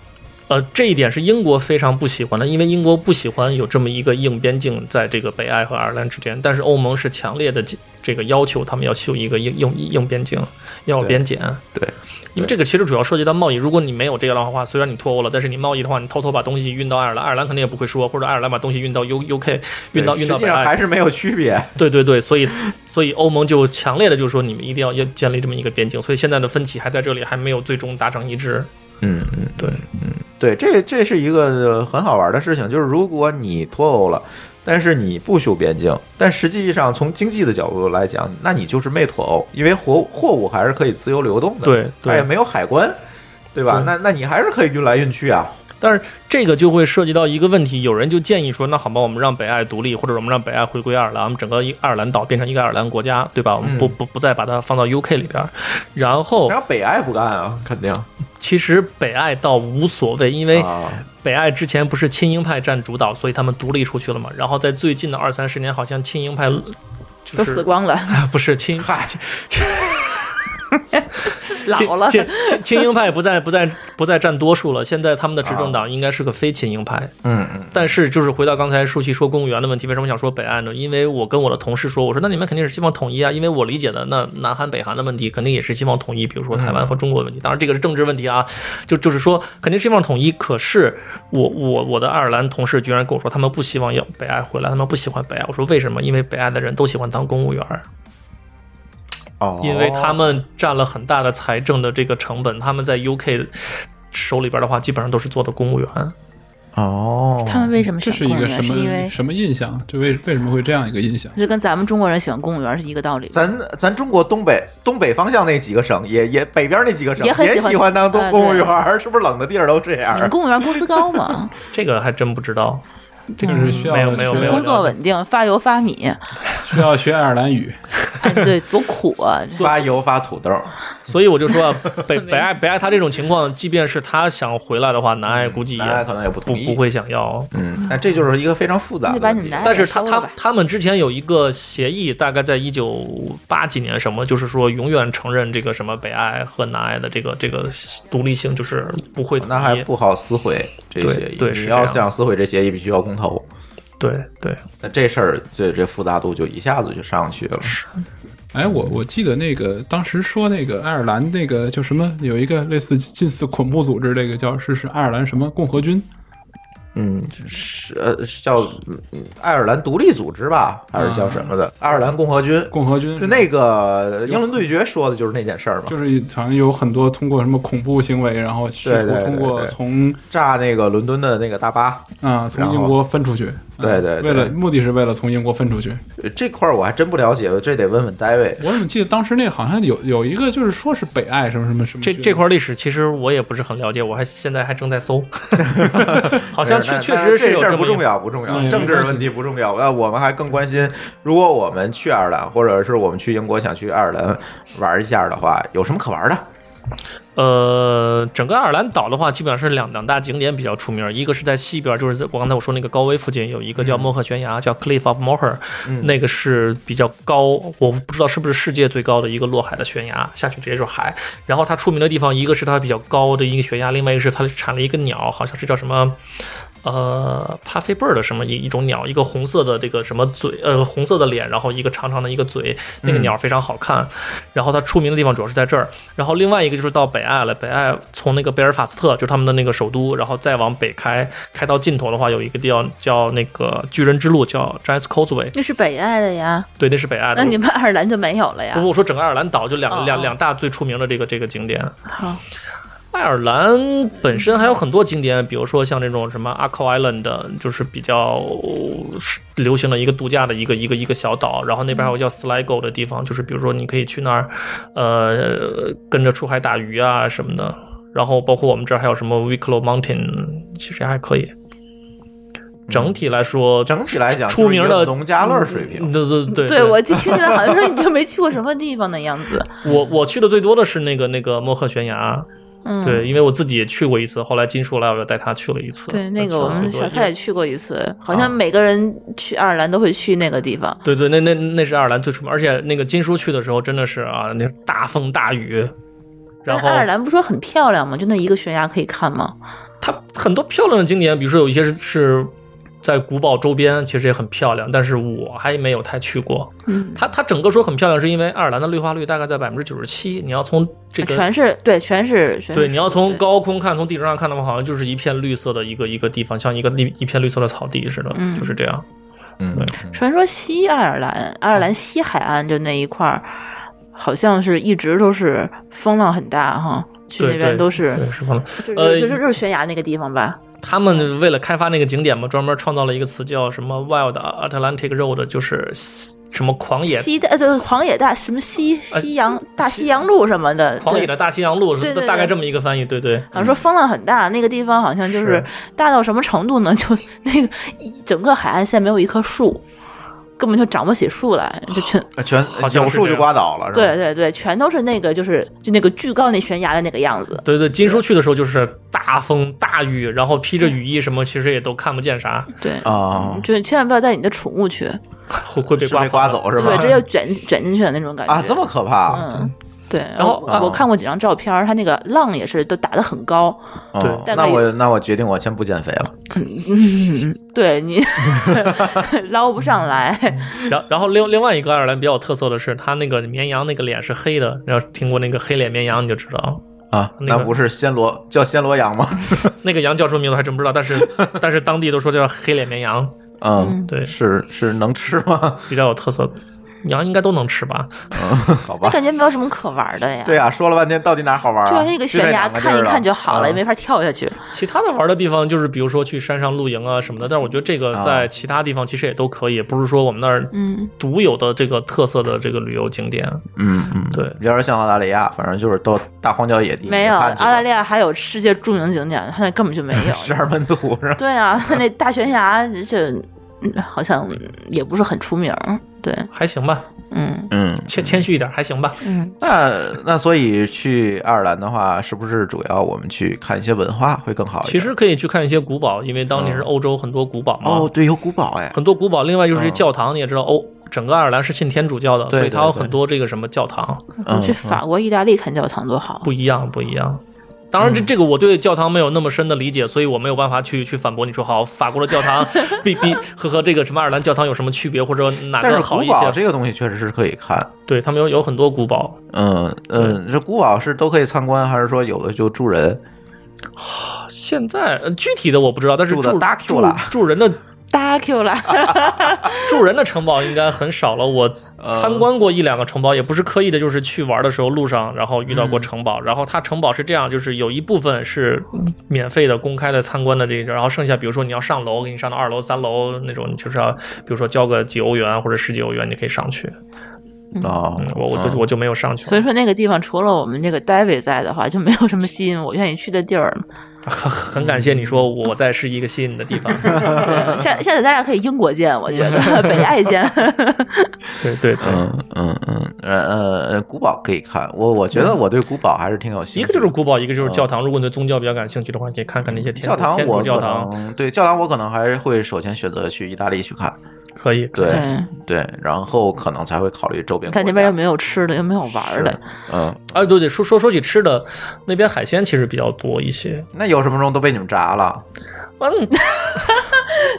Speaker 6: 呃，这一点是英国非常不喜欢的，因为英国不喜欢有这么一个硬边境在这个北爱和爱尔兰之间，但是欧盟是强烈的这个要求，他们要修一个硬硬硬边境，要有
Speaker 8: 对
Speaker 6: 边检。
Speaker 8: 对，
Speaker 6: 因为这个其实主要涉及到贸易，如果你没有这个的话，虽然你脱欧了，但是你贸易的话，你偷偷把东西运到爱尔兰，爱尔兰肯定也不会说，或者爱尔兰把东西运到 U U K，运到
Speaker 8: 对
Speaker 6: 运到
Speaker 8: 实际
Speaker 6: 北
Speaker 8: 上
Speaker 6: 爱
Speaker 8: 还，是没有区别。
Speaker 6: 对对对，所以 所以欧盟就强烈的就说你们一定要要建立这么一个边境，所以现在的分歧还在这里，还没有最终达成一致。
Speaker 8: 嗯嗯，
Speaker 6: 对
Speaker 8: 对，这这是一个很好玩的事情，就是如果你脱欧了。但是你不修边境，但实际上从经济的角度来讲，那你就是没脱欧，因为货货物还是可以自由流动的，
Speaker 6: 对
Speaker 8: 它也
Speaker 6: 对，
Speaker 8: 没有海关，对吧？
Speaker 6: 对
Speaker 8: 那那你还是可以运来运去啊，
Speaker 6: 但是这个就会涉及到一个问题，有人就建议说，那好吧，我们让北爱独立，或者我们让北爱回归爱尔兰，我们整个一爱尔兰岛变成一个爱尔兰国家，对吧？我们不不不再把它放到 UK 里边儿，然后
Speaker 8: 然后北爱不干啊，肯定
Speaker 6: 其实北爱倒无所谓，因为
Speaker 8: 啊，
Speaker 6: 北爱之前不是亲英派占主导，所以他们独立出去了嘛。然后在最近的二三十年，好像亲英派就是
Speaker 5: 都死光了，
Speaker 6: 不是亲
Speaker 8: 嗨，
Speaker 5: 老了。
Speaker 6: 亲亲亲英派不再不再不再占多数了，现在他们的执政党应该是个非亲英派。
Speaker 8: 啊嗯嗯，
Speaker 6: 但是就是回到刚才舒淇说公务员的问题，为什么想说北岸呢？因为我跟我的同事说，我说那你们肯定是希望统一啊，因为我理解的那南韩北韩的问题肯定也是希望统一，比如说台
Speaker 8: 嗯
Speaker 6: 湾和中国的问题，当然这个是政治问题啊，就就是说肯定是希望统一。可是我我我的爱尔兰同事居然跟我说，他们不希望要北爱回来，他们不喜欢北爱。我说为什么？因为北爱的人都喜欢当公务员儿。
Speaker 8: 哦，
Speaker 6: 因为他们占了很大的财政的这个成本，他们在 UK 手里边的话，基本上都是做的公务员。
Speaker 8: 哦，
Speaker 5: 他们为什么
Speaker 4: 这
Speaker 5: 选
Speaker 4: 是一
Speaker 5: 公务
Speaker 4: 个
Speaker 5: 员？
Speaker 4: 什
Speaker 5: 是因为嗯
Speaker 4: 么什么印象？就为为什么会这样一个印象？
Speaker 5: 就跟咱们中国人喜欢公务员是一个道理。
Speaker 8: 咱咱中国东北东北方向那几个省，也也北边那几个省
Speaker 5: 也很喜欢
Speaker 8: 喜欢当
Speaker 5: 啊
Speaker 8: 公
Speaker 5: 对
Speaker 8: 公务员儿，是不是冷的地儿都这样
Speaker 5: 你？
Speaker 6: 嗯
Speaker 5: 们公务员工资高嘛，
Speaker 6: 这个还真不知道。
Speaker 4: 这个是需要
Speaker 6: 没有没有
Speaker 4: 学
Speaker 6: 没有
Speaker 5: 工作稳定，发油发米，
Speaker 4: 需要学爱尔兰语。
Speaker 5: 哎，对，多苦啊！
Speaker 8: 发油发土豆，
Speaker 6: 所以我就说啊，北北爱北爱他这种情况，即便是他想回来的话，南爱估计
Speaker 8: 大家
Speaker 6: 也
Speaker 8: 可能也不
Speaker 6: 哎不
Speaker 8: 同意。
Speaker 6: 不，会想要。
Speaker 8: 嗯，但这就是一个非常复杂
Speaker 5: 你
Speaker 8: 的
Speaker 5: 把
Speaker 8: 问
Speaker 5: 你们
Speaker 8: 题。
Speaker 5: 的爱
Speaker 6: 但
Speaker 5: 给
Speaker 6: 是他
Speaker 5: 收了
Speaker 6: 他
Speaker 5: 吧
Speaker 6: 他们之前有一个协议，大概在一九八几年什么，就是说永远承认这个什么北爱和南爱的这个这个独立性，就是不会统一
Speaker 8: 哦那还不好撕毁这
Speaker 6: 对
Speaker 8: 协议，
Speaker 6: 对
Speaker 8: 你
Speaker 6: 是这
Speaker 8: 要
Speaker 6: 样
Speaker 8: 想撕毁这协议，必须要公投。
Speaker 6: 对对
Speaker 8: 那这事儿，这这复杂度就一下子就上去了。
Speaker 4: 哎，我我记得那个当时说那个爱尔兰那个叫什么，有一个类似近似恐怖组织，这个叫是是爱尔兰什么共和军，
Speaker 8: 嗯，是呃是叫嗯嗯爱尔兰独立组织吧，还是叫什
Speaker 5: 嗯
Speaker 8: 么的？爱尔兰共和军。
Speaker 4: 共和军
Speaker 8: 就那个英伦对决说的就是那件事儿嘛，
Speaker 4: 就是好像有很多通过什么恐怖行为，然后试
Speaker 8: 对
Speaker 4: 图
Speaker 8: 对对
Speaker 4: 通过
Speaker 8: 对
Speaker 4: 从
Speaker 8: 炸那个伦敦的那个大巴。
Speaker 4: 啊、从
Speaker 8: 然后
Speaker 4: 英国分出去，啊
Speaker 3: 对对
Speaker 4: 为
Speaker 3: 对，
Speaker 4: 了目的是为了从英国分出去。
Speaker 3: 呃这块儿我还真不了解，这得问问 David。
Speaker 4: 我怎么记得当时那好像有有一个就是说是北爱什么什么什么
Speaker 6: 这
Speaker 4: 军
Speaker 6: 这块历史其实我也不是很了解，我还现在还正在搜， 好像确
Speaker 3: 但是
Speaker 6: 确
Speaker 3: 但
Speaker 6: 实
Speaker 3: 是这
Speaker 6: 有
Speaker 3: 事
Speaker 6: 这
Speaker 3: 儿不
Speaker 6: 么一
Speaker 3: 重
Speaker 6: 个。
Speaker 3: 要，不重
Speaker 4: 嗯
Speaker 3: 要，
Speaker 4: 没
Speaker 3: 政治
Speaker 4: 关系
Speaker 3: 问题不重要。那呃我们还更关心，如果我们去爱尔兰，或者是我们去英国想去爱尔兰玩一下的话，有什么可玩的？
Speaker 6: 呃，整个爱尔兰岛的话，基本上是两两大景点比较出名，一个是在西边，就是在我刚才我说那个高威附近有一个
Speaker 3: 嗯
Speaker 6: 叫莫赫悬崖，叫 Cliff of Moher，、那个是比较高，我不知道是不是世界最高的一个落海的悬崖，下去直接就是海。然后它出名的地方，一个是它比较高的一个悬崖，另外一个是它产了一个鸟，好像是叫什么。呃，帕菲贝尔的什么一一种鸟，一个红色的这个什么嘴，呃，红色的脸，然后一个长长的一个嘴，那个鸟非常好看。然后它出名的地方主要是在这儿。然后另外一个就是到北爱了，北爱从那个贝尔法斯特，就是他们的那个首都，然后再往北开，开到尽头的话，有一个地方叫那个巨人之路，叫 Giant's Causeway，
Speaker 5: 那是北爱的呀，
Speaker 6: 对，那是北爱的。
Speaker 5: 那你们爱尔兰就没有了呀
Speaker 6: 不？不，我说整个爱尔兰岛就两个
Speaker 5: 哦
Speaker 6: 两
Speaker 5: 哦
Speaker 6: 两大最出名的这个这个景点。
Speaker 5: 好，
Speaker 6: 爱尔兰本身还有很多景点，比如说像这种什么阿克 Island，就是比较流行的一个度假的一个一个一个小岛。然后那边还
Speaker 5: 嗯
Speaker 6: 有叫 Sligo 的地方，就是比如说你可以去那儿，呃，跟着出海打鱼啊什么的。然后包括我们这儿还有什么 Wicklow Mountain，其实还可以。整体来说，
Speaker 3: 整体来讲，
Speaker 6: 出名的
Speaker 3: 农家乐水平。
Speaker 6: 对对对
Speaker 5: 对 我就听起来好像你就没去过什么地方的样子。
Speaker 6: 我我去的最多的是那个那个莫赫悬崖，
Speaker 5: 嗯，
Speaker 6: 对，因为我自己也去过一次，后来金叔来我又带他去了一次。
Speaker 5: 对，那个我们小
Speaker 6: 太
Speaker 5: 太也去过一次，好像每个人去爱尔兰都会去那个地方。
Speaker 6: 对对，那那那是爱尔兰最出名，而且那个金叔去的时候真的是啊，那大风大雨，然
Speaker 5: 但是
Speaker 6: 后
Speaker 5: 爱尔兰不是说很漂亮吗？就那一个悬崖可以看吗？
Speaker 6: 它很多漂亮的景点，比如说有一些是是在古堡周边，其实也很漂亮，但是我还没有太去过。
Speaker 5: 嗯，
Speaker 6: 它它整个说很漂亮，是因为爱尔兰的绿化率大概在百分之九十七，你要从这个
Speaker 5: 全是对，全是全是
Speaker 6: 对，你要
Speaker 5: 树
Speaker 6: 从
Speaker 5: 对
Speaker 6: 高空看，从地图上看的话，好像就是一片绿色的一个一个地方，像一个地一片绿色的草地似的，
Speaker 5: 嗯
Speaker 6: 就是这样。
Speaker 3: 嗯，
Speaker 5: 传说西爱尔兰，爱尔兰西海岸就那一块儿，好像是一直都是风浪很大哈，去那
Speaker 6: 对
Speaker 5: 边
Speaker 6: 对，
Speaker 5: 都是
Speaker 6: 对是放了。
Speaker 5: 就是、
Speaker 6: 呃
Speaker 5: 就是就是悬崖那个地方吧。
Speaker 6: 他们为了开发那个景点嘛，专门创造了一个词叫什么 “Wild Atlantic Road”，就是西什么狂野
Speaker 5: 西的呃对，狂野大什么西
Speaker 6: 呃
Speaker 5: 西洋、
Speaker 6: 西
Speaker 5: 大西洋路什么的，
Speaker 6: 狂野的
Speaker 5: 对。
Speaker 6: 大西洋路，
Speaker 5: 对对嗯对
Speaker 6: 大概这么一个翻译。对对，
Speaker 5: 好像说风浪很大，那个地方好像就是
Speaker 6: 是
Speaker 5: 大到什么程度呢？ 就那个一整个海岸线没有一棵树，根本就长不起树来，就全
Speaker 3: 啊全
Speaker 6: 好像
Speaker 3: 有
Speaker 6: 是
Speaker 3: 树
Speaker 6: 这
Speaker 3: 就
Speaker 6: 样
Speaker 3: 刮倒了，是吧？
Speaker 5: 对对对，全都是那个就是就那个巨高那悬崖的那个样子。
Speaker 6: 对对，金叔去的时候就是大风大雨，然后披着雨衣什么，其实也都看不见啥，
Speaker 5: 对，
Speaker 6: 嗯
Speaker 3: 啊，
Speaker 5: 嗯就是千万不要带你的宠物去，
Speaker 6: 会会被
Speaker 3: 是被刮
Speaker 6: 刮跑
Speaker 3: 走
Speaker 6: 的。
Speaker 3: 是
Speaker 5: 对，
Speaker 3: 吧？
Speaker 5: 这就卷卷进去的那种感觉
Speaker 3: 啊，这么哦可怕？
Speaker 5: 嗯，对。
Speaker 6: 然后
Speaker 5: 我
Speaker 6: 啊
Speaker 5: 我看过几张照片儿，它那个浪也是都打得很高。
Speaker 3: 嗯
Speaker 6: 对
Speaker 5: 大概
Speaker 3: 那我那我决定我先不减肥了。
Speaker 5: 嗯，对你 捞不上来。
Speaker 6: 然后然后另另外一个爱尔兰比较有特色的是，它那个绵羊那个脸是黑的，然后听过那个黑脸绵羊你就知道，
Speaker 3: 啊，
Speaker 6: 那
Speaker 3: 那
Speaker 6: 个
Speaker 3: 不是暹罗叫暹罗羊吗？
Speaker 6: 那个羊叫什么名字还真不知道，但是但是当地都说叫黑脸绵羊，
Speaker 3: 嗯，
Speaker 6: 对，
Speaker 3: 是是能吃 吗？
Speaker 6: 比较有特色。羊应该都能吃吧？
Speaker 3: 嗯，好吧。
Speaker 5: 感觉没有什么可玩的呀。
Speaker 3: 对啊，说了半天到底哪儿好玩啊？
Speaker 5: 就像那个悬崖，
Speaker 3: 就这两个地
Speaker 5: 看
Speaker 3: 儿
Speaker 5: 一
Speaker 3: 了
Speaker 5: 看就好了，
Speaker 3: 嗯
Speaker 5: 也没法跳下去。
Speaker 6: 其他的玩的地方就是，比如说去山上露营啊什么的。但是我觉得这个
Speaker 3: 啊
Speaker 6: 在其他地方其实也都可以，不是说我们那儿
Speaker 5: 嗯，
Speaker 6: 独有的这个特色的这个旅游景点。
Speaker 3: 嗯嗯，
Speaker 6: 对，
Speaker 3: 比方说像澳大利亚，反正就是到大荒郊野地，
Speaker 5: 没有，澳大利
Speaker 3: 亚
Speaker 5: 亚还有世界著名景点，它那根本就没有。
Speaker 3: 十二门徒 是吧？
Speaker 5: 对啊， 它那大悬崖这嗯好像也不是很出名儿。对，
Speaker 6: 还行吧，
Speaker 5: 嗯
Speaker 3: 嗯，
Speaker 6: 谦谦虚一点，还行吧。
Speaker 5: 嗯，
Speaker 3: 那那所以去爱尔兰的话，是不是主要我们去看一些文化会更好一点？
Speaker 6: 其实可以去看一些古堡，因为当年是欧洲很多古堡嘛。
Speaker 3: 哦，对，有古堡哎，
Speaker 6: 很多古堡，另外就是
Speaker 3: 嗯
Speaker 6: 教堂，你也知道，哦，整个爱尔兰是信天主教的，
Speaker 3: 对
Speaker 6: 所以它有
Speaker 3: 对对
Speaker 6: 很多这个什么教堂，
Speaker 5: 我去
Speaker 3: 嗯
Speaker 5: 法国、意大利看教堂多好。
Speaker 6: 不一样，不一样。当然，这
Speaker 3: 嗯
Speaker 6: 这个我对教堂没有那么深的理解，所以我没有办法去去反驳你说好法国的教堂比 比和和这个什么爱尔兰教堂有什么区别，或者哪
Speaker 3: 但
Speaker 6: 个
Speaker 3: 是
Speaker 6: 好
Speaker 3: 古
Speaker 6: 一
Speaker 3: 堡
Speaker 6: 些？
Speaker 3: 这个东西确实是可以看，
Speaker 6: 对他们有有很多古堡，
Speaker 3: 嗯嗯，这古堡是都可以参观，还是说有的就住人？
Speaker 6: 现在呃具体的我不知道，但是
Speaker 3: 住的
Speaker 6: 住
Speaker 3: 大 Q
Speaker 6: 住
Speaker 3: 了
Speaker 6: 住人的
Speaker 5: 搭 Dracula，
Speaker 6: 住人的城堡应该很少了，我参观过一两个城堡，也不是刻意的，就是去玩的时候路上然后遇到过城
Speaker 3: 嗯
Speaker 6: 堡，然后它城堡是这样，就是有一部分是免费的、公开的参观的这些，然后剩下比如说你要上楼，给你上到二楼、三楼那种，你就是要比如说交个几欧元或者十几欧元，你可以上去。
Speaker 3: 哦
Speaker 6: 嗯，我我就我就没有上去，
Speaker 5: 所以说那个地方除了我们这个 David 在的话，就没有什么吸引我愿意去的地儿 了。
Speaker 6: 很很感谢你说我在是一个吸引的地 方，
Speaker 5: 对下下次咱俩可以英国见，我觉 得北爱见。
Speaker 6: 对对对。
Speaker 3: 嗯嗯嗯，呃呃呃，古堡可以看，我我觉得我对古堡还是挺有兴趣。
Speaker 6: 嗯一个就是古堡，一个就是教堂。如果你对宗教比较感兴趣的话，你可以看看那些
Speaker 3: 嗯
Speaker 6: 天
Speaker 3: 教
Speaker 6: 主
Speaker 3: 堂
Speaker 6: 天
Speaker 3: 我
Speaker 6: 主
Speaker 3: 可
Speaker 6: 教堂，
Speaker 3: 能对教堂我可能还是会首先选择去意大利去看，
Speaker 6: 可以。
Speaker 3: 对
Speaker 5: 对，
Speaker 3: 对，然后可能才会考虑周边国家。
Speaker 5: 看那边又没有吃的，又没有玩的
Speaker 3: 是，嗯，
Speaker 6: 啊，对对，说说说起吃的，那边海鲜其实比较多一些。
Speaker 3: 那有什么中都被你们炸 了，
Speaker 6: 嗯，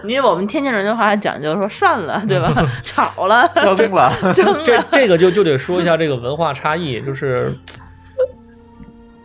Speaker 5: 因为我们天津人的话讲究说涮了，对 吧？炒了，
Speaker 3: 交通了，
Speaker 6: 这这个就就得说一下这个文化差异，就是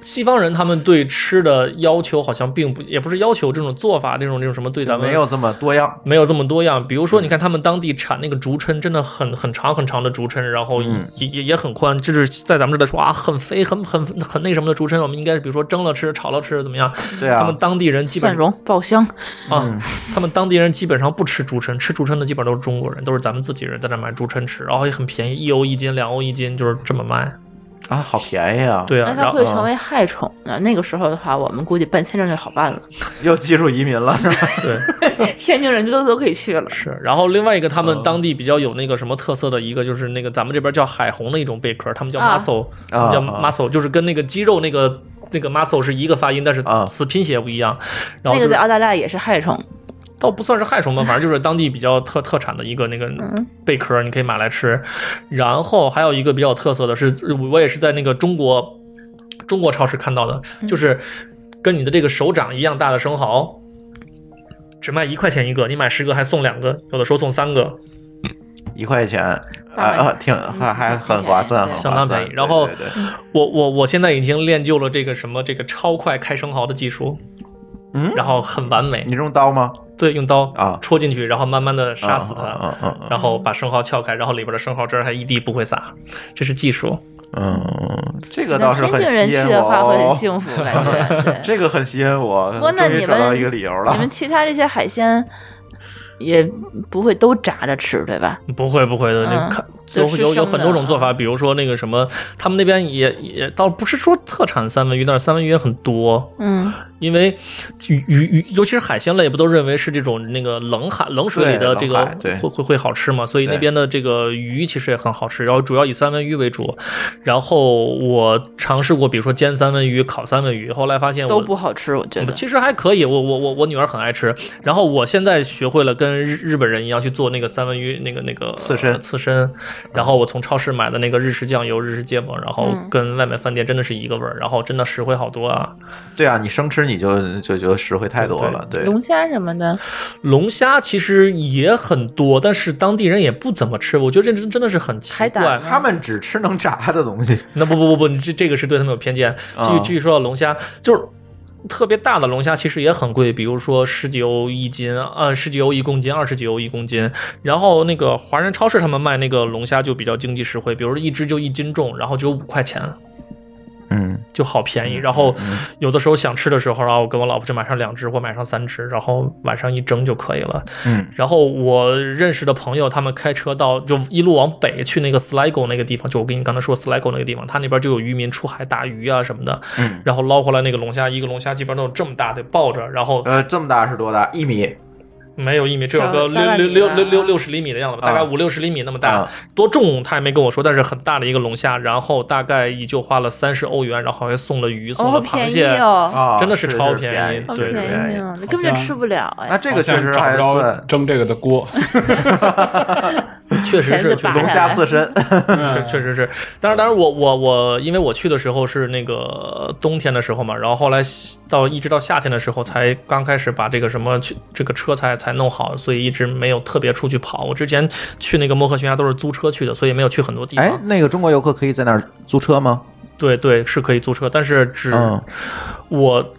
Speaker 6: 西方人他们对吃的要求好像并不，也不是要求这种做法，这种这种什么对咱们
Speaker 3: 没有嗯这么多样。
Speaker 6: 没有这么多样。比如说，你看他们当地产那个竹蛏，真的很很长很长的竹蛏，然后也、
Speaker 3: 嗯
Speaker 6: 也也很宽，就是在咱们这儿说啊，很肥很很很那什么的竹蛏，我们应该比如说蒸了吃、炒了吃怎么样？
Speaker 3: 对啊
Speaker 6: 他们当地人基
Speaker 5: 蒜
Speaker 6: 本
Speaker 5: 蓉爆香，
Speaker 6: 啊，
Speaker 3: 嗯
Speaker 6: 他们当地人基本上不吃竹蛏，吃竹蛏的基本都是中国人，都是咱们自己人在那买竹蛏吃，然后也很便宜，一欧一斤、两欧一斤，就是这么卖。
Speaker 3: 啊，好便宜啊！，
Speaker 6: 对啊
Speaker 5: 那，
Speaker 6: 然
Speaker 5: 它
Speaker 6: 后
Speaker 5: 会成为害虫的。那个时候的话，我们估计办签证就好办了，
Speaker 3: 又技术移民了 是吧？
Speaker 6: 对。
Speaker 5: 天津人都都可以去了。
Speaker 6: 是，然后另外一个他们当地比较有那个什么特色的一个就是那个咱们这边叫海虹的一种贝壳，他们叫
Speaker 5: 啊
Speaker 6: muscle，、他们叫
Speaker 3: 啊
Speaker 6: muscle，、就是跟那个肌肉那个那个 muscle 是一个发音，但是
Speaker 3: 啊
Speaker 6: 词拼写不一样。然
Speaker 5: 那
Speaker 6: 后就
Speaker 5: 个
Speaker 6: 是
Speaker 5: 在澳大利亚也是害虫，
Speaker 6: 倒不算是害虫吧，反正就是当地比较特特产的一个那个
Speaker 5: 嗯
Speaker 6: 贝壳，你可以买来吃。然后还有一个比较有特色的是，我也是在那个中国中国超市看到的，就是跟你的这个手掌一样大的生蚝，只卖一块钱一个，你买十个还送两个，有的时候送三个。
Speaker 3: 一块钱啊
Speaker 5: 八块嗯
Speaker 3: 啊，挺还还很划算，很
Speaker 5: 对
Speaker 3: 划
Speaker 6: 相当
Speaker 3: 算
Speaker 6: 便宜然后
Speaker 3: 对对对
Speaker 6: 我我我现在已经练就了这个什么这个超快开生蚝的技术，
Speaker 3: 嗯
Speaker 6: 然后很完美
Speaker 3: 你，用刀吗？
Speaker 6: 对，用刀
Speaker 3: 啊
Speaker 6: 戳进去，然后慢慢的杀死它，
Speaker 3: 嗯嗯嗯
Speaker 6: 然后把生蚝撬开，然后里边的生蚝汁儿还一滴不会洒，这是技术。
Speaker 3: 嗯，这个倒
Speaker 5: 那
Speaker 3: 是
Speaker 5: 天
Speaker 3: 很
Speaker 5: 津人
Speaker 3: 吸
Speaker 5: 去
Speaker 3: 引
Speaker 5: 的
Speaker 3: 我
Speaker 5: 话会很
Speaker 3: 哦，
Speaker 5: 幸福，感 觉。对
Speaker 3: 这个很吸引我，
Speaker 5: 不过那
Speaker 3: 终于
Speaker 5: 你
Speaker 3: 找到
Speaker 5: 们
Speaker 3: 一个理由了
Speaker 5: 你。们其他这些海鲜也不会都炸着吃，对吧？
Speaker 6: 不会不会的，
Speaker 5: 嗯
Speaker 6: 那看
Speaker 5: 就
Speaker 6: 有
Speaker 5: 是
Speaker 6: 有有
Speaker 5: 生的嗯
Speaker 6: 很多种做法，比如说那个什么，他们那边也也倒不是说特产三文鱼，但是三文鱼也很多，
Speaker 5: 嗯，
Speaker 6: 因为鱼鱼鱼，尤其是海鲜类，不都认为是这种那个冷海冷水里的
Speaker 3: 对
Speaker 6: 这
Speaker 3: 冷
Speaker 6: 个
Speaker 3: 海对
Speaker 6: 会会会好吃嘛？所以
Speaker 3: 对
Speaker 6: 那边的这个鱼其实也很好吃，然后主要以三文鱼为主。然后我尝试过，比如说煎三文鱼、烤三文鱼，后来发现我
Speaker 5: 都不好吃，我觉得。
Speaker 6: 嗯其实还可以，我我我我女儿很爱吃，然后我现在学会了跟日日本人一样去做那个三文鱼那个那个
Speaker 3: 刺身
Speaker 6: 呃刺身，然后我从超市买的那个日式酱油、日式芥末，然后
Speaker 5: 嗯
Speaker 6: 跟外面饭店真的是一个味儿，然后真的实惠好多啊。
Speaker 3: 对啊，你生吃你就就就实惠太多了。对，
Speaker 5: 龙虾什么的，
Speaker 6: 龙虾其实也很多，但是当地人也不怎么吃，我觉得这真真的是很奇
Speaker 5: 海胆
Speaker 6: 怪
Speaker 5: 呢。
Speaker 3: 他们只吃能炸的东西。
Speaker 6: 那不不不不，你这这个是对他们有偏见。继
Speaker 3: 啊
Speaker 6: 续继续说到龙虾，就是。特别大的龙虾其实也很贵，比如说十几欧一斤，啊，十几欧一公斤，二十几欧一公斤。然后那个华人超市他们卖那个龙虾就比较经济实惠，比如说一只就一斤重，然后只有五块钱，
Speaker 3: 嗯，
Speaker 6: 就好便宜。然后有的时候想吃的时候，然后我跟我老婆就买上两只或买上三只，然后晚上一蒸就可以了。
Speaker 3: 嗯，
Speaker 6: 然后我认识的朋友，他们开车到就一路往北去那个 Sligo 那个地方，就我跟你刚才说 Sligo 那个地方，他那边就有渔民出海打鱼啊什么的，
Speaker 3: 嗯，
Speaker 6: 然后捞回来那个龙虾，一个龙虾基本上都有这么大的抱着，然后
Speaker 3: 呃，这么大是多大？一米
Speaker 6: 没有一米，只有
Speaker 5: 小大
Speaker 6: 个六
Speaker 5: 概
Speaker 6: 六
Speaker 5: 米
Speaker 6: 六
Speaker 5: 吧
Speaker 6: 六六六十厘米的样子吧，
Speaker 3: 啊
Speaker 6: 大概五六十厘米那么大
Speaker 3: 啊，
Speaker 6: 多重他也没跟我说，但是很大的一个龙虾，然后大概也就花了三十欧元，然后还送了鱼，送
Speaker 5: 哦，好
Speaker 6: 了螃
Speaker 5: 便宜
Speaker 6: 蟹，
Speaker 5: 哦，
Speaker 3: 啊，
Speaker 6: 真的是超
Speaker 3: 便
Speaker 6: 便宜
Speaker 5: 好
Speaker 6: 对
Speaker 5: 便宜哦，那根本就
Speaker 4: 好像
Speaker 5: 吃不了哎
Speaker 3: 那。这个
Speaker 4: 好像
Speaker 3: 确实
Speaker 4: 找
Speaker 3: 还
Speaker 4: 不着
Speaker 3: 算
Speaker 4: 蒸这个 的锅，
Speaker 6: 确实
Speaker 5: 钳
Speaker 6: 是
Speaker 5: 子拔
Speaker 6: 确实
Speaker 3: 龙
Speaker 6: 是
Speaker 3: 虾 刺身。
Speaker 4: 嗯
Speaker 6: 确确实是，当然，当然我，我我因为我去的时候是那个冬天的时候嘛，然后后来到一直到夏天的时候才刚开始把这个什么去这个车才才弄好，所以一直没有特别出去跑。我之前去那个漠河悬崖啊都是租车去的，所以没有去很多地
Speaker 3: 哎
Speaker 6: 方。，
Speaker 3: 那个中国游客可以在那儿租车吗？
Speaker 6: 嗯对对，是可以租车，但是只、
Speaker 3: 嗯
Speaker 6: 我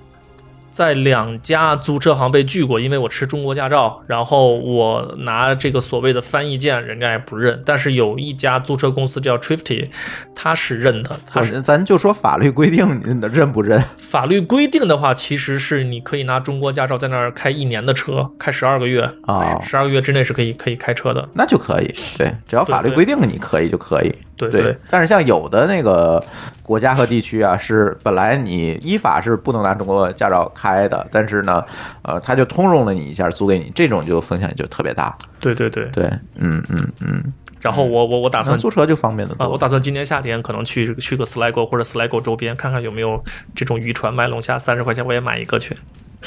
Speaker 6: 在两家租车行被拒过，因为我持中国驾照，然后我拿这个所谓的翻译件，人家也不认。但是有一家租车公司叫 Trifty，他是认的，他
Speaker 3: 不
Speaker 6: 是
Speaker 3: 是，咱就说法律规定，你认不认？
Speaker 6: 法律规定的话，其实是你可以拿中国驾照在那儿开一年的车，开十二个月
Speaker 3: 哦
Speaker 6: 十二个月之内是可以可以开车的。
Speaker 3: 那就可以，对，只要法律
Speaker 6: 对对
Speaker 3: 规定你可以就可以。
Speaker 6: 对
Speaker 3: 对
Speaker 6: 对
Speaker 3: 但是像有的那个国家和地区啊，是本来你依法是不能拿中国驾照开的，但是呢，呃，他就通融了你一下，租给你，这种就风险就特别大。
Speaker 6: 对对对。
Speaker 3: 对，嗯嗯嗯，
Speaker 6: 然后我我我打
Speaker 3: 那
Speaker 6: 算
Speaker 3: 租车就方便的
Speaker 6: 啊，我
Speaker 3: 多。
Speaker 6: 打算今年夏天可能去去个 Sligo 或者 Sligo 周边看看有没有这种渔船卖龙虾，三十块钱我也买一个去。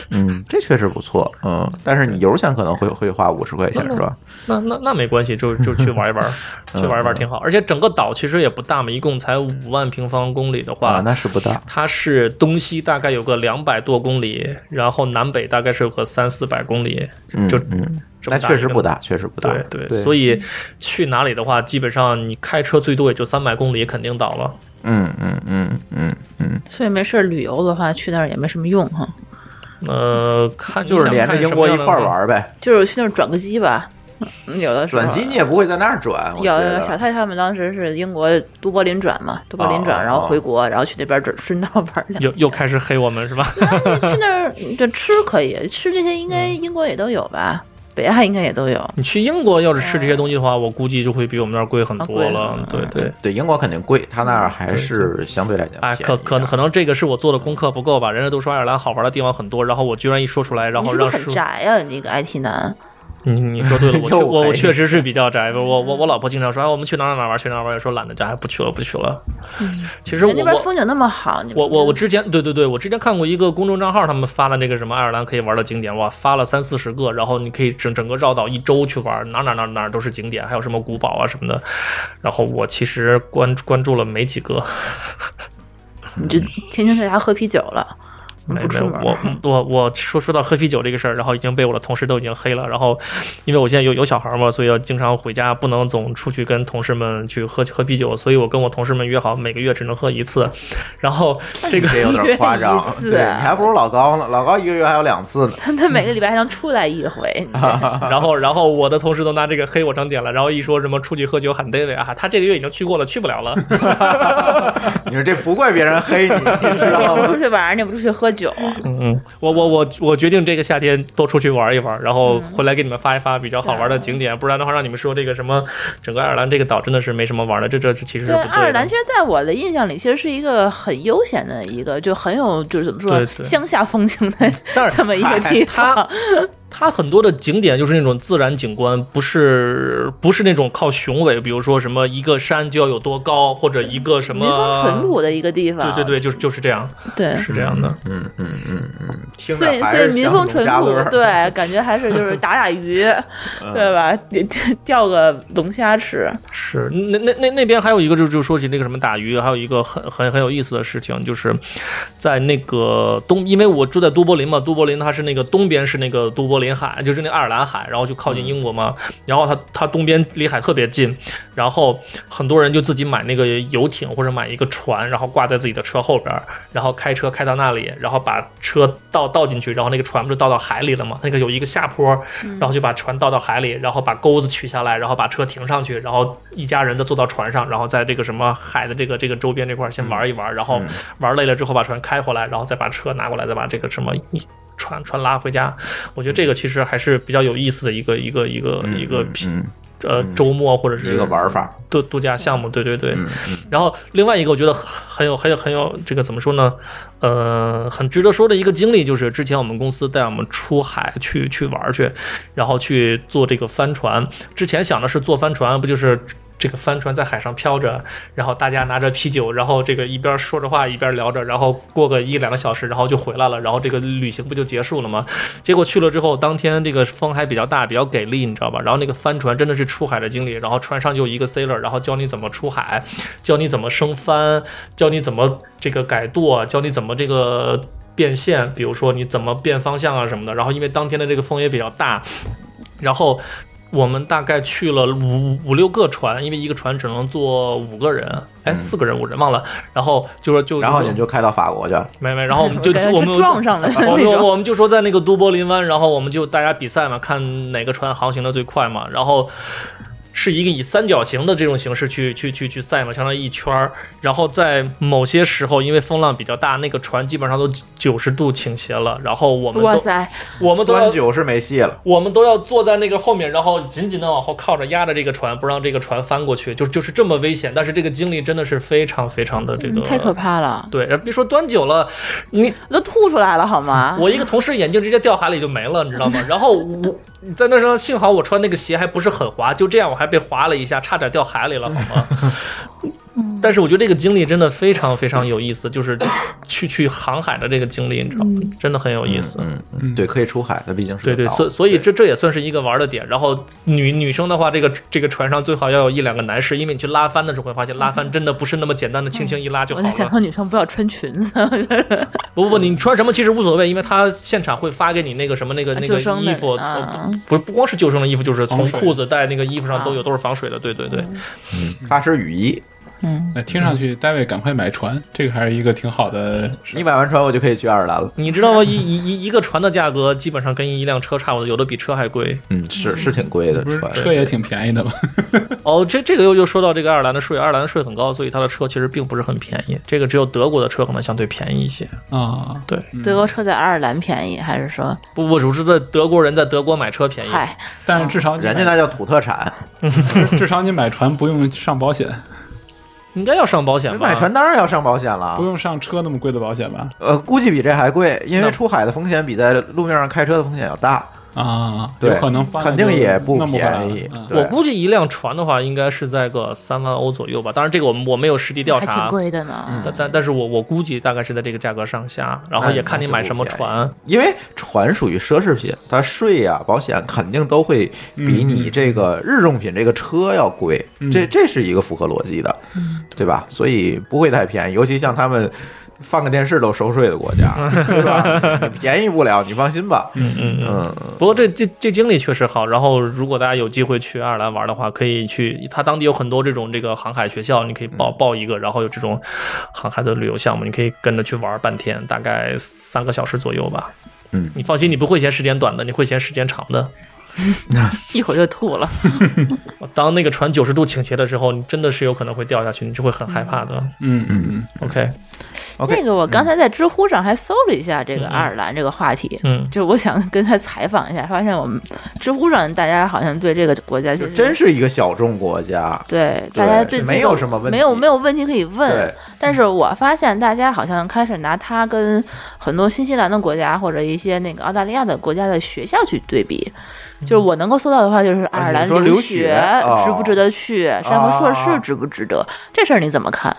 Speaker 3: 嗯，这确实不错。嗯，但是你油钱可能会会花五十块钱是吧？
Speaker 6: 那那那没关系，就就去玩一 玩，去玩一玩挺好。而且整个岛其实也不大嘛，一共才五万平方公里的话，
Speaker 3: 啊，那是不大。
Speaker 6: 它是东西大概有个两百多公里，然后南北大概是有个三四百公里，
Speaker 3: 嗯
Speaker 6: 就
Speaker 3: 嗯，
Speaker 6: 这么
Speaker 3: 那
Speaker 6: 大
Speaker 3: 确实
Speaker 6: 一个
Speaker 3: 不大，确实不大。
Speaker 6: 对对，
Speaker 3: 对，
Speaker 6: 所以去哪里的话，基本上你开车最多也就三百公里，肯定到了。
Speaker 3: 嗯嗯嗯嗯嗯，
Speaker 5: 所以没事儿旅游的话，去那儿也没什么用哈。
Speaker 6: 呃，看
Speaker 3: 就是连着英国一块儿。
Speaker 6: 你想看什么样的
Speaker 3: 玩呗。
Speaker 5: 就是去那儿转个机吧，嗯有的时候
Speaker 3: 转机你也不会在那儿转，我
Speaker 5: 有
Speaker 3: 觉
Speaker 5: 有
Speaker 3: 得
Speaker 5: 小蔡他们当时是英国都柏林转嘛，都柏林转，
Speaker 3: 哦
Speaker 5: 然后回国，然后去那边转顺道玩两。
Speaker 6: 又又开始黑我们是吧？
Speaker 5: 去那儿这吃可以吃这些，应该
Speaker 6: 嗯
Speaker 5: 英国也都有吧，北亚应该也都有。
Speaker 6: 你去英国要是吃这些东西的话，我估计就会比我们那儿贵很多
Speaker 5: 啊
Speaker 6: 了。
Speaker 5: 贵
Speaker 6: 对
Speaker 5: 了
Speaker 6: 对，
Speaker 3: 对，英国肯定贵，他那儿还是相对来讲
Speaker 6: 哎，
Speaker 3: 便宜啊
Speaker 6: 可可能可能这个是我做的功课不够吧？人家都说爱尔兰好玩的地方很多，然后我居然一说出来，然
Speaker 5: 你
Speaker 6: 后
Speaker 5: 是不
Speaker 6: 让
Speaker 5: 是
Speaker 6: 师
Speaker 5: 很
Speaker 6: 傅
Speaker 5: 宅呀、你个 IT 男，
Speaker 6: 你你说对了，我确
Speaker 3: 又
Speaker 6: 我
Speaker 3: 黑
Speaker 6: 我确实是比较宅，我我我老婆经常说，哎，我们去哪儿哪儿哪儿玩，去哪儿玩，也说懒得宅，不去了，不去了。其实我
Speaker 5: 人嗯那边
Speaker 6: 我
Speaker 5: 风景那么好，你
Speaker 6: 我我我之前对对对，我之前看过一个公众账号，他们发了那个什么爱尔兰可以玩的景点，哇，发了三四十个，然后你可以整整个绕岛一周去玩，哪儿哪儿哪儿哪儿都是景点，还有什么古堡啊什么的。然后我其实关关注了没几个，
Speaker 5: 你就天天在家喝啤酒了，
Speaker 6: 没
Speaker 5: 不
Speaker 6: 没
Speaker 5: 出
Speaker 6: 有
Speaker 5: 门，
Speaker 6: 我嗯我我说说到喝啤酒这个事儿，然后已经被我的同事都已经黑了。然后，因为我现在有有小孩嘛，所以要经常回家，不能总出去跟同事们去喝喝啤酒，所以我跟我同事们约好每个月只能喝一次。然后这个
Speaker 3: 这有点夸张
Speaker 5: 一，次啊
Speaker 3: 对你还不如老高呢，老高一个月还有两次呢。
Speaker 5: 他每个礼拜还能出来一回。
Speaker 6: 然后，然后我的同事都拿这个黑我长点了，然后一说什么出去喝酒喊 David 啊，他这个月已经去过了，去不了了。
Speaker 3: 你说这不怪别人黑你，你知
Speaker 5: 你
Speaker 6: 啊
Speaker 3: 道
Speaker 5: 不
Speaker 3: 吗？
Speaker 5: 出去玩，你不出去喝 酒，
Speaker 6: 嗯，我我我我决定这个夏天多出去玩一玩，然后
Speaker 5: 嗯
Speaker 6: 回来给你们发一发比较好玩的景点，不然的话让你们说这个什么整个爱尔兰这个岛真的是没什么玩的，这这这其实是
Speaker 5: 对，
Speaker 6: 不
Speaker 5: 爱尔兰
Speaker 6: 的
Speaker 5: 其。实在我的印象里，其实是一个很悠闲的一个，就很有就是怎么
Speaker 6: 对
Speaker 5: 说
Speaker 6: 对
Speaker 5: 乡下风情的
Speaker 6: 但 是
Speaker 5: 这么一个地方
Speaker 6: 它。它很多的景点就是那种自然景观，不是不是那种靠雄伟，比如说什么一个山就要有多高，或者一个什么
Speaker 5: 民风淳朴的一个地方
Speaker 6: 对，对对，就是就是这样，
Speaker 5: 对
Speaker 6: 是这样的。
Speaker 3: 嗯嗯嗯嗯，听
Speaker 5: 所以
Speaker 3: 着还
Speaker 5: 所以
Speaker 3: 是
Speaker 5: 民
Speaker 3: 像
Speaker 5: 风
Speaker 3: 农
Speaker 5: 淳
Speaker 3: 家
Speaker 5: 朴
Speaker 3: 乐儿，
Speaker 5: 对，感觉还是就是打打 鱼，对吧？钓钓个龙虾吃，
Speaker 6: 是，那那那那边还有一个，就是就说起那个什么打鱼，还有一个很很很有意思的事情，就是在那个东，因为我住在都柏林嘛，都柏林它是那个东边是那个都柏林海，就是那个爱尔兰海，然后就靠近英国嘛，然后它它东边离海特别近，然后很多人就自己买那个游艇或者买一个船，然后挂在自己的车后边儿，然后开车开到那里，然后把车倒倒进去，然后那个船不是倒到海里了吗？那个有一个下坡，然后就把船倒到海里，然后把钩子取下来，然后把车停上去，然后一家人再坐到船上，然后在这个什么海的这个这个周边这块儿先玩一玩，然后玩累了之后把船开回来，然后再把车拿过来，再把这个什么一船船拉回家。我觉得这个其实还是比较有意思的一个一个一个一个
Speaker 3: 嗯，
Speaker 6: 呃周末或者是
Speaker 3: 一个玩法。
Speaker 6: 度度假项目，对对对。然后另外一个我觉得很很有很有很有这个怎么说呢？呃，很值得说的一个经历就是之前我们公司带我们出海去去玩去，然后去坐这个帆船。之前想的是坐帆船，不就是。这个帆船在海上飘着，然后大家拿着啤酒，然后这个一边说着话一边聊着，然后过个一两个小时，然后就回来了，然后这个旅行不就结束了吗？结果去了之后，当天这个风还比较大，比较给力，你知道吧？然后那个帆船真的是出海的经历，然后船上就一个 sailor，然后教你怎么出海，教你怎么升帆，教你怎么这个改舵，教你怎么这个。变线，比如说你怎么变方向啊什么的，然后因为当天的这个风也比较大，然后我们大概去了五五六个船，因为一个船只能坐五个人，哎，四个人五人忘了。然后就说就
Speaker 3: 嗯然后你就开到法国去了。
Speaker 6: 没没，然后我们 就
Speaker 5: 感觉
Speaker 6: 我们
Speaker 5: 就撞上了
Speaker 6: 我
Speaker 5: 那
Speaker 6: 们
Speaker 5: 种
Speaker 6: 我们就说在啊那个都柏林湾，然后我们就大家比赛嘛，看哪个船航行的最快嘛，然后。是一个以三角形的这种形式去去去去赛嘛，相当于一圈儿。然后在某些时候，因为风浪比较大，那个船基本上都九十度倾斜了。然后我们
Speaker 5: 哇
Speaker 6: 都
Speaker 5: 塞，
Speaker 6: 我们都
Speaker 3: 端
Speaker 6: 要
Speaker 3: 酒是没戏了，
Speaker 6: 我们都要坐在那个后面，然后紧紧的往后靠着，压着这个船，不让这个船翻过去，就就是这么危险。但是这个经历真的是非常非常的这个、
Speaker 5: 嗯太可。怕了，
Speaker 6: 对，然后别说端久了，你
Speaker 5: 都吐出来了好吗？
Speaker 6: 我一个同事眼镜直接掉海里就没了，你 知道吗？然后我在那上，幸好我穿那个鞋还不是很滑，就这样我还被滑了一下，差点掉海里了，好 吗？
Speaker 5: 嗯
Speaker 6: 但是我觉得这个经历真的非常非常有意思，就是去去航海的这个经历，你知道吗？
Speaker 5: 嗯
Speaker 6: 真的很有意思。
Speaker 3: 嗯，嗯对，可以出海的，毕竟是
Speaker 6: 对
Speaker 3: 个
Speaker 6: 对，
Speaker 3: 岛
Speaker 6: 所所以这这也算是一个玩的点。然后女女生的话，这个这个船上最好要有一两个男士，因为你去拉帆的时候会发现，拉帆真的不是那么简单的轻轻一拉就
Speaker 5: 嗯
Speaker 6: 好
Speaker 5: 我
Speaker 6: 了
Speaker 5: 在。想说女生不要穿裙子，
Speaker 6: 不不不，你穿什么其实无所谓，因为他现场会发给你那个什么那个那个
Speaker 5: 救生的
Speaker 6: 衣服，
Speaker 5: 啊
Speaker 6: 呃不不光是救生的衣服，就是从
Speaker 4: 防水
Speaker 6: 裤子带那个衣服
Speaker 5: 啊
Speaker 6: 上都有，都是防水的。对对
Speaker 5: 嗯
Speaker 6: 对，
Speaker 3: 发式雨衣，
Speaker 4: 哎，听上去，大卫赶快买船，这个还是一个挺好的事。
Speaker 3: 你买完船我就可以去爱尔兰了。
Speaker 6: 你知道吗？一一一一个船的价格基本上跟一辆车差不多，有的比车 还贵。
Speaker 3: 嗯，是是挺贵的
Speaker 4: 不是
Speaker 3: 船，
Speaker 4: 车也挺便宜的吗？
Speaker 6: 哦，这这个又又说到这个爱尔兰的税，爱尔兰的税很高，所以它的车其实并不是很便宜。这个只有德国的车可能相对便宜一些。
Speaker 4: 啊，
Speaker 6: 对，
Speaker 5: 德国车在爱尔兰便宜，还是说，
Speaker 6: 不不，我是在德国人在德国买车便宜。
Speaker 5: 嗨，
Speaker 4: 但是至少你
Speaker 3: 啊人家那叫土特产，
Speaker 4: 买至少你买船不用上保险，
Speaker 6: 应该要上保险吧？
Speaker 3: 买船当然要上保险了
Speaker 4: 不。用上车那么贵的保险吧？
Speaker 3: 呃，估计比这还贵，因为
Speaker 6: 那
Speaker 3: 出海的风险比在路面上开车的风险要大，
Speaker 4: 啊，有
Speaker 3: 对，
Speaker 4: 可能翻了
Speaker 3: 肯定
Speaker 4: 就
Speaker 3: 也不
Speaker 4: 弄不回来了
Speaker 3: 便宜
Speaker 4: 嗯。
Speaker 3: 对
Speaker 6: 我估计一辆船的话，应该是在个三万欧左右吧。当然，这个我们我没有实地调
Speaker 5: 还挺
Speaker 6: 查，
Speaker 5: 贵的呢。
Speaker 6: 但但但是我我估计大概是在这个价格上下，然后
Speaker 3: 那
Speaker 6: 也看你买什么
Speaker 3: 那
Speaker 6: 船。
Speaker 3: 因为船属于奢侈品，它税呀、保险肯定都会比你这个日用品这个车要贵，这这是一个符合逻辑的，对吧？所以不会太便宜，尤其像他们放个电视都收税的国家，对吧？你便宜不了，你放心吧。嗯
Speaker 6: 嗯嗯。
Speaker 3: 嗯，
Speaker 6: 不过这这这经历确实好。然后，如果大家有机会去爱尔兰玩的话，可以去他当地有很多这种这个航海学校，你可以报
Speaker 3: 嗯
Speaker 6: 报一个，然后有这种航海的旅游项目，你可以跟着去玩半天，大概三个小时左右吧。
Speaker 3: 嗯
Speaker 6: 你放心，你不会嫌时间短的，你会嫌时间长的。
Speaker 5: 一会儿就吐了，
Speaker 6: 当那个船九十度倾斜的时候，你真的是有可能会掉下去，你就会很害怕的。
Speaker 4: 嗯嗯嗯，
Speaker 6: OK，
Speaker 3: OK，嗯
Speaker 5: 那个我刚才在知乎上还搜了一下这个爱尔兰这个话题，
Speaker 6: 嗯，
Speaker 5: 就我想跟他采访一下，发现我们知乎上大家好像对这个国家
Speaker 3: 就
Speaker 5: 就
Speaker 3: 真是一个小众国家，
Speaker 5: 对
Speaker 3: 对
Speaker 5: 大家对这个
Speaker 3: 没有什么问题
Speaker 5: 没有没有问题可以问
Speaker 3: 对。
Speaker 5: 但是我发现大家好像开始拿它跟很多新西兰的国家或者一些那个澳大利亚的国家的学校去对比。就是我能够搜到的话，就是爱尔兰
Speaker 3: 嗯啊你说留
Speaker 5: 学
Speaker 3: 学哦
Speaker 5: 值不值得去，上个硕士
Speaker 3: 啊
Speaker 5: 值不值得，这事儿你怎么看？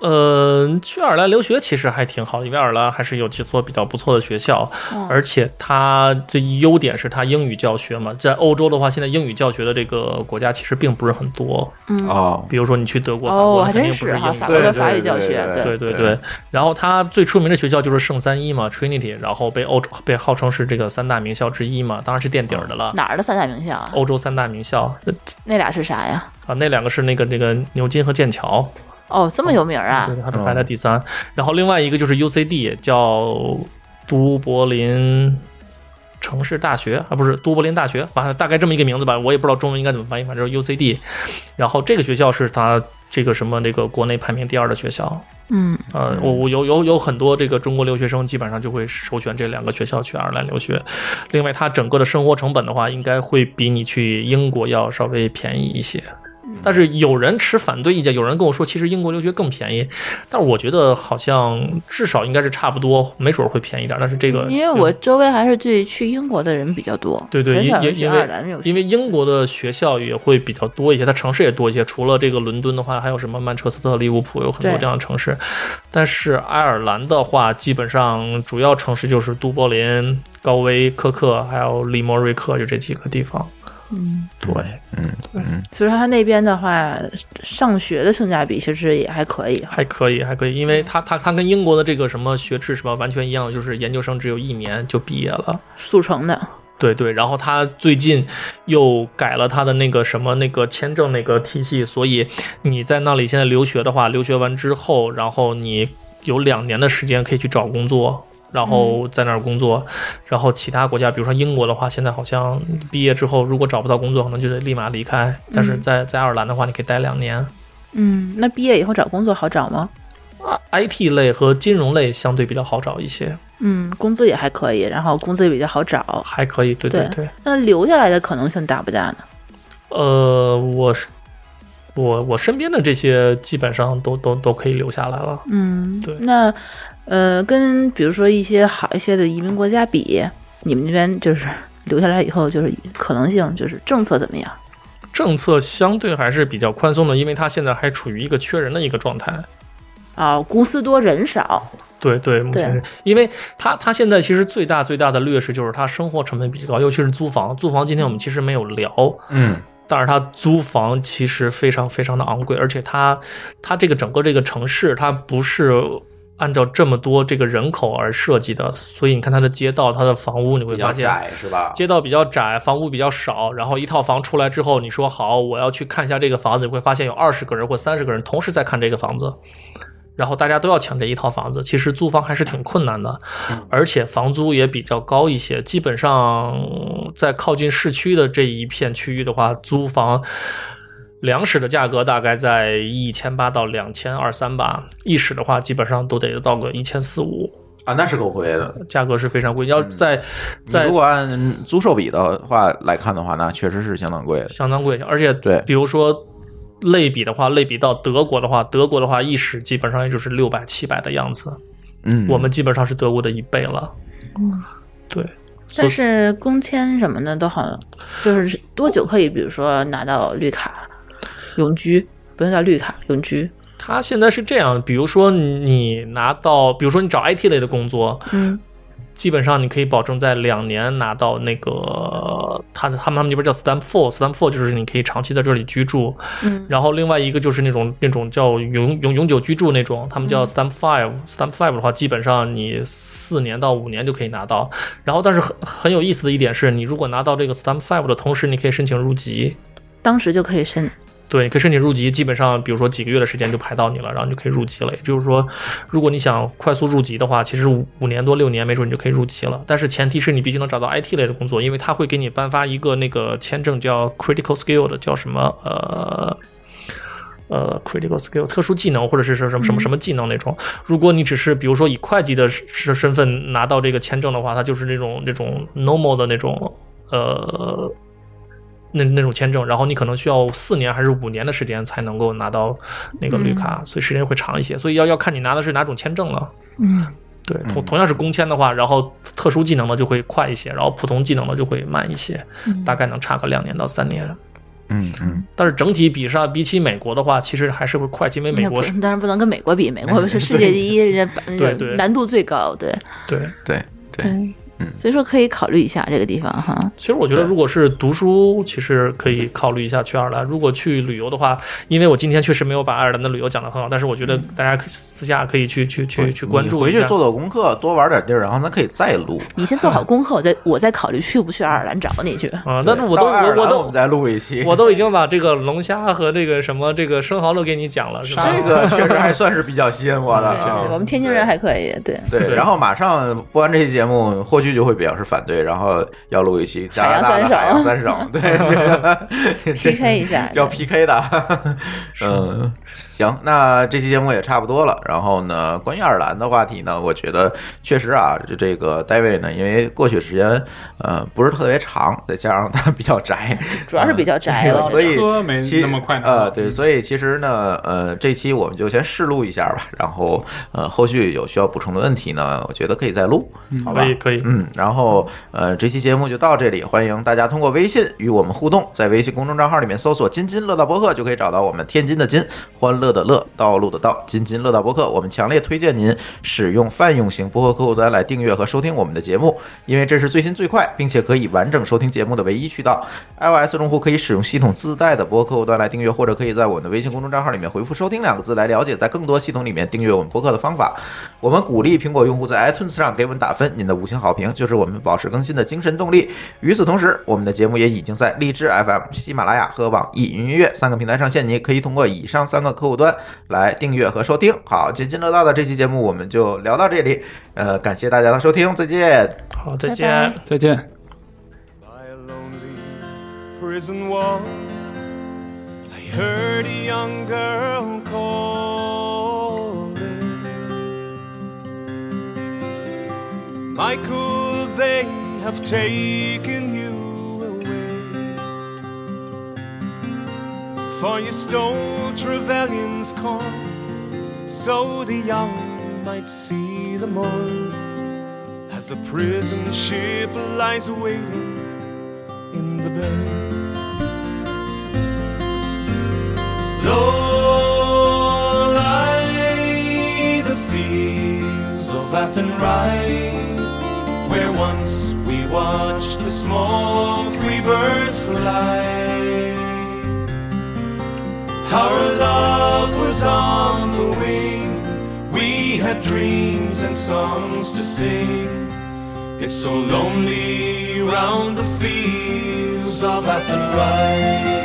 Speaker 6: 呃，去爱尔兰留学其实还挺好，因为爱尔兰还是有几所比较不错的学校，
Speaker 5: 嗯
Speaker 6: 而且它这优点是它英语教学嘛，在欧洲的话，现在英语教学的这个国家其实并不是很多，
Speaker 3: 哦，
Speaker 6: 比如说你去德国、法
Speaker 5: 哦，
Speaker 6: 国，
Speaker 5: 还
Speaker 6: 肯定
Speaker 5: 真
Speaker 6: 不
Speaker 5: 是
Speaker 6: 英
Speaker 5: 哈，
Speaker 6: 语
Speaker 5: 法国
Speaker 6: 教学。
Speaker 5: 的
Speaker 3: 对
Speaker 5: 法语
Speaker 3: 对
Speaker 5: 教
Speaker 3: 对
Speaker 5: 学，
Speaker 3: 对
Speaker 6: 对对对，然后它最出名的学校就是圣三一嘛，Trinity，然后被欧被号称是这个三大名校之一嘛，当然是垫底儿的了。
Speaker 5: 哪儿的三大名校啊？
Speaker 6: 欧洲三大名校呃
Speaker 5: 那俩是啥呀？
Speaker 6: 啊，那两个是那个这个牛津和剑桥，
Speaker 5: 哦，这么有名儿啊
Speaker 6: 对，？它排在第三。然后另外一个就是 UCD，叫都柏林城市大学啊，不是都柏林大学，反正大概这么一个名字吧，我也不知道中文应该怎么翻译，反正就是 UCD。然后这个学校是它这个什么那个国内排名第二的学校。
Speaker 5: 嗯，
Speaker 6: 呃，我我有有有很多这个中国留学生，基本上就会首选这两个学校去爱尔兰留学。另外，它整个的生活成本的话，应该会比你去英国要稍微便宜一些。
Speaker 5: 嗯
Speaker 6: 但是有人持反对意见，有人跟我说，其实英国留学更便宜，但是我觉得好像至少应该是差不多，没准儿会便宜点儿。但是这个，
Speaker 5: 嗯因为我周围还是对去英国的人比较多，
Speaker 6: 对对，
Speaker 5: 很
Speaker 6: 因
Speaker 5: 少
Speaker 6: 因
Speaker 5: 人去
Speaker 6: 因
Speaker 5: 爱尔
Speaker 6: 为
Speaker 5: 兰留学
Speaker 6: 因为英国的学校也会比较多一些，它城市也多一些。除了这个伦敦的话，还有什么曼彻斯特、利物浦，有很多
Speaker 5: 对
Speaker 6: 这样的城市。但是爱尔兰的话，基本上主要城市就是都柏林、高威、科克，还有利莫瑞克，就这几个地方。嗯，对，
Speaker 5: 所以说他那边的话，上学的性价比其实也还可以哈。
Speaker 6: 还可以，还可以，因为它它它跟英国的这个什么学制是吧，完全一样的，就是研究生只有一年就毕业了。
Speaker 5: 速成的，
Speaker 6: 对对，然后他最近又改了他的那个什么那个签证那个体系，所以你在那里现在留学的话，留学完之后，然后你有两年的时间可以去找工作。然后在那儿工作，然后其他国家，比如说英国的话，现在好像毕业之后如果找不到工作，可能就得立马离开。但是在在爱尔兰的话，你可以待两年。
Speaker 5: 嗯，那毕业以后找工作好找吗？
Speaker 6: 啊，IT 类和金融类相对比较好找一些，
Speaker 5: 嗯，工资也还可以，然后工资也比较好找。
Speaker 6: 还可以。对对
Speaker 5: 对
Speaker 6: 对，
Speaker 5: 那留下来的可能性大不大呢？
Speaker 6: 呃，我是我我身边的这些基本上都都都可以留下来了。
Speaker 5: 嗯，
Speaker 6: 对
Speaker 5: 那呃，跟比如说一些好一些的移民国家比，你们那边就是留下来以后，就是可能性，就是政策怎么样？
Speaker 6: 政策相对还是比较宽松的，因为它现在还处于一个缺人的一个状态。
Speaker 5: 啊、公司多人少，
Speaker 6: 对对，目前
Speaker 5: 对
Speaker 6: 是因为他他现在其实最大最大的劣势就是他生活成本比较高，尤其是租房。租房今天我们其实没有聊，
Speaker 4: 嗯，
Speaker 6: 但是它租房其实非常非常的昂贵，而且它它这个整个这个城市它不是。按照这么多这个人口而设计的，所以你看它的街道、它的房屋，你会
Speaker 3: 比较
Speaker 6: 发现
Speaker 3: 窄是吧？
Speaker 6: 街道比较窄，房屋比较少，然后一套房出来之后，你说好我要去看一下这个房子，你会发现有二十个人或三十个人同时在看这个房子，然后大家都要抢这一套房子，其实租房还是挺困难的，
Speaker 3: 嗯
Speaker 6: 而且房租也比较高一些，基本上在靠近市区的这一片区域的话，租房。两室的价格大概在一千八到两千二三吧，一室的话基本上都得到个一千四五，
Speaker 3: 啊，那是够贵的。
Speaker 6: 价格是非常贵。要在
Speaker 3: 嗯你
Speaker 6: 在
Speaker 3: 如果按租售比的话来看的话，那确实是相当贵的。
Speaker 6: 相当贵，而且
Speaker 3: 对
Speaker 6: 比如说类比的话，类比到德国的话，德国的话一室基本上也就是六百七百的样子，
Speaker 3: 嗯，
Speaker 6: 我们基本上是德国的一倍了。对，
Speaker 5: 但是工签什么的都好，就是多久可以，比如说拿到绿卡、永居，不用叫绿卡，永居。
Speaker 6: 它现在是这样，比如说你拿到，比如说你找 IT 类的工作，
Speaker 5: 嗯
Speaker 6: 基本上你可以保证在两年拿到那个他的他们他们那边叫 stamp four，stamp four 就是你可以长期在这里居住，
Speaker 5: 嗯
Speaker 6: 然后另外一个就是那种那种叫永永永久居住那种，他们
Speaker 5: 嗯
Speaker 6: 叫 stamp five，stamp five 的话，基本上你四年到五年就可以拿到。然后但是很很有意思的一点是，你如果拿到这个 stamp five 的同时，你可以申请入籍。
Speaker 5: 当时就可以申。
Speaker 6: 对，你可以申请入籍，基本上比如说几个月的时间就排到你了，然后你就可以入籍了。也就是说，如果你想快速入籍的话，其实五五年多六年没准你就可以入籍了。但是前提是你必须能找到 IT 类的工作，因为他会给你颁发一个那个签证叫 critical skill 的，叫什么呃。呃，critical skill 特殊技能或者是什么什么什么技能那种。如果你只是比如说以会计的身身份拿到这个签证的话，它就是那种那种 normal 的那种呃那那种签证，然后你可能需要四年还是五年的时间才能够拿到那个绿卡，所以时间会长一些，所以要要看你拿的是哪种签证了。
Speaker 5: 嗯，
Speaker 6: 对，同同样是工签的话，然后特殊技能的就会快一些，然后普通技能的就会慢一些，大概能差个两年到三年。
Speaker 3: 嗯嗯，
Speaker 6: 但是整体比上比起美国的话，其实还是会快，因为美
Speaker 5: 那
Speaker 6: 国
Speaker 5: 不
Speaker 6: 是
Speaker 5: 当然不能跟美国比，美国是世界 第一，人家把
Speaker 6: 对对
Speaker 5: 难度最高，对
Speaker 6: 对。
Speaker 3: 对对，
Speaker 5: 所以说可以考虑一下这个地方哈。
Speaker 6: 其实我觉得，如果是读书，其实可以考虑一下去爱尔兰。如果去旅游的话，因为我今天确实没有把爱尔兰的旅游讲得很好，但是我觉得大家可以私下可以去去去去
Speaker 3: 嗯哦
Speaker 6: 关
Speaker 3: 你
Speaker 6: 注
Speaker 3: 回
Speaker 6: 一
Speaker 3: 去
Speaker 6: 下。
Speaker 3: 做做功课，多玩点地儿，然后咱可以再录。
Speaker 5: 你先做好功课，我再我再考虑去不去爱尔兰找你去。
Speaker 6: 啊，但是我都
Speaker 3: 到爱尔
Speaker 6: 我
Speaker 3: 兰
Speaker 6: 我
Speaker 3: 我们
Speaker 6: 都
Speaker 3: 再录一期。
Speaker 6: 我都已经把这个龙虾和这个什么这个生蚝都给你讲了，是吧？
Speaker 3: 这个确实还算是比较吸引我的啊。
Speaker 5: 我们天津人还可以，对，
Speaker 3: 对，
Speaker 6: 对
Speaker 3: 然后马上播完这期节目，霍去就会表示反对，然后要录一期加拿大的海
Speaker 5: 海洋
Speaker 3: 洋三 省，对 这个
Speaker 5: PK 一下
Speaker 3: 要 PK 的。嗯，行，那这期节目也差不多了。然后呢，关于爱尔兰的话题呢，我觉得确实啊，这这个 David 呢，因为过去时间呃不是特别长，再加上他比较宅，
Speaker 5: 主要是比较宅
Speaker 3: 哎 对
Speaker 5: 了。
Speaker 3: 所以
Speaker 4: 车没
Speaker 3: 其
Speaker 4: 那么快拿啊嗯到
Speaker 3: 呃，对，所以其实呢，呃，这期我们就先试录一下吧，然后呃，后续有需要补充的问题呢，我觉得可以再录，好吧
Speaker 6: 可？以可以，
Speaker 3: 嗯，然后呃，这期节目就到这里，欢迎大家通过微信与我们互动，在微信公众账号里面搜索“津津乐道播客”就可以找到我们天津的津，欢乐的乐，道路的道，津津乐道播客。我们强烈推荐您使用泛用型播客客户端来订阅和收听我们的节目，因为这是最新最快，并且可以完整收听节目的唯一渠道。iOS 用户可以使用系统自带的播客客户端来订阅，或者可以在我们的微信公众账号里面回复“收听”两个字来了解在更多系统里面订阅我们播客的方法。我们鼓励苹果用户在 iTunes 上给我们打分，您的五星好评名，就是我们保持更新的精神动力。与此同时，我们的节目也已经在荔枝 FM、喜马拉雅和网易云音乐三个平台上线，你可以通过以上三个客户端来订阅和收听。好，津津乐道的这期节目我们就聊到这里，呃，感谢大家的收听，再见。
Speaker 6: 好，再见。
Speaker 5: 拜拜
Speaker 4: 再见。
Speaker 8: by a lonely prison wall. I heard a young girl calling. Michael, they have taken you away. For you stole Trevelyan's corn, so the young might see the morn. As the prison ship lies waiting in the bay. Low lie the fields of Athenry, where once we watched the small free birds fly. Our love was on the wing, we had dreams and songs to sing. It's so lonely round the fields of Athenry.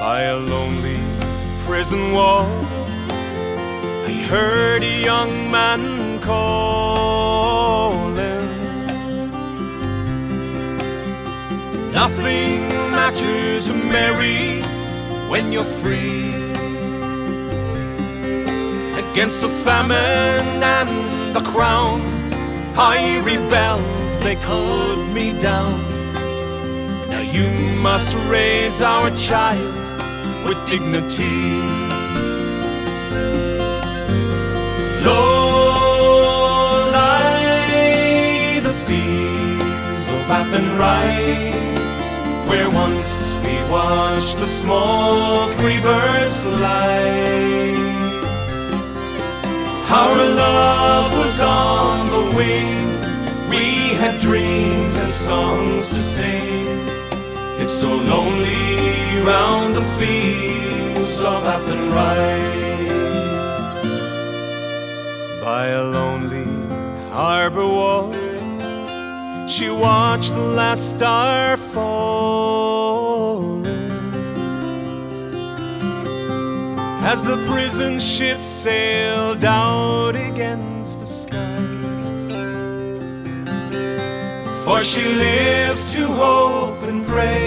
Speaker 8: By a lonely prison wall, I heard a young man calling. Nothing matters, Mary, when you're free against the famine and the crown. I rebelled, they culled me down. Now you must raise our child with dignity. Low lie the fields of Athenry, where once we watched the small free birds fly. Our love was on the wing. We had dreams and songs to sing. It's so lonely round the fields of Athenry. By a lonely harbor wall, she watched the last star falling as the prison ship sailed out against the sky. For she lives to hope and pray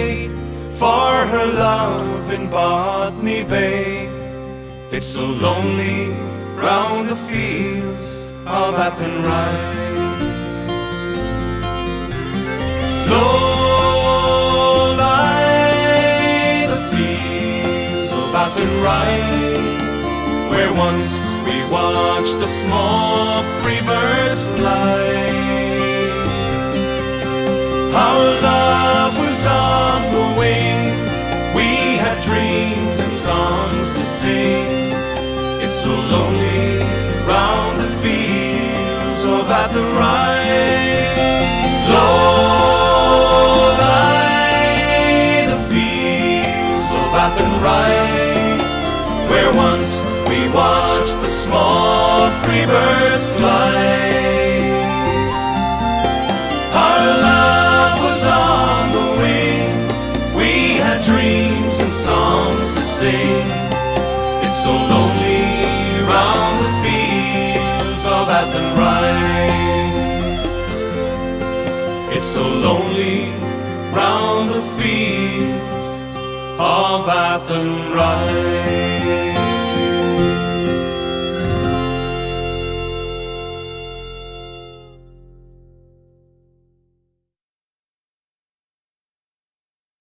Speaker 8: for her love in Botany Bay. It's so lonely round the fields of Athenry. Low lie the fields of Athenry, where once we watched the small free birds fly. Our love was on the wing, we had dreams and songs to sing. It's so lonely round the fields of Athenry. Low lie the fields of Athenry, where once we watched the small free birds fly. Our love was on the wing, we had dreams and songs to sing. It's so lonely round the fields of Athenry. It's so lonely round the fields of Athenry.